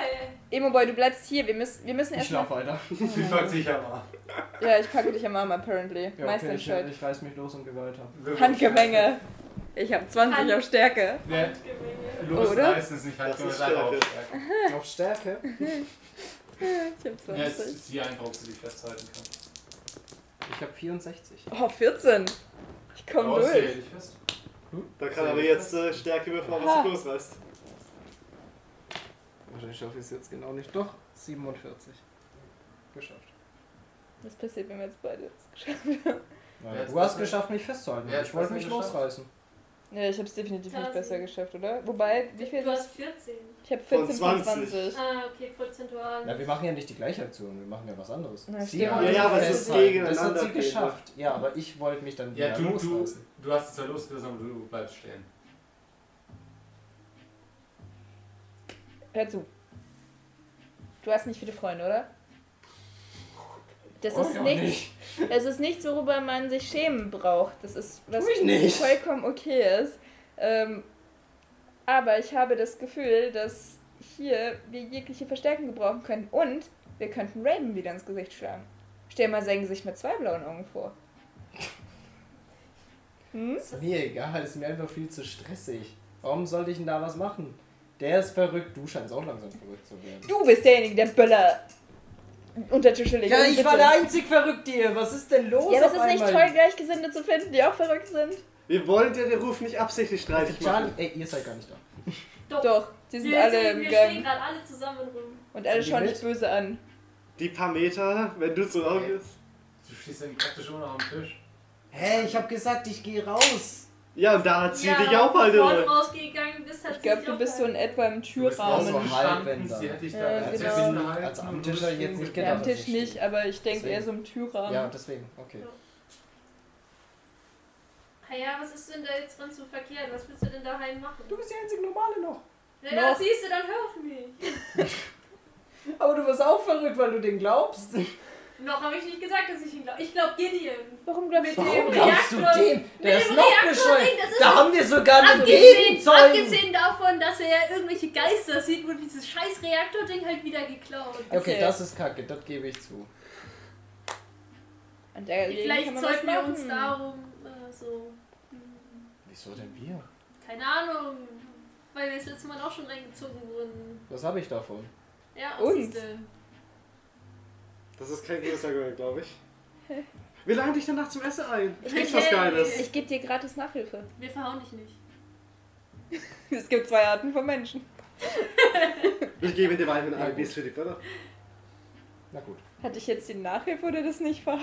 S3: Emoboy, du bleibst hier. Wir müssen, wir müssen
S2: Ich
S3: erst
S2: schlaf weiter.
S6: Ich bin fast sicher, aber.
S3: Ja, ich packe dich am Arm, apparently.
S2: Ja,
S3: Meister
S2: okay,
S3: im
S2: ich,
S3: Shirt.
S2: ich reiß mich los und geh weiter.
S3: Handgemenge. Ich habe 20
S5: Hand-
S3: auf Stärke.
S6: Nee,
S5: Handgemenge.
S3: Oder?
S6: losreißen ist nicht halt
S4: Das ist
S6: Handgemenge,
S4: Stärke.
S6: Laufstärke.
S2: Auf Stärke?
S3: Ich habe
S6: Ja, es
S3: 20.
S6: ist sie einfach, ob sie sich festhalten kann.
S2: Ich hab 64.
S3: Oh, 14. Ich komme
S6: Aber sie hält
S3: durch.
S6: dich fest.
S4: Da kann aber jetzt äh, Stärke würfeln, ob es
S3: Ah.
S4: sich losreißt.
S2: Wahrscheinlich schaffe ich es jetzt genau nicht. Doch, 47. Geschafft.
S3: Was passiert, wenn wir jetzt beide es geschafft
S6: Ja, jetzt
S2: du hast
S6: besser.
S2: geschafft, mich festzuhalten.
S6: Ja, jetzt
S2: ich wollte
S6: besser
S2: mich
S6: geschafft.
S2: losreißen.
S3: Ja, ich hab's definitiv nicht
S5: Tausend.
S3: besser geschafft, oder? Wobei, wie viel?
S5: Du hast 14.
S3: Ich hab
S4: Von
S3: 14 von
S4: 20.
S3: 20.
S5: Ah, okay, prozentual.
S2: Ja, wir machen ja nicht die gleiche Aktion, wir machen ja was anderes.
S3: Na,
S2: sie
S3: stimmt.
S2: wollte
S3: Ja,
S4: ja, aber es ist
S2: festhalten. Das
S4: gegeneinander
S2: hat sie
S4: gehen, ne?
S2: geschafft. Ja, aber ich wollte mich dann wieder
S6: Ja, du, du,
S2: losreißen.
S6: du hast es zwar losgerissen, aber du bleibst stehen.
S3: Hör zu. Du hast nicht viele Freunde, oder? Das
S2: Wollte
S3: ist
S2: ich auch
S3: nichts. Es ist nichts, worüber man sich schämen braucht. Das ist was
S2: ich nicht.
S3: vollkommen okay ist. Ähm, aber ich habe das Gefühl, dass hier wir jegliche Verstärken gebrauchen können und wir könnten Raven wieder ins Gesicht schlagen. Stell mal sein Gesicht mit zwei blauen Augen vor. Hm?
S2: Ist mir egal, ist mir einfach viel zu stressig. Warum sollte ich denn da was machen? Der ist verrückt, du scheinst auch langsam verrückt zu werden.
S3: Du bist derjenige, der Böller unter Tische legt.
S2: Ja,
S3: Und
S2: ich
S3: bitte.
S2: war der einzig Verrückte hier. Was ist denn los?
S3: Ja, das
S2: auf
S3: ist nicht
S2: einmal?
S3: toll, Gleichgesinnte zu finden, die auch verrückt sind.
S4: Wir wollen dir den Ruf nicht absichtlich streitig
S2: Charlie,
S4: machen.
S2: ey, ihr seid gar nicht da.
S3: Doch, die sind
S5: Wir,
S3: alle
S5: sind,
S3: im
S5: wir stehen
S3: Gang
S5: gerade alle zusammen rum.
S3: und alle
S2: Sind die
S3: schauen
S2: mit?
S3: dich böse an.
S4: Die paar Meter, wenn du zu laut bist.
S6: Du stehst dann praktisch immer noch am Tisch.
S2: Hä, ich hab gesagt, ich gehe raus.
S4: Ja, und da hat sie dich auch mal
S5: bevor du
S4: drin.
S5: rausgegangen bist, hat
S3: Ich glaube, du bist so in etwa im
S6: Du bist
S2: Rahmen.
S3: Türrahmen.
S2: draußen.
S6: rausgestanden, sie hätte dich da
S3: Ja,
S6: als
S3: genau.
S6: festgehalten
S2: Also am
S6: und
S2: Tisch
S6: du bist
S2: hätte Genau, ich jetzt nicht
S6: stehen
S2: gedacht.
S3: Ja,
S6: geblieben.
S3: am Tisch nicht, aber ich denke
S2: Deswegen.
S3: eher so im Türrahmen.
S2: Ja, deswegen, okay.
S5: Naja, was ist denn da jetzt dran so verkehrt? Was willst du denn daheim machen?
S2: Du bist die einzige Normale noch.
S5: Na, ja,
S3: Noch.
S5: siehst du, dann hör auf mich.
S2: Aber du wirst auch verrückt, weil du den glaubst.
S5: Noch habe ich nicht gesagt, dass ich ihn glaube. Ich glaube Gideon.
S3: Warum glaubst
S5: Mit
S3: du?
S5: dem-
S2: Warum glaubst du
S5: Reaktor-
S2: dem? Der
S5: mit
S2: ist
S5: dem
S2: noch
S5: Reaktor-
S2: bescheuert.
S5: Ding, das ist
S2: Da
S5: doch-
S2: haben wir sogar einen
S5: Abgesehen,
S2: Gegenzeugen.
S5: abgesehen davon, dass er ja irgendwelche Geister sieht, wurde dieses scheiß Reaktording halt wieder geklaut.
S2: Okay,
S3: Okay.
S2: das ist kacke, das gebe ich zu.
S3: An der Gegend kann
S5: Vielleicht
S3: man was
S5: sollten wir uns
S3: machen.
S5: darum äh, so. hm,
S2: Wieso denn wir?
S5: Keine Ahnung. Weil wir das letzte Mal auch schon reingezogen wurden.
S2: Was habe ich davon?
S5: Ja,
S3: Uns?
S5: siehste.
S4: Das ist kein gutes Argument, glaube ich. Wir laden dich danach zum Essen ein.
S5: Ich
S4: Ich kriegst was
S5: will-
S4: Geiles.
S3: Ich gebe dir gratis Nachhilfe.
S5: Wir verhauen dich nicht.
S3: Es gibt zwei Arten von Menschen.
S4: Ich gebe dir weiterhin ein, wie es für die Böller.
S2: Na gut.
S3: Hatte ich jetzt die Nachhilfe oder das nicht ver?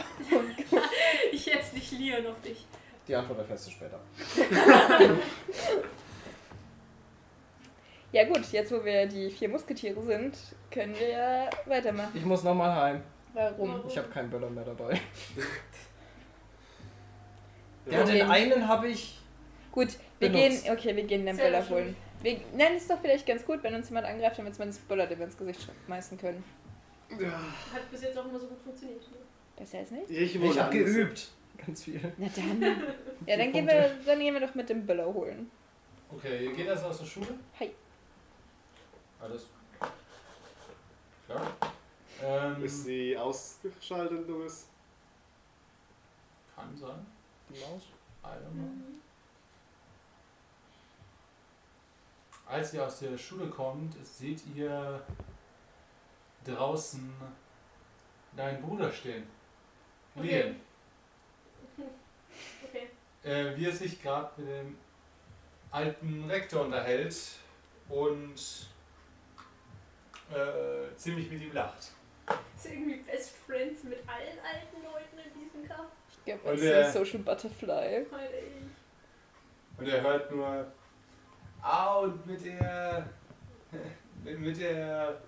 S5: Ich jetzt nicht Leon auf dich.
S2: Die Antwort erfährst du später.
S3: Ja gut, jetzt wo wir die vier Musketiere sind, können wir ja weitermachen.
S2: Ich muss nochmal heim.
S3: Warum?
S2: Ich habe keinen Böller mehr dabei.
S4: Ja.
S2: Ja, den einen habe ich.
S3: Gut, wir
S2: Benutzt.
S3: gehen. Okay, wir gehen den
S5: Selber
S3: Böller holen. Wir, nein, ist doch vielleicht ganz gut, wenn uns jemand angreift, damit wir das Böller, den wir ins Gesicht schmeißen können.
S5: Hat bis jetzt auch immer so gut funktioniert. ne?
S3: Besser als nicht?
S4: Ich,
S2: Ich
S4: hab
S2: habe geübt. Ganz viel.
S3: Na dann. ja, dann
S2: Punkte.
S3: gehen, wir, dann gehen wir doch mit dem Böller holen.
S1: Okay, ihr geht also aus der Schule?
S3: Hi.
S1: Alles klar. Ähm,
S4: Ist sie ausgeschaltet, Louis?
S1: kann sein.
S2: Die Maus?
S1: I don't know. Als ihr aus der Schule kommt, seht ihr draußen deinen Bruder stehen. Leon.
S5: Okay. Okay.
S1: Äh, wie er sich gerade mit dem alten Rektor unterhält und äh, ziemlich mit ihm lacht.
S5: Ist irgendwie Best Friends mit allen alten Leuten in diesem Kaff?
S3: Ich glaube,
S1: Und
S3: das ist der
S1: der-
S3: Social Butterfly.
S5: Meine ich.
S1: Und er hört nur, ah, und mit der, mit, mit der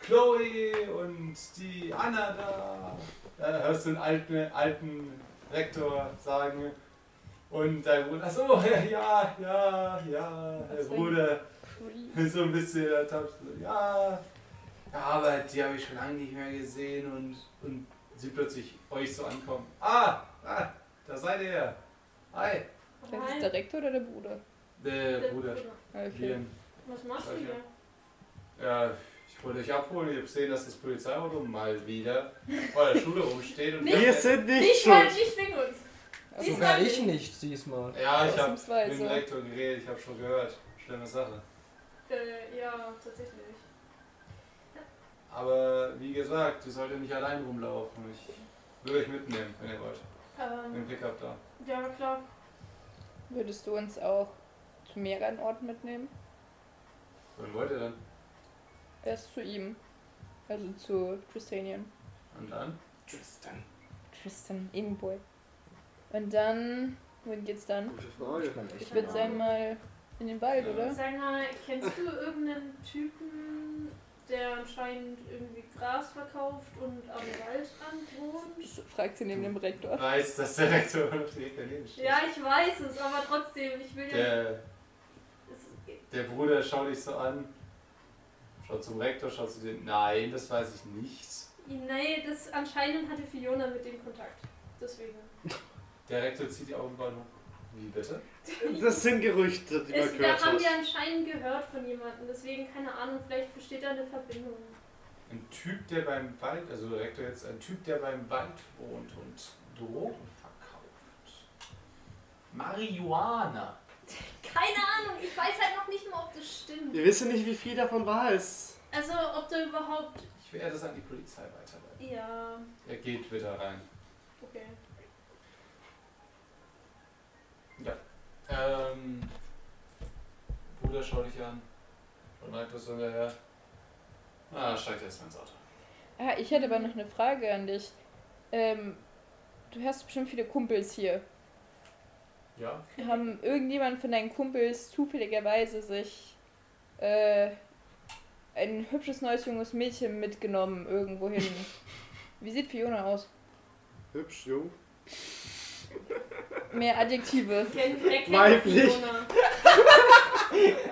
S1: Chloe und die Anna da. Da hörst du den alten, alten Rektor sagen. Und dein Bruder, ach so, ja, ja, ja, der
S3: Was denn?
S1: Bruder, so ein bisschen, da tapst du, ja, ja, aber die habe ich schon lange nicht mehr gesehen und, und sie plötzlich euch so ankommen. Ah, ah, da seid ihr. Hi,
S3: Das ist
S5: Nein.
S3: der Rektor oder der Bruder?
S1: der
S5: Der
S1: Bruder.
S5: Bruder.
S3: Okay.
S1: Leon.
S5: Was machst du
S1: Okay.
S5: hier?
S1: Ja, ich wollte euch abholen. Ich habe gesehen, dass das Polizeiauto mal wieder vor der Schule rumsteht. Und
S5: Nicht-
S4: Wir sind nicht
S5: Diesmal
S4: schuld.
S5: nicht halt. wegen uns.
S2: Sogar
S5: Diesmal
S2: ich Also nicht diesmal.
S1: Ja, ich habe mit dem
S5: also.
S3: Ausnahmsweise.
S1: Rektor geredet. Ich habe schon gehört. Schlimme Sache.
S5: Äh, ja, tatsächlich.
S1: Aber wie gesagt, ihr solltet nicht allein rumlaufen. Ich würde euch mitnehmen, wenn ihr wollt. Mit dem
S5: Ähm,
S1: Pickup da.
S5: ja, klar.
S3: Würdest du uns auch zu mehreren Orten mitnehmen?
S1: Wohin wollt ihr denn?
S3: Erst zu ihm. Also zu Tristanian.
S1: Und dann?
S2: Tristan.
S3: Tristan, Ebenboy. Und dann, wohin geht's dann?
S4: Gute Frage.
S3: Ich würde sagen mal in den Wald,
S1: Ja.
S3: oder?
S5: Sag mal, kennst du irgendeinen Typen, der anscheinend irgendwie Gras verkauft und am Waldrand wohnt?
S3: Das fragt sie neben dem Rektor.
S1: Weiß, dass der Rektor auf der Italienisch steht.
S5: Ja, ich weiß es, aber trotzdem, ich will ja.
S1: Der,
S5: Es, äh,
S1: der Bruder schaut dich so an. Schaut zum Rektor, schaut zu dem. Nein, das weiß ich nicht.
S5: nee, das anscheinend hatte Fiona mit dem Kontakt. Deswegen.
S1: Der Rektor zieht die Augenbrauen hoch. Wie bitte?
S4: Das sind Gerüchte, die man
S5: Es, da
S4: gehört
S5: haben
S4: hat.
S5: wir anscheinend gehört von jemandem, deswegen keine Ahnung, vielleicht besteht da eine Verbindung.
S1: Ein Typ, der beim Wald, also der Rektor jetzt, ein Typ, der beim Wald wohnt und Drogen verkauft. Marihuana.
S5: Keine Ahnung, ich weiß halt noch nicht mal, ob das stimmt.
S4: Wir wissen nicht, wie viel davon wahr ist.
S5: Also, ob da überhaupt.
S1: Ich werde das an die Polizei weiterleiten.
S5: Ja,
S1: Er geht wieder rein.
S5: okay.
S1: Ähm, Bruder, schau dich an. Und Rektor ist hinterher. Ah, steigt erstmal ins Auto.
S3: Ah, ich hätte aber noch eine Frage an dich. Ähm, du hast bestimmt viele Kumpels hier.
S1: Ja?
S3: Haben irgendjemand von deinen Kumpels zufälligerweise sich äh, ein hübsches neues junges Mädchen mitgenommen irgendwohin? Wie sieht Fiona aus?
S4: Hübsch, jung.
S3: Mehr Adjektive.
S5: Ken- Er kennt
S4: Weiblich.
S5: Fiona.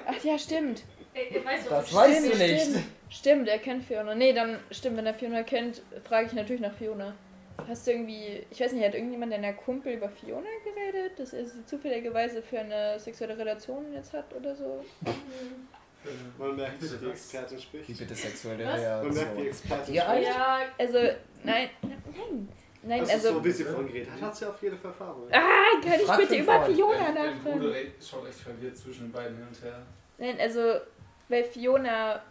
S3: Ach ja, stimmt.
S5: Er, er weiß, was
S2: Das
S5: es
S2: weißt
S3: Stimmt,
S2: du nicht.
S3: Stimmt. stimmt, er kennt Fiona. Nee, dann stimmt, wenn er Fiona kennt, frage ich natürlich nach Fiona. Hast du irgendwie, ich weiß nicht, hat irgendjemand deiner Kumpel über Fiona geredet, dass er sie zufälligerweise für eine sexuelle Relation jetzt hat oder so?
S5: Mhm.
S4: Man merkt,
S1: Bitte
S4: wie die
S1: was?
S4: Expertin
S2: Wie
S4: spricht.
S2: bitte sexuelle
S5: Was?
S4: Man merkt, eh. wie die
S2: Reaktion.
S4: Expertin
S2: Ja,
S4: spricht.
S5: Ja,
S3: Also, nein, nein, nein,
S4: Das ist
S3: also,
S4: so, wie sie vorhin geredet hat. Hat sie auf jeden Fall Farbe.
S3: ah, kann ich
S2: Frag
S3: bitte
S2: den
S3: über
S2: Freund.
S3: Fiona
S1: Dein- dein Bruder
S3: nachfragen?
S1: re- schaut echt verwirrt zwischen den beiden hin und her.
S3: Nein, also, weil Fiona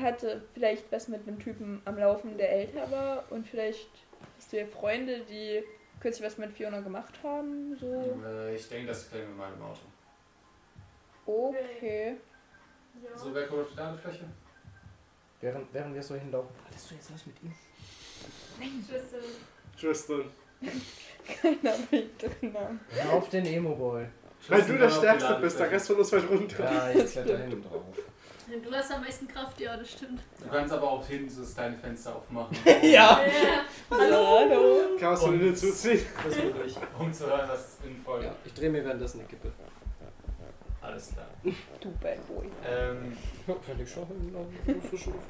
S3: hatte vielleicht was mit einem Typen am Laufen, der älter war und vielleicht hast du ja Freunde, die kürzlich was mit Fiona gemacht haben, so.
S1: Äh, ich denke, das klären wir mal im Auto.
S3: Okay.
S5: Ja.
S1: So, wer kommt auf die Ladefläche?
S2: Während, während wir so hinlaufen.
S7: Hattest du jetzt was mit ihm?
S5: Tristan.
S4: Tristan.
S3: Keiner will drin haben.
S2: Auf den Emo-Boy.
S4: Weil du der
S1: auf die
S4: Stärkste bist, der
S1: Ladefläche.
S4: Rest von uns fällt runter.
S2: Ja, ich kletter hinten drauf.
S5: Du hast am meisten Kraft, ja, das stimmt.
S1: Du kannst aber auch hinten so das kleine Fenster aufmachen.
S7: Ja.
S5: Ja.
S3: Hallo. Hallo.
S4: Kannst du
S1: Und-
S4: den zuziehen?
S1: Das ist wirklich, um zu hören, was sinnvoll
S7: ja. Ich drehe mir währenddessen eine Kippe.
S1: Alles klar.
S3: Du Bad Boy.
S1: Ähm,
S2: Wenn ich schon hinlaufe, frische Luft.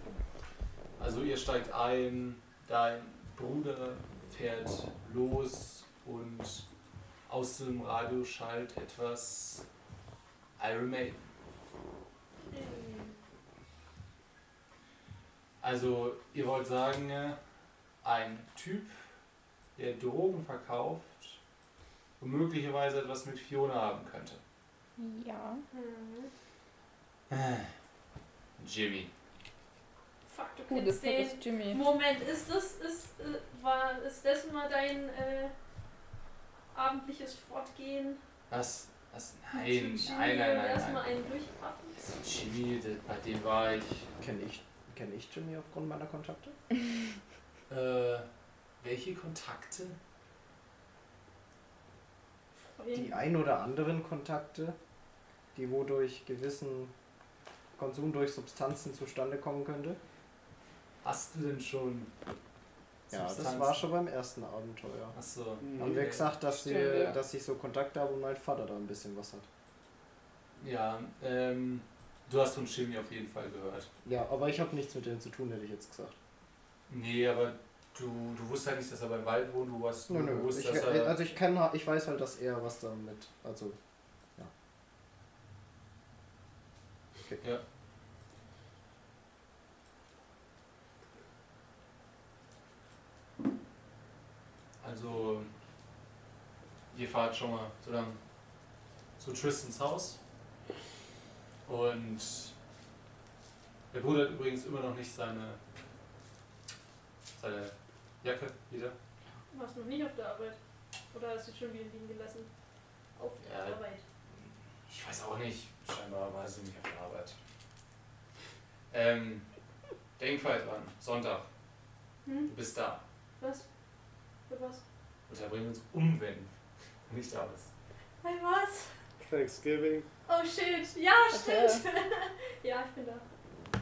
S1: also ihr steigt ein, dein Bruder fährt los und aus dem Radio schallt etwas Iron Maiden. Also, ihr wollt sagen, äh, ein Typ, der Drogen verkauft und möglicherweise etwas mit Fiona haben könnte.
S3: Ja.
S5: Hm.
S1: Jimmy.
S5: Fuck, du
S3: Gut, das
S5: kennst den.
S3: ist Jimmy.
S5: Moment, ist das, ist, äh, war, ist das mal dein äh, abendliches Fortgehen?
S1: Was? Was?
S5: Jimmy
S1: Nein, nein, nein, nein.
S5: Erstmal
S1: nein.
S5: einen durchpaffen?
S1: Das ist Jimmy, der- bei dem war ich.
S2: Kenn ich, kenn ich Jimmy aufgrund meiner Kontakte?
S1: Äh, welche Kontakte?
S2: Die ein oder anderen Kontakte, die wodurch gewissen Konsum durch Substanzen zustande kommen könnte.
S1: Hast du denn schon?
S2: Ja, das
S1: Substanzen?
S2: war schon beim ersten Abenteuer.
S1: Achso.
S4: Mhm.
S2: Haben wir gesagt, dass,
S3: Stimmt,
S2: wir,
S3: ja.
S2: dass ich so Kontakte habe und mein Vater da ein bisschen was hat.
S1: Ja, ähm, du hast von Jimmy auf jeden Fall gehört.
S2: Ja, aber ich habe nichts mit denen zu tun, hätte ich jetzt gesagt.
S1: Nee, aber du, du wusstest ja nicht, dass er beim Wald wohnt, du hast
S2: Nö,
S1: nur
S2: nö.
S1: gewusst,
S2: Ich,
S1: dass er.
S2: also ich kenne, ich weiß halt, dass er was damit, also
S1: Also, ihr fahrt schon mal so lang zu Tristans Haus. Und der Bruder hat übrigens immer noch nicht seine, seine Jacke wieder.
S5: Du warst noch nicht auf der Arbeit. Oder hast du schon wieder liegen gelassen? Auf der
S1: Ja.
S5: Arbeit.
S1: Ich weiß auch nicht. Scheinbar war sie nicht auf der Arbeit. Ähm, denk halt dran. Sonntag.
S5: Hm?
S1: Du bist da.
S5: Was? Für was?
S1: Unterbringen uns um, wenn du nicht da bist.
S5: Hi, was?
S4: Thanksgiving.
S5: Oh shit. Ja,
S3: Okay.
S5: stimmt. ja, ich bin da.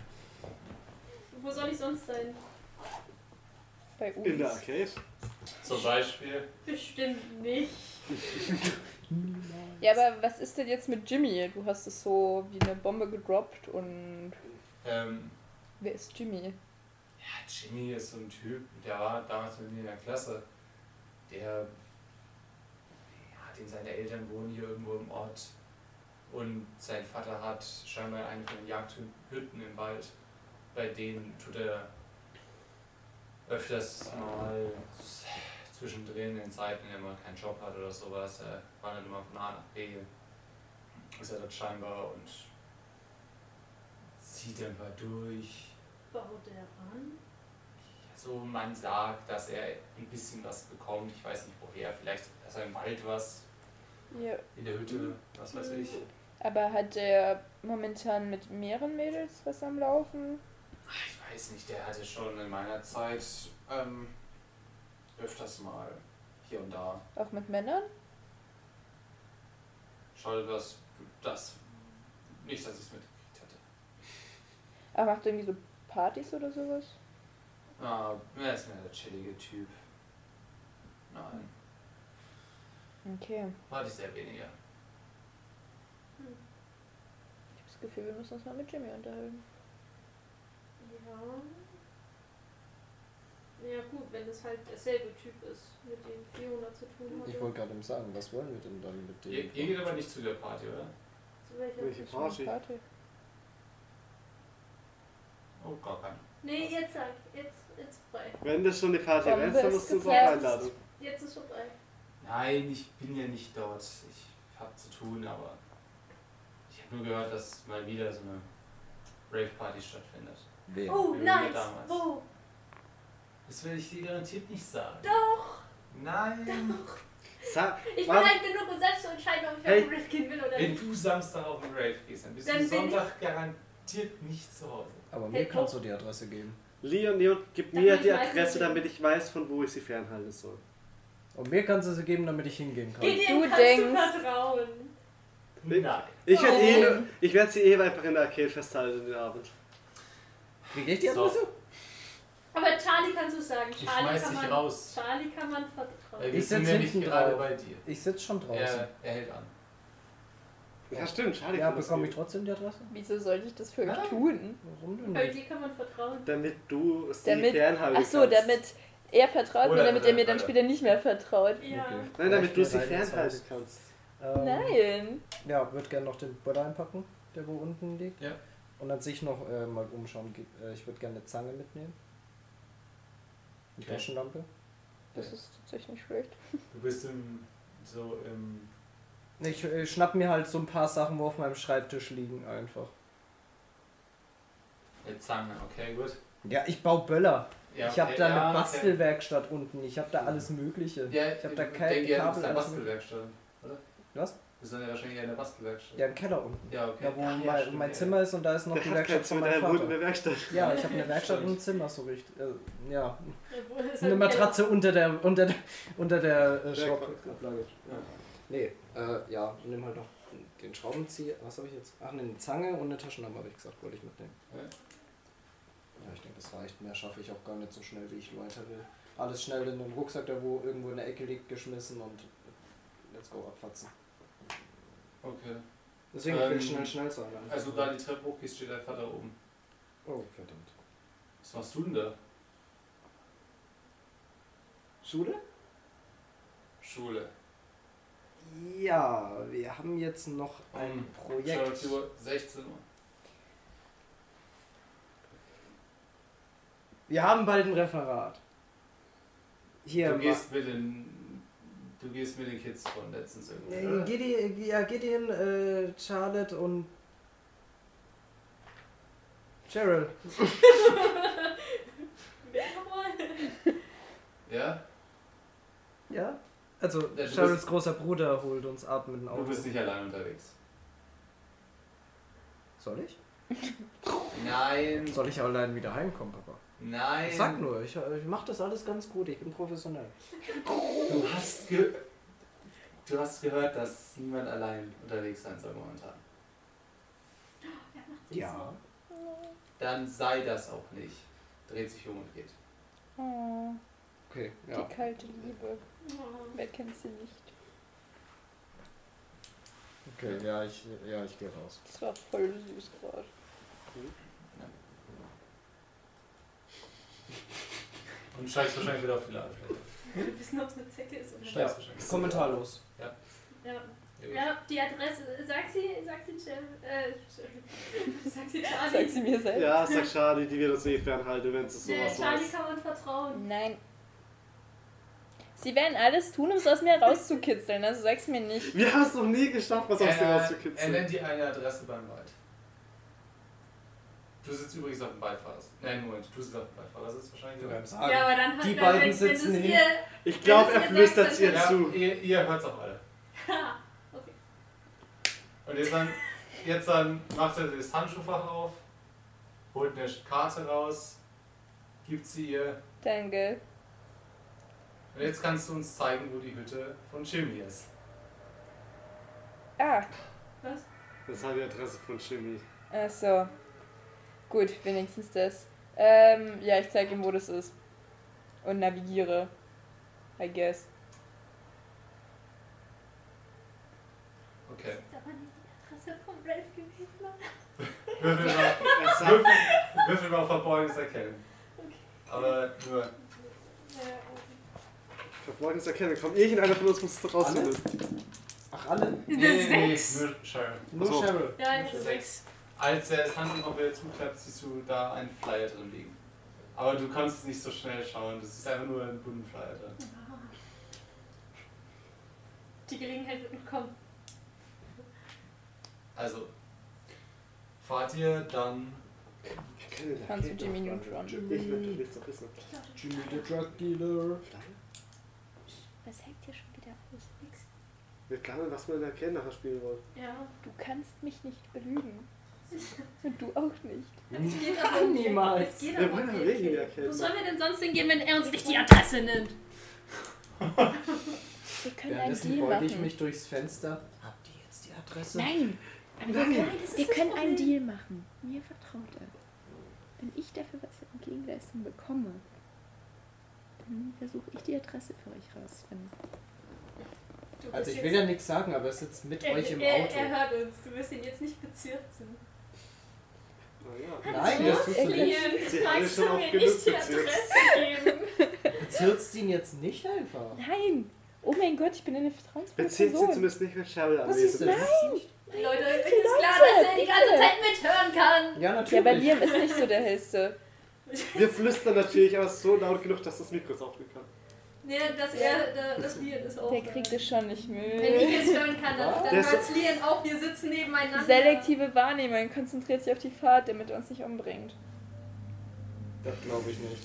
S5: Wo soll ich sonst sein?
S3: Bei
S4: In der
S3: Ulis.
S4: Arcade.
S1: Zum Beispiel.
S5: Bestimmt nicht.
S3: Ja, aber was ist denn jetzt mit Jimmy? Du hast es so wie eine Bombe gedroppt und
S1: Ähm,
S3: wer ist Jimmy?
S1: ja, Jimmy ist so ein Typ, der war damals mit mir in der Klasse. Der hat ihn seine Eltern wohnen hier irgendwo im Ort. Und sein Vater hat scheinbar eine von den Jagdhütten im Wald. Bei denen tut er öfters mal zwischendrin in Zeiten, wenn man keinen Job hat oder sowas, er wandert immer von A nach B. Ist er dort scheinbar und zieht ein paar durch.
S5: Baut der an?
S1: So, man sagt, dass er ein bisschen was bekommt. Ich weiß nicht woher. Vielleicht aus einem Wald was,
S3: Ja.
S1: in der Hütte, was weiß ich.
S3: Aber hat der momentan mit mehreren Mädels was am Laufen?
S1: Ach, Ich weiß nicht, der hatte schon in meiner Zeit ähm, öfters mal hier und da.
S3: Auch mit Männern?
S1: Schade, dass das nicht, dass ich es mitgekriegt hätte.
S3: Aber macht er irgendwie so Partys oder sowas?
S1: Ah, er ist mehr der chillige Typ. Nein,
S3: Okay.
S1: war ich sehr weniger.
S3: Ich habe das Gefühl, wir müssen uns mal mit Jimmy unterhalten.
S5: Ja. Ja gut, wenn es halt derselbe Typ ist, mit dem Fiona zu tun hat.
S2: ich wollte gerade eben sagen, was wollen wir denn dann mit dem?
S1: Ihr, ihr geht aber nicht zu der Party, oder?
S5: Zu welcher-
S4: Welche
S3: Ist schon eine
S4: Party?
S3: Party.
S1: Oh, gar keine.
S5: Nee, jetzt sag. Jetzt, jetzt frei.
S4: Wenn das schon eine Party
S3: Bombe
S4: ist, dann
S3: ist
S4: musst du uns auch
S3: geplatzt.
S4: einladen.
S5: Jetzt ist vorbei.
S1: Nein, ich bin ja nicht dort. Ich hab zu tun, aber ich habe nur gehört, dass mal wieder so eine Rave-Party stattfindet.
S2: Wen?
S5: Oh,
S1: Wie
S5: nice. Oh,
S1: damals.
S5: Wo?
S1: Das will ich dir garantiert nicht sagen.
S5: Doch.
S1: Nein!
S4: Sa
S5: Ich bin
S4: Was?
S5: halt genug, um selbst zu entscheiden, ob ich
S4: Hey.
S5: auf den Riff gehen will oder
S1: Wenn
S5: nicht.
S1: du Samstag auf den Rave gehst, dann bist
S5: Dann
S1: du
S5: bin
S1: Sonntag garantiert nicht zu Hause.
S2: Aber mir kannst du die Adresse geben.
S4: Leon, Leon, gib
S5: Dann
S4: mir
S5: will ich
S4: die
S5: weiß,
S4: Adresse,
S5: wo die-
S4: damit ich weiß, von wo ich sie fernhalten soll.
S2: Und mir kannst du sie geben, damit ich hingehen kann.
S5: Gideon
S3: Du
S5: kannst
S3: denkst-
S5: du vertrauen.
S1: Nein.
S4: Ich werde
S3: Oh.
S4: eh nur- ich werde sie eh einfach in der Arcade festhalten den Abend.
S2: Kriege ich die
S1: So.
S2: Adresse?
S5: Aber Charlie kannst du sagen.
S1: Ich
S5: Charlie
S1: schmeiß
S5: kann
S1: dich
S5: man,
S1: raus.
S5: Charlie kann man vertrauen.
S1: Weil wir
S2: Ich
S1: sind
S2: sitz
S1: nämlich
S2: hinten
S1: gerade
S2: drauf.
S1: bei dir.
S2: Ich sitze schon draußen.
S1: Er, er hält an.
S4: Ja, stimmt, schade.
S2: Ja,
S4: kann das
S2: bekomme ich
S4: geben.
S2: trotzdem die Adresse?
S3: Wieso sollte ich das für euch
S1: Nein.
S3: tun?
S2: Warum denn
S5: Weil
S2: nicht?
S5: dir kann man vertrauen.
S4: Damit du sie
S3: Damit-
S4: fernhalten kannst.
S3: Achso, damit er vertraut mir,
S1: Oder-
S3: damit er mir
S1: oder-
S3: dann später nicht mehr vertraut.
S5: Ja.
S2: Okay.
S4: Nein, damit du sie
S2: Vielleicht mir
S4: fernhalten
S2: rein
S4: kannst.
S2: Ähm,
S3: Nein.
S2: Ja, würde gerne noch den Butter einpacken, der wo unten liegt.
S1: Ja.
S2: Und an sich noch äh, mal umschauen. ge- Äh, ich würde gerne eine Zange mitnehmen. Eine
S1: Okay.
S2: Taschenlampe.
S3: Das ist tatsächlich nicht schlecht.
S1: Du bist im, so im.
S2: Ich äh, schnapp mir halt so ein paar Sachen, wo auf meinem Schreibtisch liegen, einfach.
S1: Äh, Zange, okay, gut.
S2: Ja, ich baue Böller.
S1: Ja,
S2: ich habe
S1: okay,
S2: da eine
S1: ja, okay.
S2: Bastelwerkstatt unten. Ich habe da alles Mögliche.
S1: Ja,
S2: ich habe da
S1: ich
S2: kein
S1: denke, ja, du bist in
S2: Kabel.
S1: der
S2: alles Mögliche.
S1: Bastelwerkstatt, oder?
S2: Was?
S1: Wir sind ja wahrscheinlich eher in der Bastelwerkstatt.
S2: Ja, im Keller unten.
S1: ja okay.
S2: Ja, wo
S1: Ah,
S2: mein,
S1: stimmt,
S2: mein
S1: ja.
S2: Zimmer ist und da ist noch
S4: Der
S2: die
S4: hat kein
S2: Werkstatt von
S4: Zimmer,
S2: meinem
S4: der wohnt in
S2: Vater.
S4: der Werkstatt.
S2: Ja, ich habe eine Werkstatt und ein
S1: Stimmt.
S2: Zimmer, so richtig. Äh, ja,
S5: Obwohl es
S2: eine
S5: halt-
S2: Matratze unter der unter der unter der äh,
S4: Schraubenzieher.
S2: Schraubablage. Nee, äh, ja, nimm halt noch den Schraubenzieher. Was habe ich jetzt? Ach, eine Zange und eine Taschenlampe habe ich gesagt, wollte ich mitnehmen.
S1: Ja.
S2: Ja, ich denke, das reicht. Mehr schaffe ich auch gar nicht so schnell, wie ich weiter will. Alles schnell in den Rucksack, der wo irgendwo in der Ecke liegt, geschmissen und let's go abfatzen.
S1: Okay.
S2: Deswegen will
S1: Ähm,
S2: ich schnell schnell sein.
S1: Also da die Treppe hochgehst, steht dein Vater oben.
S2: Oh, verdammt.
S1: Was machst du denn da?
S2: Schule?
S1: Schule.
S2: Ja, wir haben jetzt noch ein
S1: Um,
S2: Projekt.
S1: Charlotte Uhr, 16 Uhr.
S2: Wir haben bald ein Referat. Hier,
S1: du,
S2: Ma-
S1: gehst mit den, du gehst mit den Kids von letztens irgendwie.
S2: Äh,
S1: oder?
S2: Gideon, ja, Gideon äh, Charlotte und Cheryl.
S1: Ja?
S2: Ja? Also,
S1: du bist-
S2: Cheryls großer Bruder holt uns ab mit dem
S1: Du
S2: Auto.
S1: bist nicht allein unterwegs.
S2: Soll ich?
S1: Nein.
S2: Soll ich allein wieder heimkommen, Papa?
S1: Nein.
S2: Ich sag nur, ich, äh, ich mach das alles ganz gut, ich bin professionell.
S1: Du hast, ge du hast gehört, dass niemand allein unterwegs sein soll momentan.
S2: Ja.
S1: Dann sei das auch nicht. Dreht sich um und geht.
S3: Oh,
S2: Okay, ja.
S3: Die kalte Liebe.
S5: Oh.
S3: Wer kennt sie nicht?
S2: Okay, ja, ich, ja, ich gehe raus.
S3: Das war voll süß gerade.
S1: Und steigst wahrscheinlich wieder auf die Ladefläche.
S5: Wir wissen, ob es eine Zecke ist oder
S1: Steigst
S2: Ja.
S1: wahrscheinlich.
S2: Kommentarlos.
S5: Ja.
S1: Ja.
S5: ja, die Adresse. Sag sie, sag sie, Jam- äh, sag sie Charlie.
S3: Sag sie mir selbst.
S4: Ja, sag Charlie, die wird uns eh fernhalten, wenn sie
S5: Der
S4: sowas
S5: Charlie
S4: weiß.
S5: kann man vertrauen.
S3: Nein. Sie werden alles tun, um es aus mir rauszukitzeln, also sag's mir nicht.
S4: Wir haben es noch nie geschafft, was aus dir
S1: Er, er
S4: rauszukitzeln.
S1: nennt dir eine Adresse beim Wald. Du sitzt übrigens auf dem Beifahrersitz. Nein, Moment, du sitzt auf dem Beifahrersitz wahrscheinlich. oder?
S5: Ja, aber dann hat
S2: Die
S5: dann, wenn-
S2: beiden
S5: wenn,
S2: sitzen
S5: es
S2: hin.
S5: ihr.
S4: Ich glaube, er
S5: Wenn es ihr
S4: flüstert
S5: sagt,
S4: ihr
S1: Ja,
S4: zu.
S1: ihr, ihr hört es auch alle.
S5: Ha, okay.
S1: Und jetzt dann, jetzt dann macht er das Handschuhfach auf, holt eine Karte raus, gibt sie ihr.
S3: Danke.
S1: Und jetzt kannst du uns zeigen, wo die Hütte von Jimmy ist.
S3: Ah,
S5: Was?
S4: Das war die Adresse von Jimmy.
S3: achso. Gut, wenigstens das. Ähm, ja, ich zeig ihm, wo das ist. Und navigiere. I guess.
S1: Okay.
S5: Ist aber nicht die Adresse von Ralph gewesen.
S1: Würfel mal,
S4: Er sagt,
S1: würfel, würfel mal auf Verborgenes erkennen. Aber nur.
S5: Äh,
S4: verborgenes Erkennen, komm, irgendeiner von uns muss es rausfinden.
S2: Ach, alle?
S5: Ist
S1: Nee,
S5: das
S1: nee, nee,
S5: sechs?
S1: nur Sharon.
S2: Nur
S4: Ach so.
S2: Cheryl.
S5: Ja, das ist sechs.
S1: Sechs. Als er das Handtuch wieder zuklappt, siehst du da einen Flyer drin liegen. Aber du kannst nicht so schnell schauen, das ist einfach nur ein bunten Flyer drin.
S5: Die Gelegenheit wird noch kommen.
S1: Also, fahrt ihr dann
S4: Ich kenne den
S3: Kannst du
S4: Arcade
S3: Jimmy
S4: noch
S3: Neutron?
S4: fragen. Ich natürlich, das ist
S5: Ich glaube, das
S2: Jimmy the Drug Dealer.
S3: Was hängt hier schon wieder aus? Nix.
S4: Mit Klammer, was wir in der Arcade nachher spielen wollen.
S5: Ja.
S3: Du kannst mich nicht belügen. Und du auch nicht.
S5: Es geht aber um-
S7: Niemals.
S5: Es geht
S4: Wir
S5: aber
S4: wollen
S5: um
S4: aber wegen der
S5: Geld. Wo
S4: Arcade.
S5: sollen wir denn sonst hingehen, wenn er uns nicht die Adresse nimmt?
S3: Wir können einen
S7: Währenddessen
S3: Deal
S7: beug ich
S3: machen.
S7: mich durchs Fenster. Habt ihr jetzt die Adresse?
S3: Nein,
S5: Nein, das ist
S3: wir
S5: das
S3: können einen
S5: Problem.
S3: Deal machen. Mir vertraut er. Wenn ich dafür was in Gegenleistung bekomme, dann versuche ich die Adresse für euch rauszufinden.
S5: Du bist
S2: Also ich
S5: jetzt-
S2: will ja nichts sagen, aber er sitzt mit
S5: er,
S2: euch im
S5: er,
S2: Auto.
S5: er hört uns. Du wirst ihn jetzt nicht bezirzen.
S4: Naja.
S2: Nein, das tust du nicht.
S4: Sie haben
S5: Magst
S4: schon
S5: du
S4: oft
S5: mir
S4: genug
S5: nicht die
S4: bezirzt.
S5: Adresse geben?
S2: Bezirzt ihn jetzt nicht einfach.
S3: Nein! Oh mein Gott, ich bin eine vertrauensvolle
S4: Bezieht sie
S3: Person.
S4: zumindest nicht, wenn Cheryl
S2: Was ist
S4: anwesend
S2: denn?
S4: ist.
S5: Leute, euch
S3: die
S5: ist klar,
S3: Leute,
S5: dass er die ganze
S3: bitte.
S5: Zeit mithören
S2: Ja,
S5: kann.
S3: Ja, bei
S2: natürlich.
S3: Liam ist nicht so der Hellste.
S4: Wir flüstern natürlich, aber so laut genug, dass das Mikro es aufnehmen kann.
S5: Nee, dass er, da- dass Lian das auch
S3: Der
S5: hört.
S3: kriegt es schon nicht
S5: Wenn ich
S3: mit.
S5: es hören kann, dann, dann
S4: Der ist-
S5: hört Lian auch. Wir sitzen nebeneinander.
S3: Selektive Wahrnehmung konzentriert sich auf die Fahrt, damit er uns nicht umbringt.
S2: Das glaube ich nicht.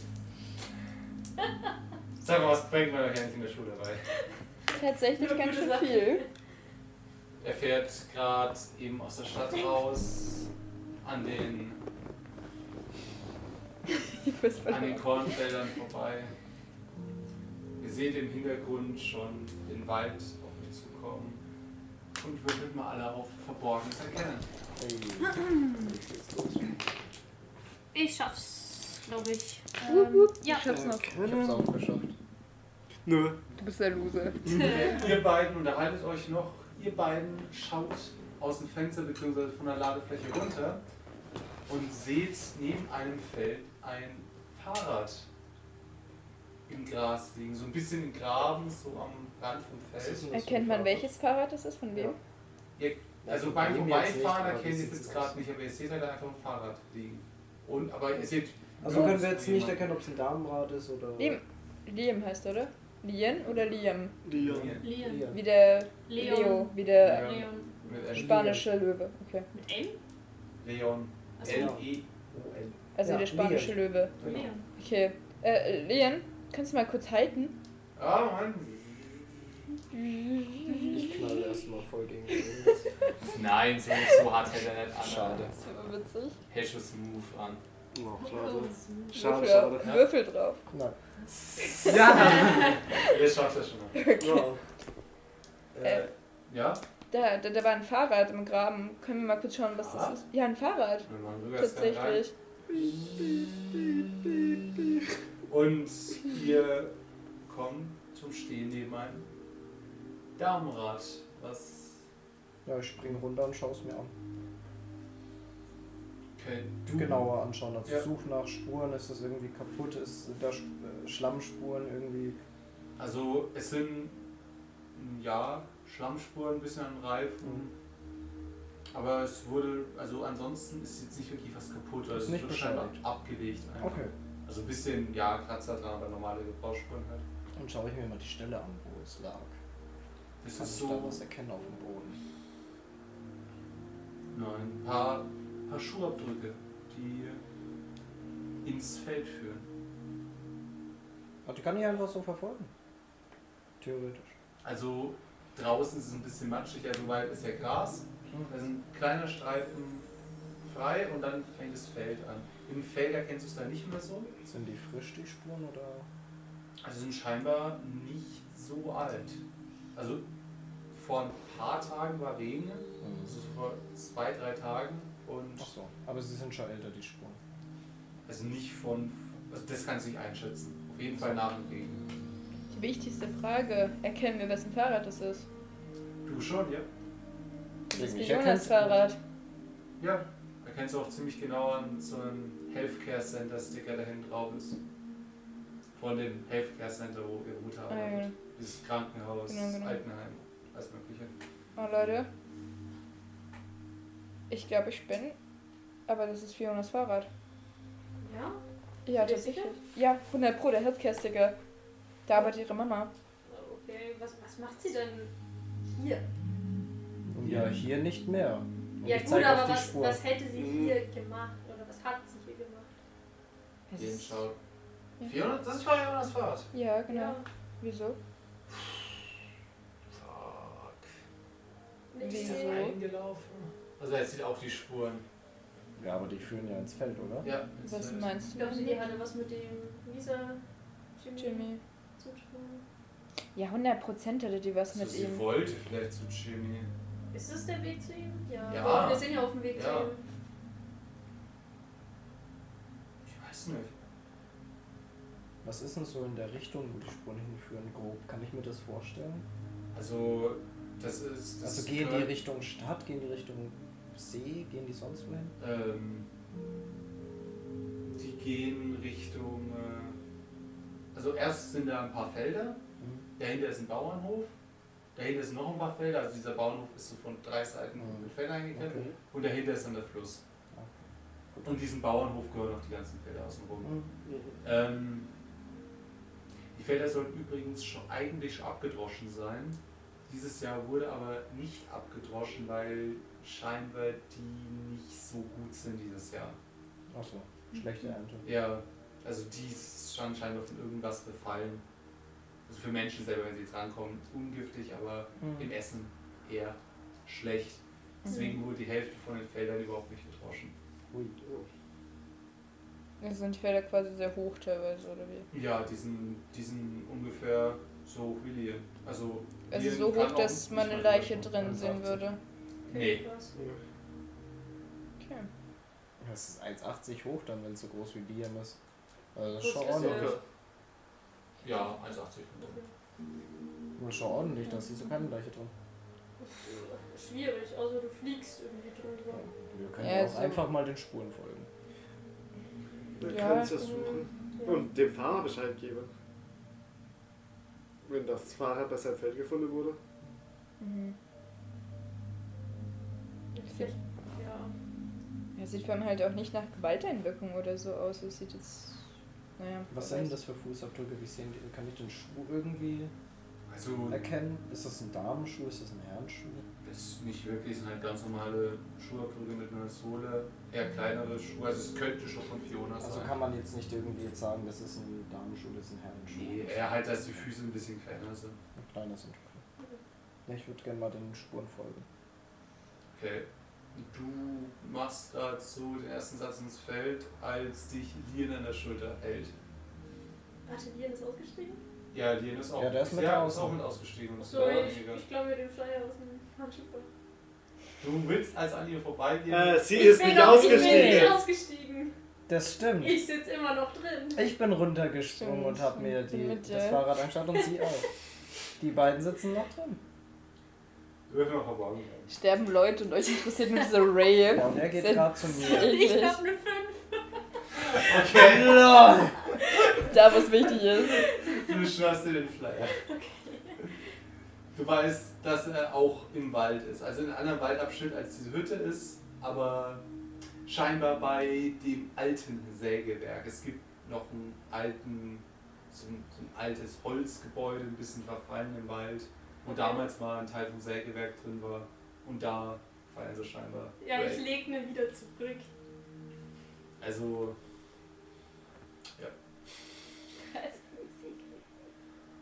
S1: Sag mal, was bringt man doch eigentlich in der Schule bei?
S3: Tatsächlich
S5: Ja,
S3: ganz
S5: gute
S3: schön
S5: Sache.
S3: viel.
S1: Er fährt gerade eben aus der Stadt raus an den,
S3: Ich weiß
S1: an den
S3: verloren.
S1: Kornfeldern vorbei. Ihr seht im Hintergrund schon den Wald auf mich zukommen und würfelt mal alle auf Verborgenes erkennen.
S5: Ich schaff's, glaube ich.
S3: Ich hab's noch.
S2: Ich hab's auch geschafft.
S4: Nö.
S3: Du bist der Loser.
S1: Ihr beiden unterhaltet euch noch. Ihr beiden schaut aus dem Fenster bzw. von der Ladefläche runter und seht neben einem Feld ein Fahrrad im Gras liegen. So ein bisschen im Graben, so am Rand vom
S2: Was ist
S1: Feld.
S2: denn das für ein ne?
S3: Erkennt man,
S2: Fahrrad?
S3: welches Fahrrad das ist, von wem?
S1: Also
S2: bei
S1: beim
S2: ihm jetzt nicht,
S1: Vorbeifahren
S2: aber wie
S1: erkennt ihr es
S2: sieht's
S1: jetzt
S2: aus?
S1: gerade nicht, aber ihr seht halt einfach ein Fahrrad liegen. Und, aber ihr seht.
S2: Also können wir jetzt nicht
S1: jemanden.
S2: erkennen, ob es ein Damenrad ist oder.
S3: Liam. Liam heißt, oder? Lian oder Liam?
S4: Leon.
S5: Leon.
S2: Ja.
S3: Wie der
S5: Leon.
S3: Leo, wie der
S5: Leon.
S1: Mit einem
S3: spanische Löwe. Okay.
S5: Mit M?
S1: Leon. E
S5: Ach so.
S1: L-E-O-N.
S3: Also
S2: Ja,
S3: der spanische Löwe.
S1: Genau.
S5: Leon.
S3: Okay. Äh, Lian, kannst du mal kurz halten?
S1: Ah, Mann.
S2: Ich knall erstmal voll gegen irgendwas.
S1: Nein, so, so hart hält er nicht an.
S2: Schade.
S3: Das wäre witzig.
S1: Hältst du Smooth an?
S4: Oh, schade.
S5: Oh.
S4: Schade,
S3: Würfel,
S4: schade.
S3: auf- Würfel drauf.
S2: Nein.
S1: Ja! Ihr schafft das schon mal.
S4: Wow.
S2: Äh,
S1: Ja?
S3: Da, da, da war ein Fahrrad im Graben. Können wir mal kurz schauen, was
S1: Ah.
S3: das ist? Ja, ein Fahrrad.
S1: Wenn man rüber ist, dann rein.
S3: Tatsächlich.
S1: Und ihr kommt zum Stehen neben einem Damenrad, was
S2: ja, ich spring runter und schau's mir an.
S1: könnt du
S2: Genauer anschauen. Also
S1: Ja.
S2: such nach Spuren, ist das irgendwie kaputt, ist da Sch- äh, Schlammspuren irgendwie.
S1: Also es sind ja Schlammspuren, ein bisschen an Reifen.
S2: Mhm.
S1: Aber es wurde, also ansonsten ist jetzt nicht wirklich was kaputt, also
S2: Ist
S1: es
S2: nicht
S1: wurde scheinbar
S2: beschädigt.
S1: abgelegt einfach.
S2: Okay.
S1: Also ein bisschen, ja, Kratzer dran, aber normale Gebrauchsspuren halt.
S2: Dann schaue ich mir mal die Stelle an, wo es lag.
S1: Das
S2: Kann
S1: ist
S2: ich da
S1: so.
S2: was erkennen auf dem Boden?
S1: Nein, ein paar, paar Schuhabdrücke, die ins Feld führen.
S2: Ah, die kann ich einfach so verfolgen. Theoretisch.
S1: Also draußen ist es ein bisschen matschig, also weil es ist ja Gras, da ist ein kleiner Streifen frei und dann fängt das Feld an. Im Feld erkennst du es dann nicht mehr so.
S2: Sind die frisch, die Spuren, oder?
S1: Also sind scheinbar nicht so alt. Also vor ein paar Tagen war Regen, also so vor zwei, drei Tagen und
S2: Ach so. Aber sie sind schon älter, die Spuren.
S1: also nicht von, also das kannst du nicht einschätzen. Auf jeden Fall nach dem Regen.
S3: Die wichtigste Frage. Erkennen wir, wessen Fahrrad das ist?
S1: Du schon, ja?
S3: Das ist
S2: Ich
S3: nicht
S2: erkenn's
S3: Jonas Fahrrad.
S1: Ja. Erkennst du auch ziemlich genau an so einem Healthcare Center Sticker, der hinten drauf ist. Von dem Healthcare Center, wo ihr Ruth
S3: Ah,
S1: arbeitet.
S3: ja.
S1: Dieses Krankenhaus,
S3: Genau, genau.
S1: Altenheim, alles mögliche.
S3: Oh Leute. Ich glaube, ich bin. Aber das ist Fionas Fahrrad.
S5: Ja?
S3: Ja,
S5: Bist du
S3: tatsächlich. Ja, 100 Pro, der Healthcare-Sticker. Da arbeitet ihre Mama.
S5: Okay, was, was macht sie denn hier?
S2: Ja, hier nicht mehr. Und
S5: ja
S2: ich
S5: gut,
S2: zeig auf
S5: aber
S2: die
S5: was,
S2: Spur. Mhm.
S5: was hätte sie hier gemacht? Oder was hat sie hier gemacht?
S3: Es
S1: Jeden
S3: ist-
S1: schaut.
S3: Ja.
S1: 400? Das war Jonas Fahrrad.
S3: Ja, genau.
S5: Ja.
S3: Wieso?
S2: Ah,
S1: Fuck. Ist
S3: Wieso?
S1: der eingelaufen? Also er sieht auch die Spuren.
S2: Ja, aber die führen ja ins Feld, oder?
S1: Ja.
S3: Was meinst
S5: Ich
S3: du?
S5: glaube, sie hatte was mit dem Visa Jimmy,
S3: Jimmy.
S5: zu tun.
S3: Ja, 100% hatte die was
S1: Also
S3: mit
S1: sie
S3: ihm.
S1: wollte vielleicht zu Jimmy.
S5: Ist das der Weg zu ihm? Ja.
S1: Ja.
S5: Aber Wir sind ja auf dem Weg
S1: Ja.
S5: zu ihm.
S1: Ich weiß nicht.
S2: Was ist denn so in der Richtung, wo die Spuren hinführen, grob? Kann ich mir das vorstellen?
S1: Also das ist. Das
S2: also gehen die
S1: gehört-
S2: Richtung Stadt, gehen die Richtung See, gehen die sonst wohin?
S1: Ähm, die gehen Richtung. Äh, also erst sind da ein paar Felder,
S2: Mhm.
S1: dahinter ist ein Bauernhof, dahinter ist noch ein paar Felder, also dieser Bauernhof ist so von drei Seiten
S2: Mhm.
S1: mit Feldern eingeklemmt
S2: Okay.
S1: und dahinter ist dann der Fluss.
S2: Gut.
S1: Und diesem Bauernhof gehören auch die ganzen Felder außenrum.
S2: Mhm.
S1: Ähm, die Felder sollten übrigens schon eigentlich schon abgedroschen sein. Dieses Jahr wurde aber nicht abgedroschen, weil scheinbar die nicht so gut sind dieses Jahr.
S2: Achso, schlechte Ernte.
S1: Ja, also die ist schon scheinbar von irgendwas befallen. Also für Menschen selber, wenn sie jetzt rankommen, ungiftig, aber
S2: Mhm.
S5: Mhm.
S1: im Essen eher schlecht. Deswegen wurde die Hälfte von den Feldern überhaupt nicht gedroschen.
S2: Ui.
S4: oh,
S3: Also sind die Felder quasi sehr hoch teilweise, oder wie?
S1: Ja, die sind, die sind ungefähr so hoch wie Lien. Also,
S3: Also
S1: Lien
S3: so
S1: kann
S3: hoch,
S1: auch
S3: dass
S1: nicht
S3: man eine
S1: mal
S3: Leiche
S1: drüber
S3: drin
S1: kommen,
S3: sehen
S1: 1,80.
S3: würde.
S1: Nee,
S5: Was?
S3: Okay.
S2: Das ist 1,80 hoch dann, wenn es so groß wie Liam ist. Also das
S5: Groß
S2: ist schon
S5: ist er.
S2: ordentlich.
S1: ja, 1,80.
S2: Das ist schon ordentlich, da siehst du keine Leiche drin.
S5: Schwierig, außer du fliegst irgendwie drüber.
S2: Wir können
S3: Ja,
S2: ja, auch
S3: so-
S2: einfach mal den Spuren folgen.
S4: Wir
S3: Ja,
S4: können es ja
S3: ähm,
S4: suchen.
S5: Ja.
S4: Und dem Fahrer Bescheid geben. Wenn das Fahrrad bei seinem Feld gefunden wurde.
S3: Mhm.
S5: Vielleicht- Ja.
S3: Ja, sieht vor allem halt auch nicht nach Gewalteinwirkung oder so aus. Es sieht jetzt. Naja.
S2: Was sind das für Fußabdrücke? Wie sehen die? Kann ich den Schuh irgendwie
S1: Also,
S2: erkennen? Ist das ein Damenschuh? Ist das ein Herrenschuh?
S1: das ist nicht wirklich, sind halt ganz normale Schuhabdrücke mit einer Sohle, eher kleinere Schuhe. Also, es könnte schon von Fiona sein.
S2: Also kann man jetzt nicht irgendwie jetzt sagen, das ist ein Damenschuh, das ist ein Herrenschuh.
S1: Nee, eher halt, dass die Füße ein bisschen kleiner also. sind.
S2: Ein kleiner sind. Ja, ich würde gerne mal den Spuren folgen.
S1: Okay. Du machst dazu den ersten Satz ins Feld, als dich Lien an der Schulter hält.
S5: Hatte Lien das ausgeschrieben?
S1: Ja, Lien ist auch,
S2: Ja, der ist mit
S1: ja,
S2: da
S1: ist auch
S2: außen.
S1: mit ausgestiegen. und ist
S5: Achso,
S1: da
S5: ich,
S1: reingegangen.
S5: ich glaube mir den Flyer aus dem Handschuh voll.
S1: Du willst als an ihr vorbeigehen.
S2: Äh,
S4: Äh, sie
S5: Ich bin doch- Ich bin nicht ausgestiegen.
S2: Das stimmt.
S5: Ich sitze immer noch drin.
S2: Ich bin runtergesprungen
S3: Stimmt,
S2: und habe mir
S3: bin
S2: die,
S3: mit dir.
S2: das Fahrrad angeschaut und sie auch. Die beiden sitzen noch drin.
S1: Würfel mal Verborgenheit.
S3: Sterben Leute und euch interessiert nur diese Rave.
S2: Ja, und er geht
S3: Sind-
S2: gerade zu mir.
S5: Ich
S3: Eklig.
S5: habe eine 5.
S1: Okay,
S2: Lol.
S3: Da, was wichtig ist.
S1: du schnappst dir den Flyer. Du weißt, dass er auch im Wald ist. Also in einem anderen Waldabschnitt als diese Hütte ist, aber scheinbar bei dem alten Sägewerk. Es gibt noch einen alten, so ein, so ein altes Holzgebäude, ein bisschen verfallen im Wald, wo
S5: Okay.
S1: damals mal ein Teil vom Sägewerk drin war. Und da fallen sie scheinbar.
S5: Ja, ich
S1: weg.
S5: lege mir wieder zurück.
S1: also
S5: Scheiß Musik.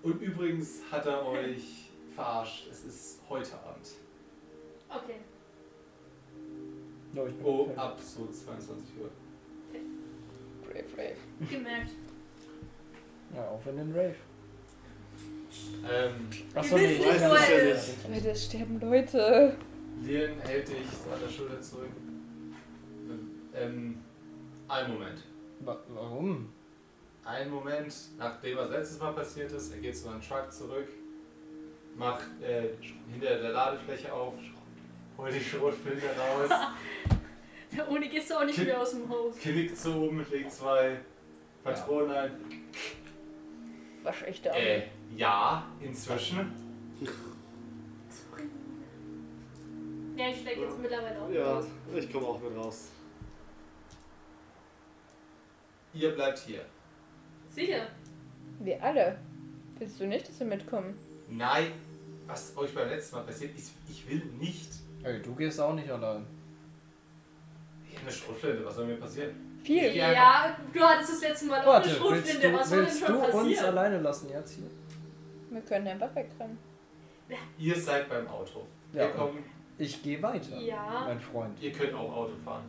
S1: Und übrigens hat er euch verarscht. Es ist heute Abend.
S5: Okay.
S2: Ja, ich bin
S1: Oh,
S2: fertig.
S1: ab so 22 Uhr.
S3: Rave, Rave.
S5: Gemerkt.
S2: Ja, auf in den Rave.
S1: Ähm,
S2: Achso,
S5: wissen
S2: nee,
S5: nicht,
S2: ja,
S5: wo
S2: das
S5: er
S2: ist ja nicht.
S3: Leute, es sterben Leute.
S1: Lien hält dich so an der Schulter zurück. Ähm, einen Moment.
S2: Wa- Warum?
S1: Einen Moment, nachdem was letztes Mal passiert ist, er geht zu seinem Truck zurück, macht äh, hinter der Ladefläche auf, holt die Schrotflinte raus,
S5: Ohne gehst du auch nicht
S1: Ki-
S5: mehr aus dem Haus.
S1: knickt so um, legt zwei Patronen ein.
S3: Wasch echt der
S1: Äh, ja, inzwischen.
S5: Sorry. Ja, ich steig jetzt mittlerweile auch
S4: Ja,
S5: raus.
S4: ich komme auch mit raus.
S1: Ihr bleibt hier.
S5: Sicher.
S3: Wir alle. Willst du nicht, dass wir mitkommen?
S1: Nein, was euch beim letzten Mal passiert ist, ich will nicht.
S2: Ey, du gehst auch nicht allein.
S1: Ich hab eine Schrotflinte, was soll mir passieren?
S3: Viel.
S5: Ja, du hattest das letzte Mal auch
S2: Warte, willst
S5: eine
S2: du,
S5: Schrotflinte. Was soll denn
S2: willst
S5: schon
S2: du uns
S5: passieren?
S2: alleine lassen jetzt hier?
S3: Wir können einfach wegrennen.
S1: Ihr seid beim Auto.
S2: Ja.
S1: Ihr, kommt,
S2: Ich gehe weiter,
S5: Ja,
S2: mein Freund.
S1: ihr könnt auch Auto fahren.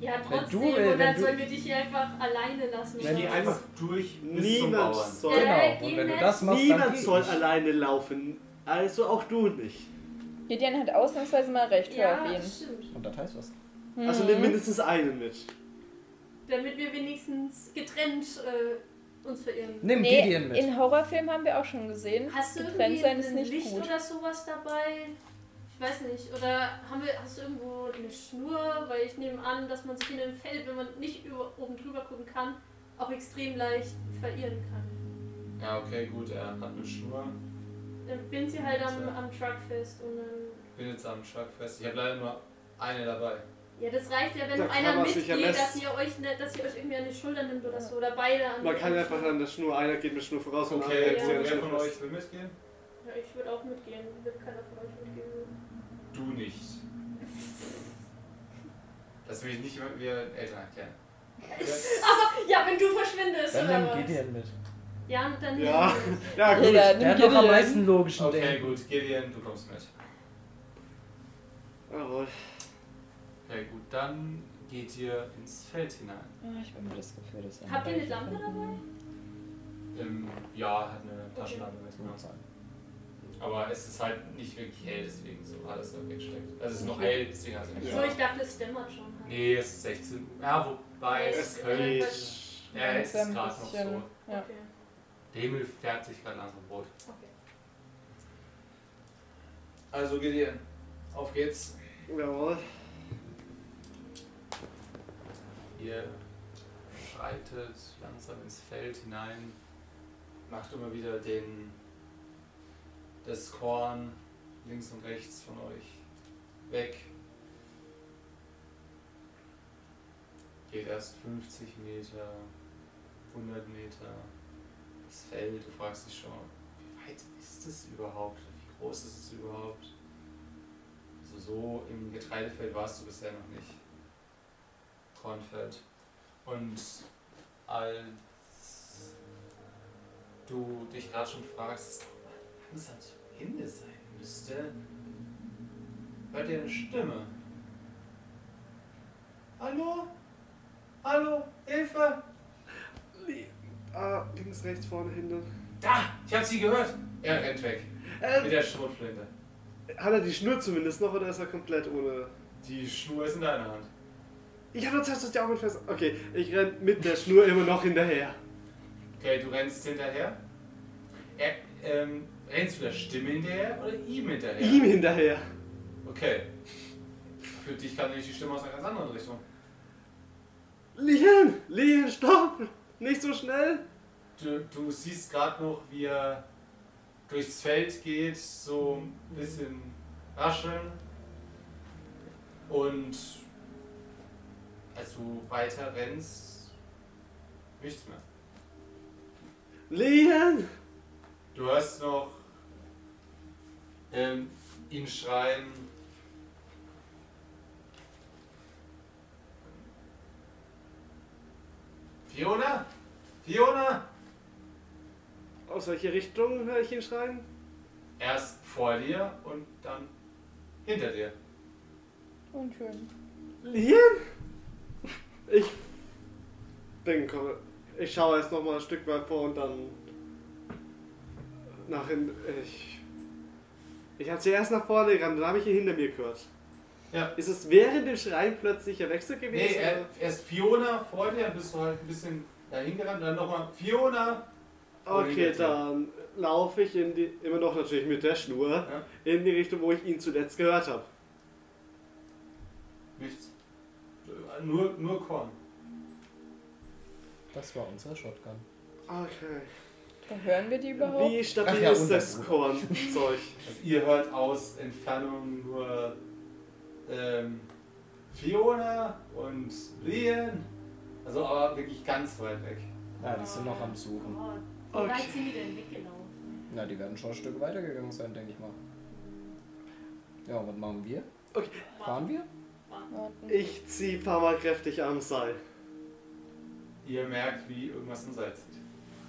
S5: ja, trotzdem.
S2: du will-
S5: und
S2: wenn
S5: dann
S2: du-
S5: sollen wir dich hier einfach alleine lassen.
S1: Ich
S5: oder
S1: gehe
S5: was?
S1: einfach durch bis zum
S4: Niemand
S1: Bauern.
S4: soll,
S5: Äh,
S2: Genau,
S5: geh
S2: und wenn du
S5: mit.
S2: das machst, dann
S4: niemand
S2: geh
S4: soll
S2: ich.
S4: alleine laufen. Also auch du nicht.
S3: Gideon hat ausnahmsweise mal recht, hör
S5: Ja,
S3: auf ihn. Hm.
S5: das stimmt.
S2: Und das heißt was?
S4: Also
S5: Mhm.
S4: nimm mindestens einen mit.
S5: Damit wir wenigstens getrennt äh, uns verirren.
S2: Nimm
S3: Nee,
S2: Gideon mit.
S3: in Horrorfilmen haben wir auch schon gesehen.
S5: Hast du
S3: Getrennt
S5: irgendwie
S3: sein ist
S5: ein
S3: nicht
S5: Licht
S3: gut.
S5: oder sowas dabei? Ich weiß nicht. Oder haben wir, hast du irgendwo eine Schnur? Weil ich nehme an, dass man sich in einem Feld, wenn man nicht über, oben drüber gucken kann, auch extrem leicht verirren kann.
S1: Ja, okay, gut, er hat eine Schnur.
S5: Dann bin sie halt am, am Truck fest und dann.
S1: Bin jetzt am Truck fest. Ich habe leider nur eine dabei.
S5: Ja, das reicht ja, wenn
S4: Da kann
S5: einer
S4: man sich ja
S5: mitgeht, dass
S4: messen.
S5: ihr euch ne, dass ihr euch irgendwie an die Schulter nimmt oder so. Oder beide an
S4: Man
S5: die
S4: kann
S5: Schulter.
S4: einfach an der Schnur, einer geht mit Schnur voraus und
S1: Okay,
S5: ja.
S4: geht mit
S1: gut,
S4: der
S1: wer
S4: Schnur
S1: von
S4: voraus.
S1: euch will mitgehen?
S5: Ja, ich würde auch mitgehen. Wird keiner von euch mitgehen.
S1: Du nicht. Das will ich nicht mit ihren Eltern erklären.
S5: Ja, wenn du verschwindest,
S2: Dann
S5: oder
S2: nimm
S5: was?
S2: Gideon mit.
S5: Ja, dann
S4: Ja.
S5: nimm-
S4: Ja, gut.
S3: Jeder
S2: Der
S3: nimmt
S2: hat doch am
S3: Gideon.
S2: meisten logischen
S1: Okay,
S2: Denken.
S1: gut, Gideon, du kommst mit.
S4: Jawohl.
S1: Okay, gut, dann geht ihr ins Feld hinein.
S3: Ah, Ich habe das Gefühl, das ist
S5: Habt ihr eine Lampe dabei?
S1: Ähm, ja, hat eine Taschenlampe mitgenommen. Aber es ist halt nicht wirklich hell, deswegen so alles da weggesteckt. Also es ist noch hell, deswegen hat es nicht
S5: So, ich dachte, es dämmert schon.
S1: Nee, es ist 16 Uhr. Ja, wobei es
S5: Es
S1: könnte.
S4: geht.
S1: Ja, es ist
S3: Langsam
S1: gerade
S3: ein
S1: noch
S3: bisschen.
S1: so.
S3: Ja.
S5: Okay.
S1: Der Himmel fährt sich gerade langsam rot.
S5: okay.
S1: Also Gideon, auf geht's.
S4: Jawohl.
S1: Ihr schreitet langsam ins Feld hinein, macht immer wieder den das Korn links und rechts von euch weg. Geht erst 50 Meter, 100 Meter ins Feld. Du fragst dich schon, wie weit ist es überhaupt? Wie groß ist es überhaupt? Also so im Getreidefeld warst du bisher noch nicht. Kornfeld. Und als du dich gerade schon fragst, dass es doch mal langsam zu Ende sein müsste, hört ihr eine Stimme. Hallo? Hallo? Hilfe!
S4: Ah, links, rechts, vorne, hinten.
S1: Da! Ich hab sie gehört! Er rennt weg. Mit
S4: Äh,
S1: der Schrotflinte.
S4: hat er die Schnur zumindest noch oder ist er komplett ohne?
S1: Die Schnur ist in deiner Hand.
S4: Ich hab nur Zeit, dass die Augen fest. Okay, ich renn mit der Schnur immer noch hinterher.
S1: Okay, du rennst hinterher. Er, ähm, rennst du der Stimme hinterher oder ihm hinterher?
S4: Ihm hinterher.
S1: Okay. Für dich kam nämlich die Stimme aus einer ganz anderen Richtung.
S4: Lien! Lien, stopp! Nicht so schnell!
S1: Du, du siehst gerade noch, wie er durchs Feld geht, so ein bisschen rascheln. Und als du weiter rennst, nichts mehr.
S4: Lien!
S1: Du hörst noch ähm, ihn schreien. Fiona? Fiona?
S4: Aus welcher Richtung höre ich ihn schreien?
S1: Erst vor dir und dann hinter dir.
S3: Unschön.
S4: Lien? Ich bin komme. Ich schaue erst noch mal ein Stück weit vor und dann nach hinten. Ich, ich habe sie erst nach vorne gerannt, dann habe ich ihn hinter mir gehört.
S1: Ja.
S4: Ist es während dem Schreien plötzlich ein Wechsel gewesen?
S1: Nee, er, erst Fiona vor dir, dann bist du halt ein bisschen dahin gerannt. Dann nochmal Fiona.
S4: okay, dann laufe ich in die, immer noch natürlich mit der Schnur
S1: Ja.
S4: in die Richtung, wo ich ihn zuletzt gehört habe.
S1: Nichts. Nur, nur Korn.
S2: Das war unsere Shotgun.
S4: Okay.
S3: Hören wir die überhaupt?
S4: Wie stabil
S2: Ach ja,
S4: ist
S2: unser
S4: das Kornzeug?
S1: Also ihr hört aus Entfernung nur ähm, Fiona und Lien. Also aber wirklich ganz weit weg.
S2: Ja, die sind noch am Suchen.
S5: Wie
S4: Okay.
S5: weit sind die denn weggelaufen?
S2: Na, die werden schon ein Stück weitergegangen sein, denke ich mal. Ja, und was machen wir?
S4: Okay.
S2: Fahren wir?
S3: Warten.
S4: Ich ziehe ein paar Mal kräftig am Seil.
S1: Ihr merkt, wie irgendwas im Salz liegt.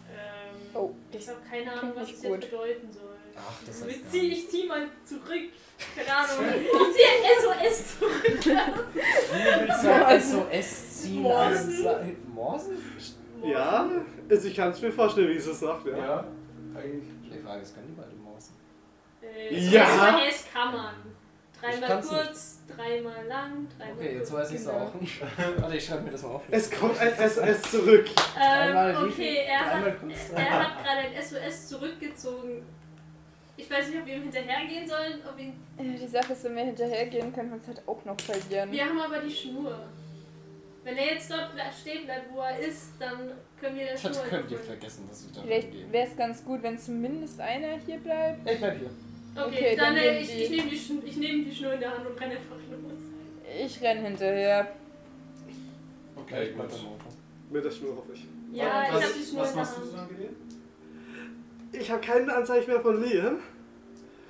S5: Ähm,
S3: Oh,
S5: ich
S3: das
S5: habe keine Ahnung,
S3: klingt
S5: was
S3: nicht
S5: das jetzt
S3: gut.
S5: bedeuten soll.
S2: Ach, das heißt
S5: Ich
S2: gar
S5: zieh,
S2: nichts.
S5: ich zieh mal zurück. Keine Ahnung. Ich ziehe SOS zurück.
S2: So SOS ziehen als
S5: Morsen?
S2: Sa- Morsen?
S4: Ja, also ich kann es mir vorstellen, wie es das sagt, ja.
S1: Ja, eigentlich.
S2: Die Frage ist, können die beide Morsen?
S5: Äh,
S4: Ja.
S5: SOS kann man.
S2: Ich
S5: Dreimal
S2: kann's
S5: kurz, dreimal lang, dreimal
S2: Okay, jetzt
S5: kurz.
S2: weiß ich es
S5: genau.
S2: auch. Warte, ich schreibe mir das mal auf.
S4: Es kommt ein SS zurück.
S5: Ähm,
S2: Dreimal wie viel?
S5: okay, er hat,
S2: Dreimal Kunst.
S5: er hat gerade ein SOS zurückgezogen. Ich weiß nicht, ob wir ihm hinterhergehen sollen. Ob ihn,
S3: Äh, Die Sache ist, wenn wir hinterhergehen, können wir uns halt auch noch verlieren.
S5: wir haben aber die Schnur. Wenn er jetzt dort ble- stehen bleibt, wo er ist, dann können wir der Schnur
S2: Das könnt ihr
S5: entkommen.
S2: vergessen, dass ich da
S3: Vielleicht
S2: rumgehe.
S3: wäre es ganz gut, wenn zumindest einer hier bleibt.
S2: Ich bleib hier.
S5: Okay,
S3: Okay,
S5: dann,
S3: dann
S5: äh,
S3: nehmen
S5: ich,
S3: die-
S5: ich nehme die, Schn- ich nehm die Schnur in der Hand und renne einfach los.
S3: Ich renn hinterher.
S2: Ja,
S1: Okay,
S2: ich bleib
S1: gut.
S2: am Auto.
S4: Mit der Schnur, hoffe ich.
S5: Ja, ich habe die
S1: was,
S5: Schnur
S1: was
S5: in der
S1: machst du so
S5: Hand.
S1: angegeben?
S4: Ich habe keinen Anzeichen mehr von Liam.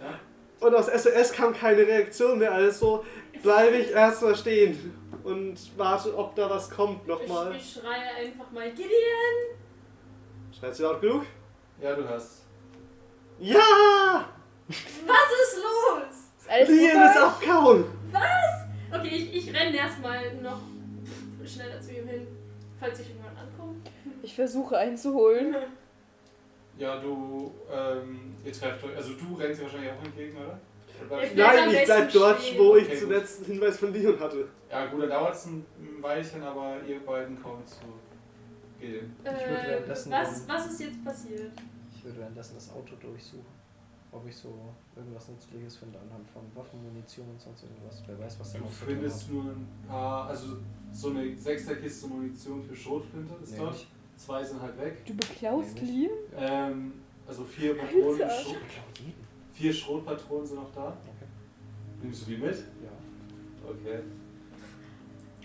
S1: Ja.
S4: Und aus SOS kam keine Reaktion mehr, also bleibe ich erstmal stehen und warte, ob da was kommt nochmal.
S5: Ich, ich schreie einfach mal Gideon!
S4: Schreit sie laut genug?
S1: Ja, du hörst.
S4: Ja!
S5: Was ist los?
S3: Ist alles
S4: Liam
S3: super?
S4: ist abgehauen!
S5: Okay, ich, ich renne erstmal noch schneller zu ihm hin, falls ich irgendwann ankomme.
S3: Ich versuche einzuholen.
S1: Ja, du, ähm, ihr trefft euch. Also du rennst ihr wahrscheinlich auch entgegen, oder? Oder bleibst du-
S5: Ja.
S4: Nein,
S5: am
S4: ich bleib
S5: besten
S4: dort,
S5: stehen.
S4: wo
S1: Okay,
S4: ich
S1: gut.
S4: zuletzt einen Hinweis von Leon hatte.
S1: Ja, gut, dann dauert es ein ein Weilchen, aber ihr beiden kommt zu Gideon.
S2: würde
S5: Äh,
S2: währenddessen
S5: was,
S2: dann-
S5: was ist jetzt passiert?
S2: Ich würde währenddessen das Auto durchsuchen. Ob ich so irgendwas Nützliches finde anhand von Waffen, Munition und sonst irgendwas. Wer weiß, was da
S1: Du
S2: noch so drin
S1: findest halt nur ein paar, also so eine Sechserkiste Munition für Schrotflinte ist
S2: Nehm
S1: dort.
S2: ich.
S1: Zwei sind halt weg.
S3: Du beklaust
S2: Nee,
S3: Liam?
S1: Ähm, also vier Patronen,
S3: Alter.
S1: Schro-
S2: Ich glaube jeden.
S1: vier Schrotpatronen sind noch da.
S2: Okay.
S1: Nimmst du die mit?
S2: Ja.
S1: Okay.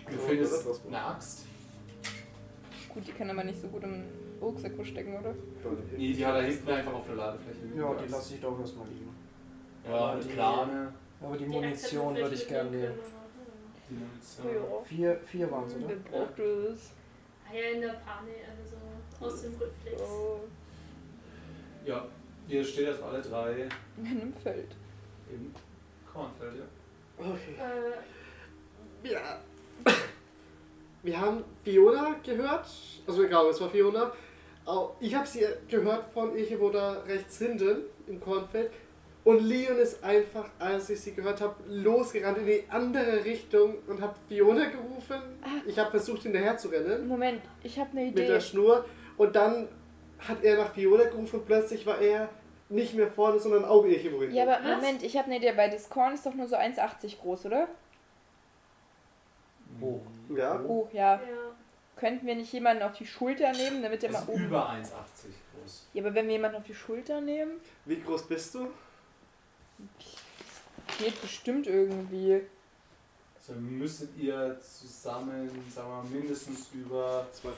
S1: Du
S4: Ja,
S1: findest
S4: das war's wohl.
S1: eine Axt.
S3: Gut, die kann aber nicht so gut im Rucksack verstecken, oder?
S1: Nee, die hat er hinten einfach auf der Ladefläche. liegen,
S2: Ja, die
S1: Axt.
S2: lasse ich doch erstmal liegen.
S1: Ja, eine
S2: Die-
S1: Plane.
S2: Aber die
S5: Die
S2: Munition
S5: Akzeptanz
S2: würde ich
S5: vielleicht
S2: gerne
S5: mitnehmen
S2: nehmen.
S5: können,
S1: Die Munition.
S3: Ja.
S2: Vier, vier waren es,
S5: Mhm.
S2: oder?
S3: Wer braucht es?
S5: aber- Ah ja, in der Panik, also so aus dem Reflex.
S3: Oh.
S1: Ja, ihr steht jetzt alle drei
S3: In einem Feld.
S1: im Kornfeld, ja.
S4: Okay.
S5: Äh,
S4: Ja. Wir haben Fiona gehört. Also ich glaube, es war Fiona. Au- Ich habe sie gehört von irgendwo da rechts hinten im Kornfeld. Und Leon ist einfach, als ich sie gehört habe, losgerannt in die andere Richtung und hat Fiona gerufen. Ich habe versucht, hinterher zu rennen
S3: Moment, ich habe eine
S4: mit der
S3: Idee.
S4: Schnur. Und dann hat er nach Fiona gerufen und plötzlich war er nicht mehr vorne, sondern auch irgendwo hinten.
S3: Ja, aber
S5: Was?
S3: Moment, ich habe eine Idee. Bei Discord ist doch nur so 1,80 groß, oder?
S2: Hoch.
S4: ja.
S3: Oh, ja.
S5: ja.
S3: Könnten wir nicht jemanden auf die Schulter nehmen, damit der
S1: Das
S3: mal
S1: ist
S3: oben...
S1: über 1,80 groß.
S3: Ja, aber wenn wir jemanden auf die Schulter nehmen,
S4: Wie groß bist du?
S3: geht bestimmt irgendwie.
S1: Also müsstet ihr zusammen, sagen wir mal, mindestens über,
S4: 2,50.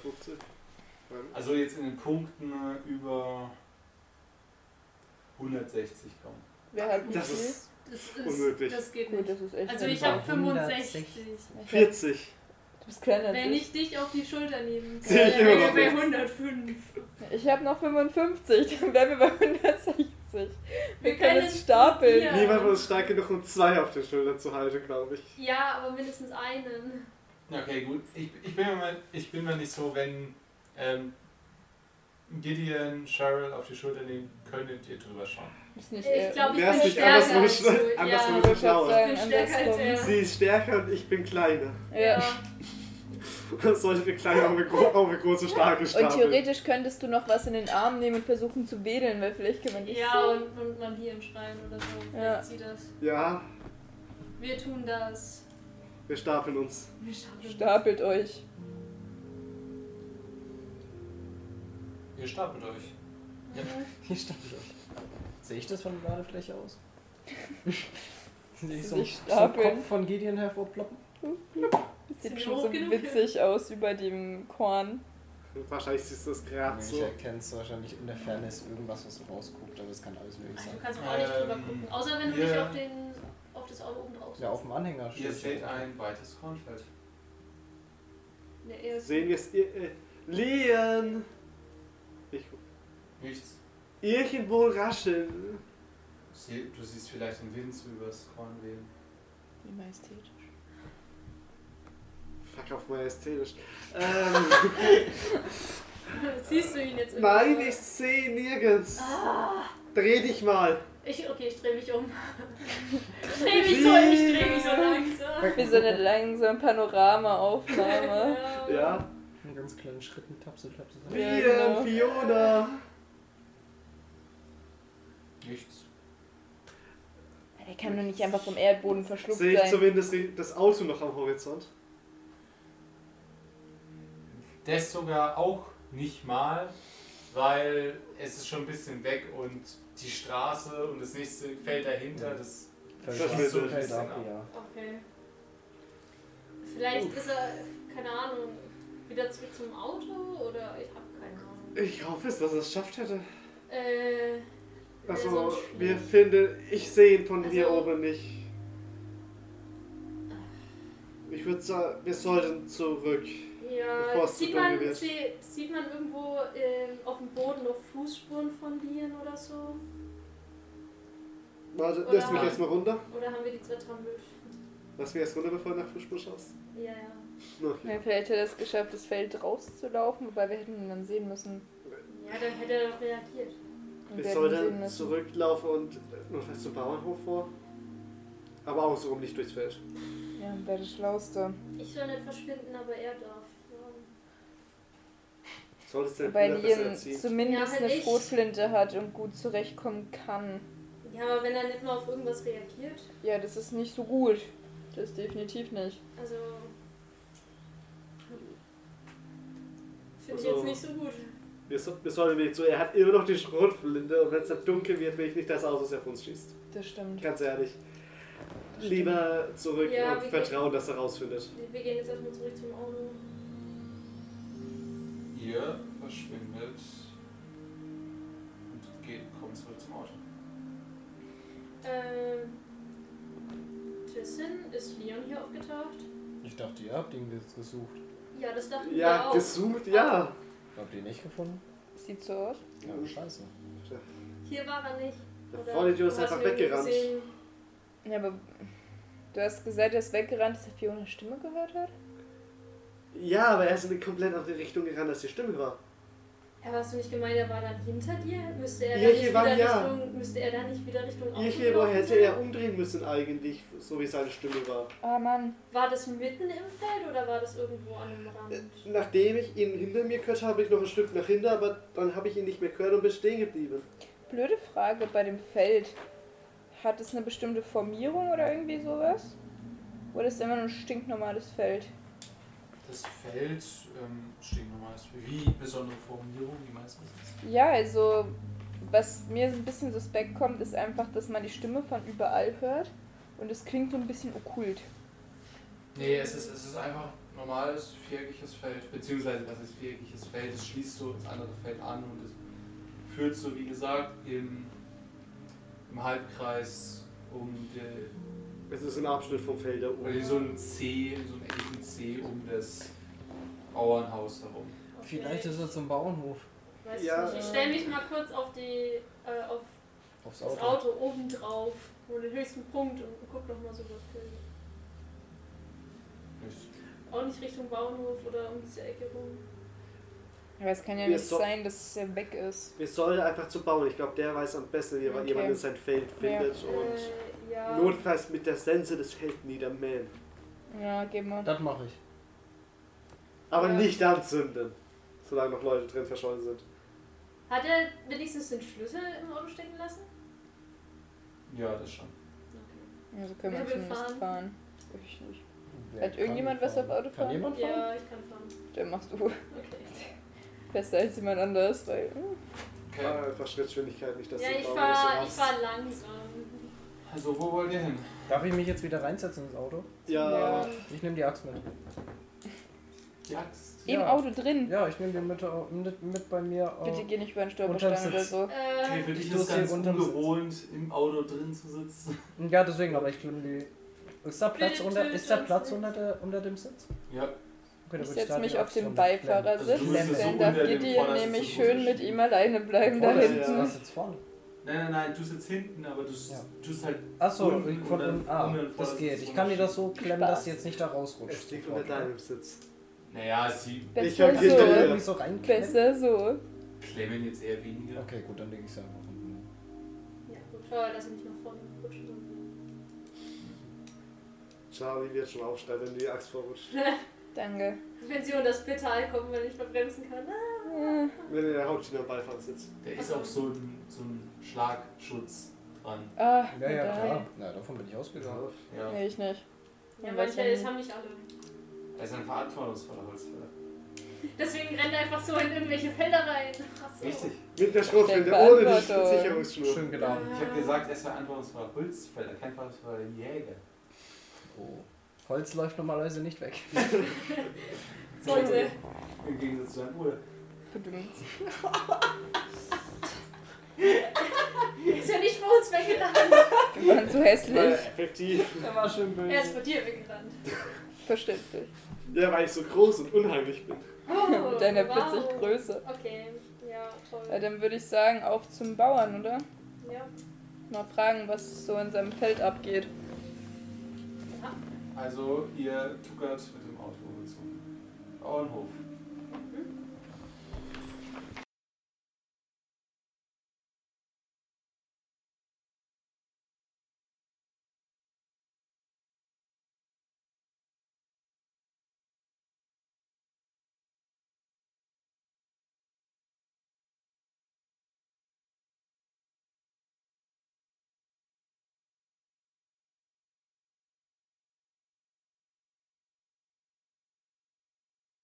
S1: also jetzt in den Punkten äh, über 160 kommen.
S3: Wer hat wie
S4: Das
S3: viel?
S4: ist
S5: Das ist,
S4: Unmöglich.
S5: Das geht
S3: Gut,
S5: nicht.
S3: das ist echt...
S5: Also
S3: ein
S5: ich habe
S3: Bauch.
S5: 65.
S4: 40.
S3: Du bist kleiner als
S5: Wenn
S3: ich.
S5: ich dich auf die Schulter nehme,
S4: Sehe ich immer noch
S5: bei
S4: nicht.
S5: 105.
S3: Ich habe noch 55, dann wären wir bei 160. Wir,
S5: Wir
S3: können
S5: können
S3: es stapeln.
S5: Ja.
S4: Niemand war stark genug, um zwei auf den Schultern zu halten, glaube ich.
S5: Ja, aber mindestens einen.
S1: Ja, Okay, gut. Ich, ich, bin, mir mal, ich bin mir nicht so, wenn ähm, Gideon, Cheryl auf die Schulter nehmen, könntet ihr drüber schauen.
S3: Ist nicht
S5: Ich
S3: er.
S5: glaube, ich
S4: Wär's
S5: bin
S4: nicht
S5: stärker
S4: andersrum,
S5: als du.
S4: schnell- andersrum
S5: Ja.
S4: ist schlauer.
S3: Ich
S5: bin stärker als er.
S4: Sie ist stärker und ich bin kleiner.
S3: Ja.
S5: Ja.
S4: Was soll ich mir kleiner auf eine, gro auf eine große, starke
S3: Und
S4: stapeln?
S3: theoretisch könntest du noch was in den Arm nehmen und versuchen zu wedeln, weil vielleicht kann man dich
S5: Ja,
S3: sehen.
S5: und, und man hier im Schrein oder so. Vielleicht
S3: Ja.
S5: sieht das.
S4: Ja,
S5: Wir tun das.
S4: wir stapeln uns.
S5: Wir schaffen
S3: Stapelt euch.
S1: Ihr stapelt euch.
S2: Hier stand ich euch. Sehe ich das von der Ladefläche aus? Sehe ich so, so
S3: Sich
S2: einen
S3: stapeln.
S2: Kopf von Gideon hervorploppen?
S3: Das
S5: Sind
S3: sieht
S5: wir
S3: schon
S5: hoch
S3: so
S5: genug?
S3: witzig aus über dem Korn.
S4: Wahrscheinlich siehst du es gerade
S2: Ich
S4: so.
S2: erkenne es wahrscheinlich in der Ferne ist irgendwas, was rausguckt, aber es kann alles möglich
S5: Also, du
S2: sein.
S5: kannst auch nicht drüber
S1: Ähm,
S5: gucken. Außer wenn du
S1: wir-
S5: dich auf, den, auf das Auto oben drauf
S2: Ja, auf dem Anhänger
S1: Ihr
S2: steht.
S1: seht ein weites Kornfeld.
S5: Nee, er ist-
S4: Sehen wir es. ir- äh, Leon! Ich guck.
S1: Nichts.
S4: Irgendwo rascheln.
S1: Sie- Du siehst vielleicht den Wind so übers Korn wehen.
S3: Wie majestätisch.
S4: Fuck auf majestätisch. Ähm,
S5: Siehst du ihn jetzt
S4: nein,
S5: irgendwo?
S4: ich sehe nirgends. Dreh dich mal.
S5: Ich, okay, ich dreh mich um. ich dreh mich so, ich dreh mich so langsam.
S3: Wie so eine langsam Panoramaaufnahme.
S4: Ja.
S2: In ganz kleinen Schritten tapse, tapse. tapse.
S3: Ja, genau.
S4: Leon, Fiona.
S1: Nichts.
S3: Der kann doch nicht einfach vom Erdboden verschluckt
S4: Sehe ich
S3: sein.
S4: zumindest das Auto noch am Horizont?
S1: Das sogar auch nicht mal, weil es ist schon ein bisschen weg und die Straße und das nächste Feld dahinter, das
S4: wird
S2: Verschließt so
S4: ein
S2: fällt
S1: bisschen
S2: ab,
S1: ab.
S2: ja.
S5: Okay. Vielleicht ist er, keine Ahnung, wieder zurück zum Auto oder ich habe keine Ahnung.
S4: Ich hoffe es, dass er es schafft hätte.
S5: Äh,
S4: Also,
S5: sonst schwierig.
S4: wir finden, ich sehe ihn von hier
S5: Also-
S4: oben nicht. Ich würde sagen, wir sollten zurück. Bevor
S5: ja,
S4: es zu
S5: sieht
S4: dunkel
S5: man,
S4: wird.
S5: sie, sieht man irgendwo ähm, auf dem Boden noch Fußspuren von Lien oder so?
S4: Warte,
S5: Oder
S4: lass mich
S1: nein.
S4: erstmal runter.
S5: Oder haben wir die zwei trampelt?
S4: Lass mich erst runter, bevor du nach Fußspur schaust.
S5: Ja, ja.
S4: Okay.
S3: Ja, vielleicht hätte er es geschafft, das Feld rauszulaufen, wobei wir hätten ihn dann sehen müssen.
S5: Ja, dann hätte er doch reagiert.
S3: Und
S4: Wir
S3: hätten sehen
S4: sollten
S3: müssen.
S4: zurücklaufen und notfalls zum Bauernhof vor. Aber außenrum nicht durchs Feld.
S3: Ja, wäre das Schlauste.
S5: Ich soll nicht verschwinden, aber er darf. Ja.
S4: Solltest du den
S3: Weil
S4: Bruder besser
S3: Liam
S4: erziehen.
S3: zumindest
S5: Ja, halt
S3: eine
S5: ich.
S3: Schrotflinte hat und gut zurechtkommen kann.
S5: Ja, aber wenn er nicht mal auf irgendwas reagiert,
S3: Ja, das ist nicht so gut. Das definitiv nicht.
S5: also. Finde ich
S4: Also-
S5: jetzt nicht so gut.
S4: Wir, so, wir sollten nicht so. Er hat immer noch die Schrotflinte und wenn es dann dunkel wird, will ich nicht, dass Autos auf uns schießt.
S3: Das stimmt.
S4: Ganz ehrlich. Lieber zurück
S5: Ja,
S4: und
S5: wir-
S4: vertrauen, dass er rausfindet.
S5: Wir gehen jetzt erstmal zurück zum Auto.
S1: Ihr verschwindet und geht, kommt zurück zum Auto.
S5: Ähm. Tristan, ist Leon hier aufgetaucht?
S2: Ich dachte, ihr habt ihn jetzt gesucht.
S5: Ja, das dachten wir
S4: Ja,
S5: auch.
S4: gesucht, ja.
S2: Habt ihr ihn nicht gefunden?
S3: Sieht so aus.
S2: Ja, scheiße.
S5: Hier war er nicht.
S4: Der
S5: Oder
S4: Vollidiot ist
S5: du hast
S4: einfach
S5: ihn irgendwie
S4: weggerannt.
S5: gesehen.
S3: Ja, aber du hast gesagt, er ist weggerannt, dass er Fionas Stimme gehört hat?
S4: Ja, aber er ist in eine komplett andere Richtung gerannt, als die Stimme war.
S5: Ja, aber hast du nicht gemeint, er war dann hinter dir? Müsste er,
S4: Hier,
S5: dann
S4: hier
S5: nicht
S4: war
S5: wieder
S4: ja.
S5: Richtung, müsste er dann nicht wieder Richtung Auto
S4: Irgendwo
S5: gelaufen
S4: hätte
S5: sein?
S4: er umdrehen müssen eigentlich, so wie seine Stimme war.
S3: Ah, Mann.
S5: War das mitten im Feld oder war das irgendwo an einem Rand?
S2: Äh,
S4: Nachdem ich ihn hinter mir gehört habe, ich noch ein Stück nach hinten, aber dann habe ich ihn nicht mehr gehört und bin stehen geblieben.
S3: Blöde Frage bei dem Feld. Hat es eine bestimmte Formierung oder irgendwie sowas? Oder ist es immer nur ein stinknormales Feld?
S1: Das Feld ähm, steht normales wie besondere Formulierung, die meistens ist.
S3: Ja, also was mir so ein bisschen suspekt kommt, ist einfach, dass man die Stimme von überall hört und es klingt so ein bisschen okkult.
S1: Nee, es ist, es ist einfach normales viereckiges Feld, beziehungsweise was ist viereckiges Feld? Es schließt so das andere Feld an und es führt so, wie gesagt, im, im Halbkreis um die,
S4: Es ist ein Abschnitt vom Feld da
S1: oder
S4: oben.
S1: in so einem C, in so einem eckigen C um das Bauernhaus herum.
S5: Okay.
S2: Vielleicht ist er zum Bauernhof.
S5: Weiß
S4: Ja.
S5: ich nicht. Ich stelle mich mal kurz auf, die, äh, auf
S2: Aufs
S5: das
S2: Auto.
S5: Auto oben drauf, wo den höchsten Punkt und guck nochmal so was für.
S1: Nicht.
S5: Auch nicht Richtung Bauernhof oder um diese Ecke rum.
S3: Aber es kann ja
S4: Wir
S3: nicht
S4: so-
S3: sein, dass er weg ist.
S4: Wir sollen einfach zu bauen. Ich glaube, der weiß am besten, wie
S3: Okay.
S4: jemand in sein Feld findet und
S5: Äh, ja.
S4: notfalls mit der Sense das Feld niedermähen.
S3: Ja, geben wir.
S2: Das mache ich.
S4: Aber
S5: Ja.
S4: nicht anzünden, solange noch Leute drin verschollen sind.
S5: Hat er wenigstens den Schlüssel im Auto stecken lassen?
S1: Ja, das schon.
S3: Also können wir
S5: Wer will
S3: zumindest fahren.
S5: fahren?
S3: Ich nicht.
S2: Wer
S3: Hat irgendjemand
S2: kann
S3: was auf Auto
S2: Kann
S3: fahren?
S2: jemand fahren?
S5: Ja, ich kann fahren.
S3: Dann machst du
S5: Okay.
S3: besser als jemand anders, weil.
S1: Okay,
S4: Fahr Einfach Schrittgeschwindigkeit, nicht dass
S5: Ja,
S4: du
S5: ich
S4: bauen
S5: fahr, ich
S4: musst.
S5: fahr langsam.
S1: also wo wollt ihr hin?
S2: Darf ich mich jetzt wieder reinsetzen ins Auto?
S4: Ja,
S3: Ja.
S2: Ich nehme die Axt mit.
S1: Die Axt.
S3: Im
S2: Ja.
S3: Auto drin.
S2: Ja, ich nehme die mit, au- mit, mit bei mir. Auf.
S3: Bitte geh nicht über den
S2: Unterm
S3: Stolperstein
S2: Sitz.
S3: oder so.
S1: Okay,
S5: Äh,
S1: für dich
S2: Ich
S1: ist es
S2: muss hier
S1: ganz
S2: unterm Sitz.
S1: ungewohnt, im Auto drin zu sitzen.
S2: Ja, deswegen, aber ich nehme die. Ist da Platz,
S5: Bitte,
S2: unter, ist da
S5: Johnson.
S2: Platz unter, der, unter dem Sitz?
S1: Ja,
S3: Ich setze mich auf den Beifahrersitz,
S1: Also du bist so
S3: dann
S1: unter
S3: darf
S1: dem
S3: Gideon
S1: Vordersitz
S3: nämlich
S1: so
S3: schön mit ihm alleine bleiben da
S4: Vorder-
S3: hinten.
S4: ja.
S2: Was jetzt vorne?
S1: Nein, nein, nein, du sitzt hinten, aber du s-
S2: Ja.
S1: du tust halt.
S2: Achso,
S1: Unten
S2: ich konnte.
S1: und dann-
S2: Ah,
S1: und dann
S2: das geht.
S1: vorne
S2: Ich kann dir das so klemmen, dass
S3: Spaß.
S2: sie jetzt nicht da rausrutscht.
S4: Es liegt unter deinem Sitz.
S1: Naja, sie
S4: Ich
S3: Besser
S4: hab
S2: Kannst du da
S3: so.
S4: Gideon.
S2: irgendwie so reinklemmen?
S3: Besser so.
S1: klemmen jetzt eher weniger.
S2: Okay, gut, dann lege ich sie einfach unten.
S5: Ja, gut. Oh, Aber lass mich nach vorne rutschen.
S4: Charlie wird schon aufsteigen, wenn die Axt vorrutscht.
S3: Danke.
S5: Wenn sie unter das Bitter ankommen, wenn ich mal bremsen kann. Ah,
S3: Ah,
S4: Wenn er der Hauptschiene am Beifahrer sitzt.
S1: Da ist auch so ein, so ein Schlagschutz dran.
S3: Ah,
S2: Ja, ja,
S3: da.
S2: klar. Na, davon bin ich ausgegangen.
S4: Genau.
S1: Ja.
S3: Nee, ich nicht.
S5: ja,
S3: Und
S5: manche,
S3: was
S5: das haben nicht alle.
S1: Er ist ein verantwortungsvoller Holzfäller.
S5: Deswegen rennt er einfach so in irgendwelche Felder rein. Ach so.
S1: Richtig. Genau.
S4: Mit der Schrotflinte,
S3: Der
S4: ohne die
S3: Verantwortung.
S4: Sicherungsschnur.
S2: Schön geladen.
S1: Ich habe gesagt, er ist verantwortungsvoller Holzfäller, kein verantwortungsvoller Jäger.
S2: Oh. Holz läuft normalerweise nicht weg.
S5: Sollte.
S1: Im Gegensatz zu deinem Bruder.
S3: Bedingt.
S5: Ist ja nicht vor uns weggerannt.
S3: Wir waren zu hässlich.
S4: effektiv.
S2: Der war schön
S5: Er ist vor dir weggerannt.
S3: Verständlich.
S4: Ja, weil ich so groß und unheimlich bin.
S5: Oh,
S3: Mit deiner
S5: wow.
S3: plötzlich Größe.
S5: Okay, ja, toll.
S3: Ja, dann würde ich sagen, auf zum Bauern, oder?
S5: Ja.
S3: Mal fragen, was so in seinem Feld abgeht.
S1: Also, ihr tuckert mit dem Auto zum Bauernhof.
S5: Mhm.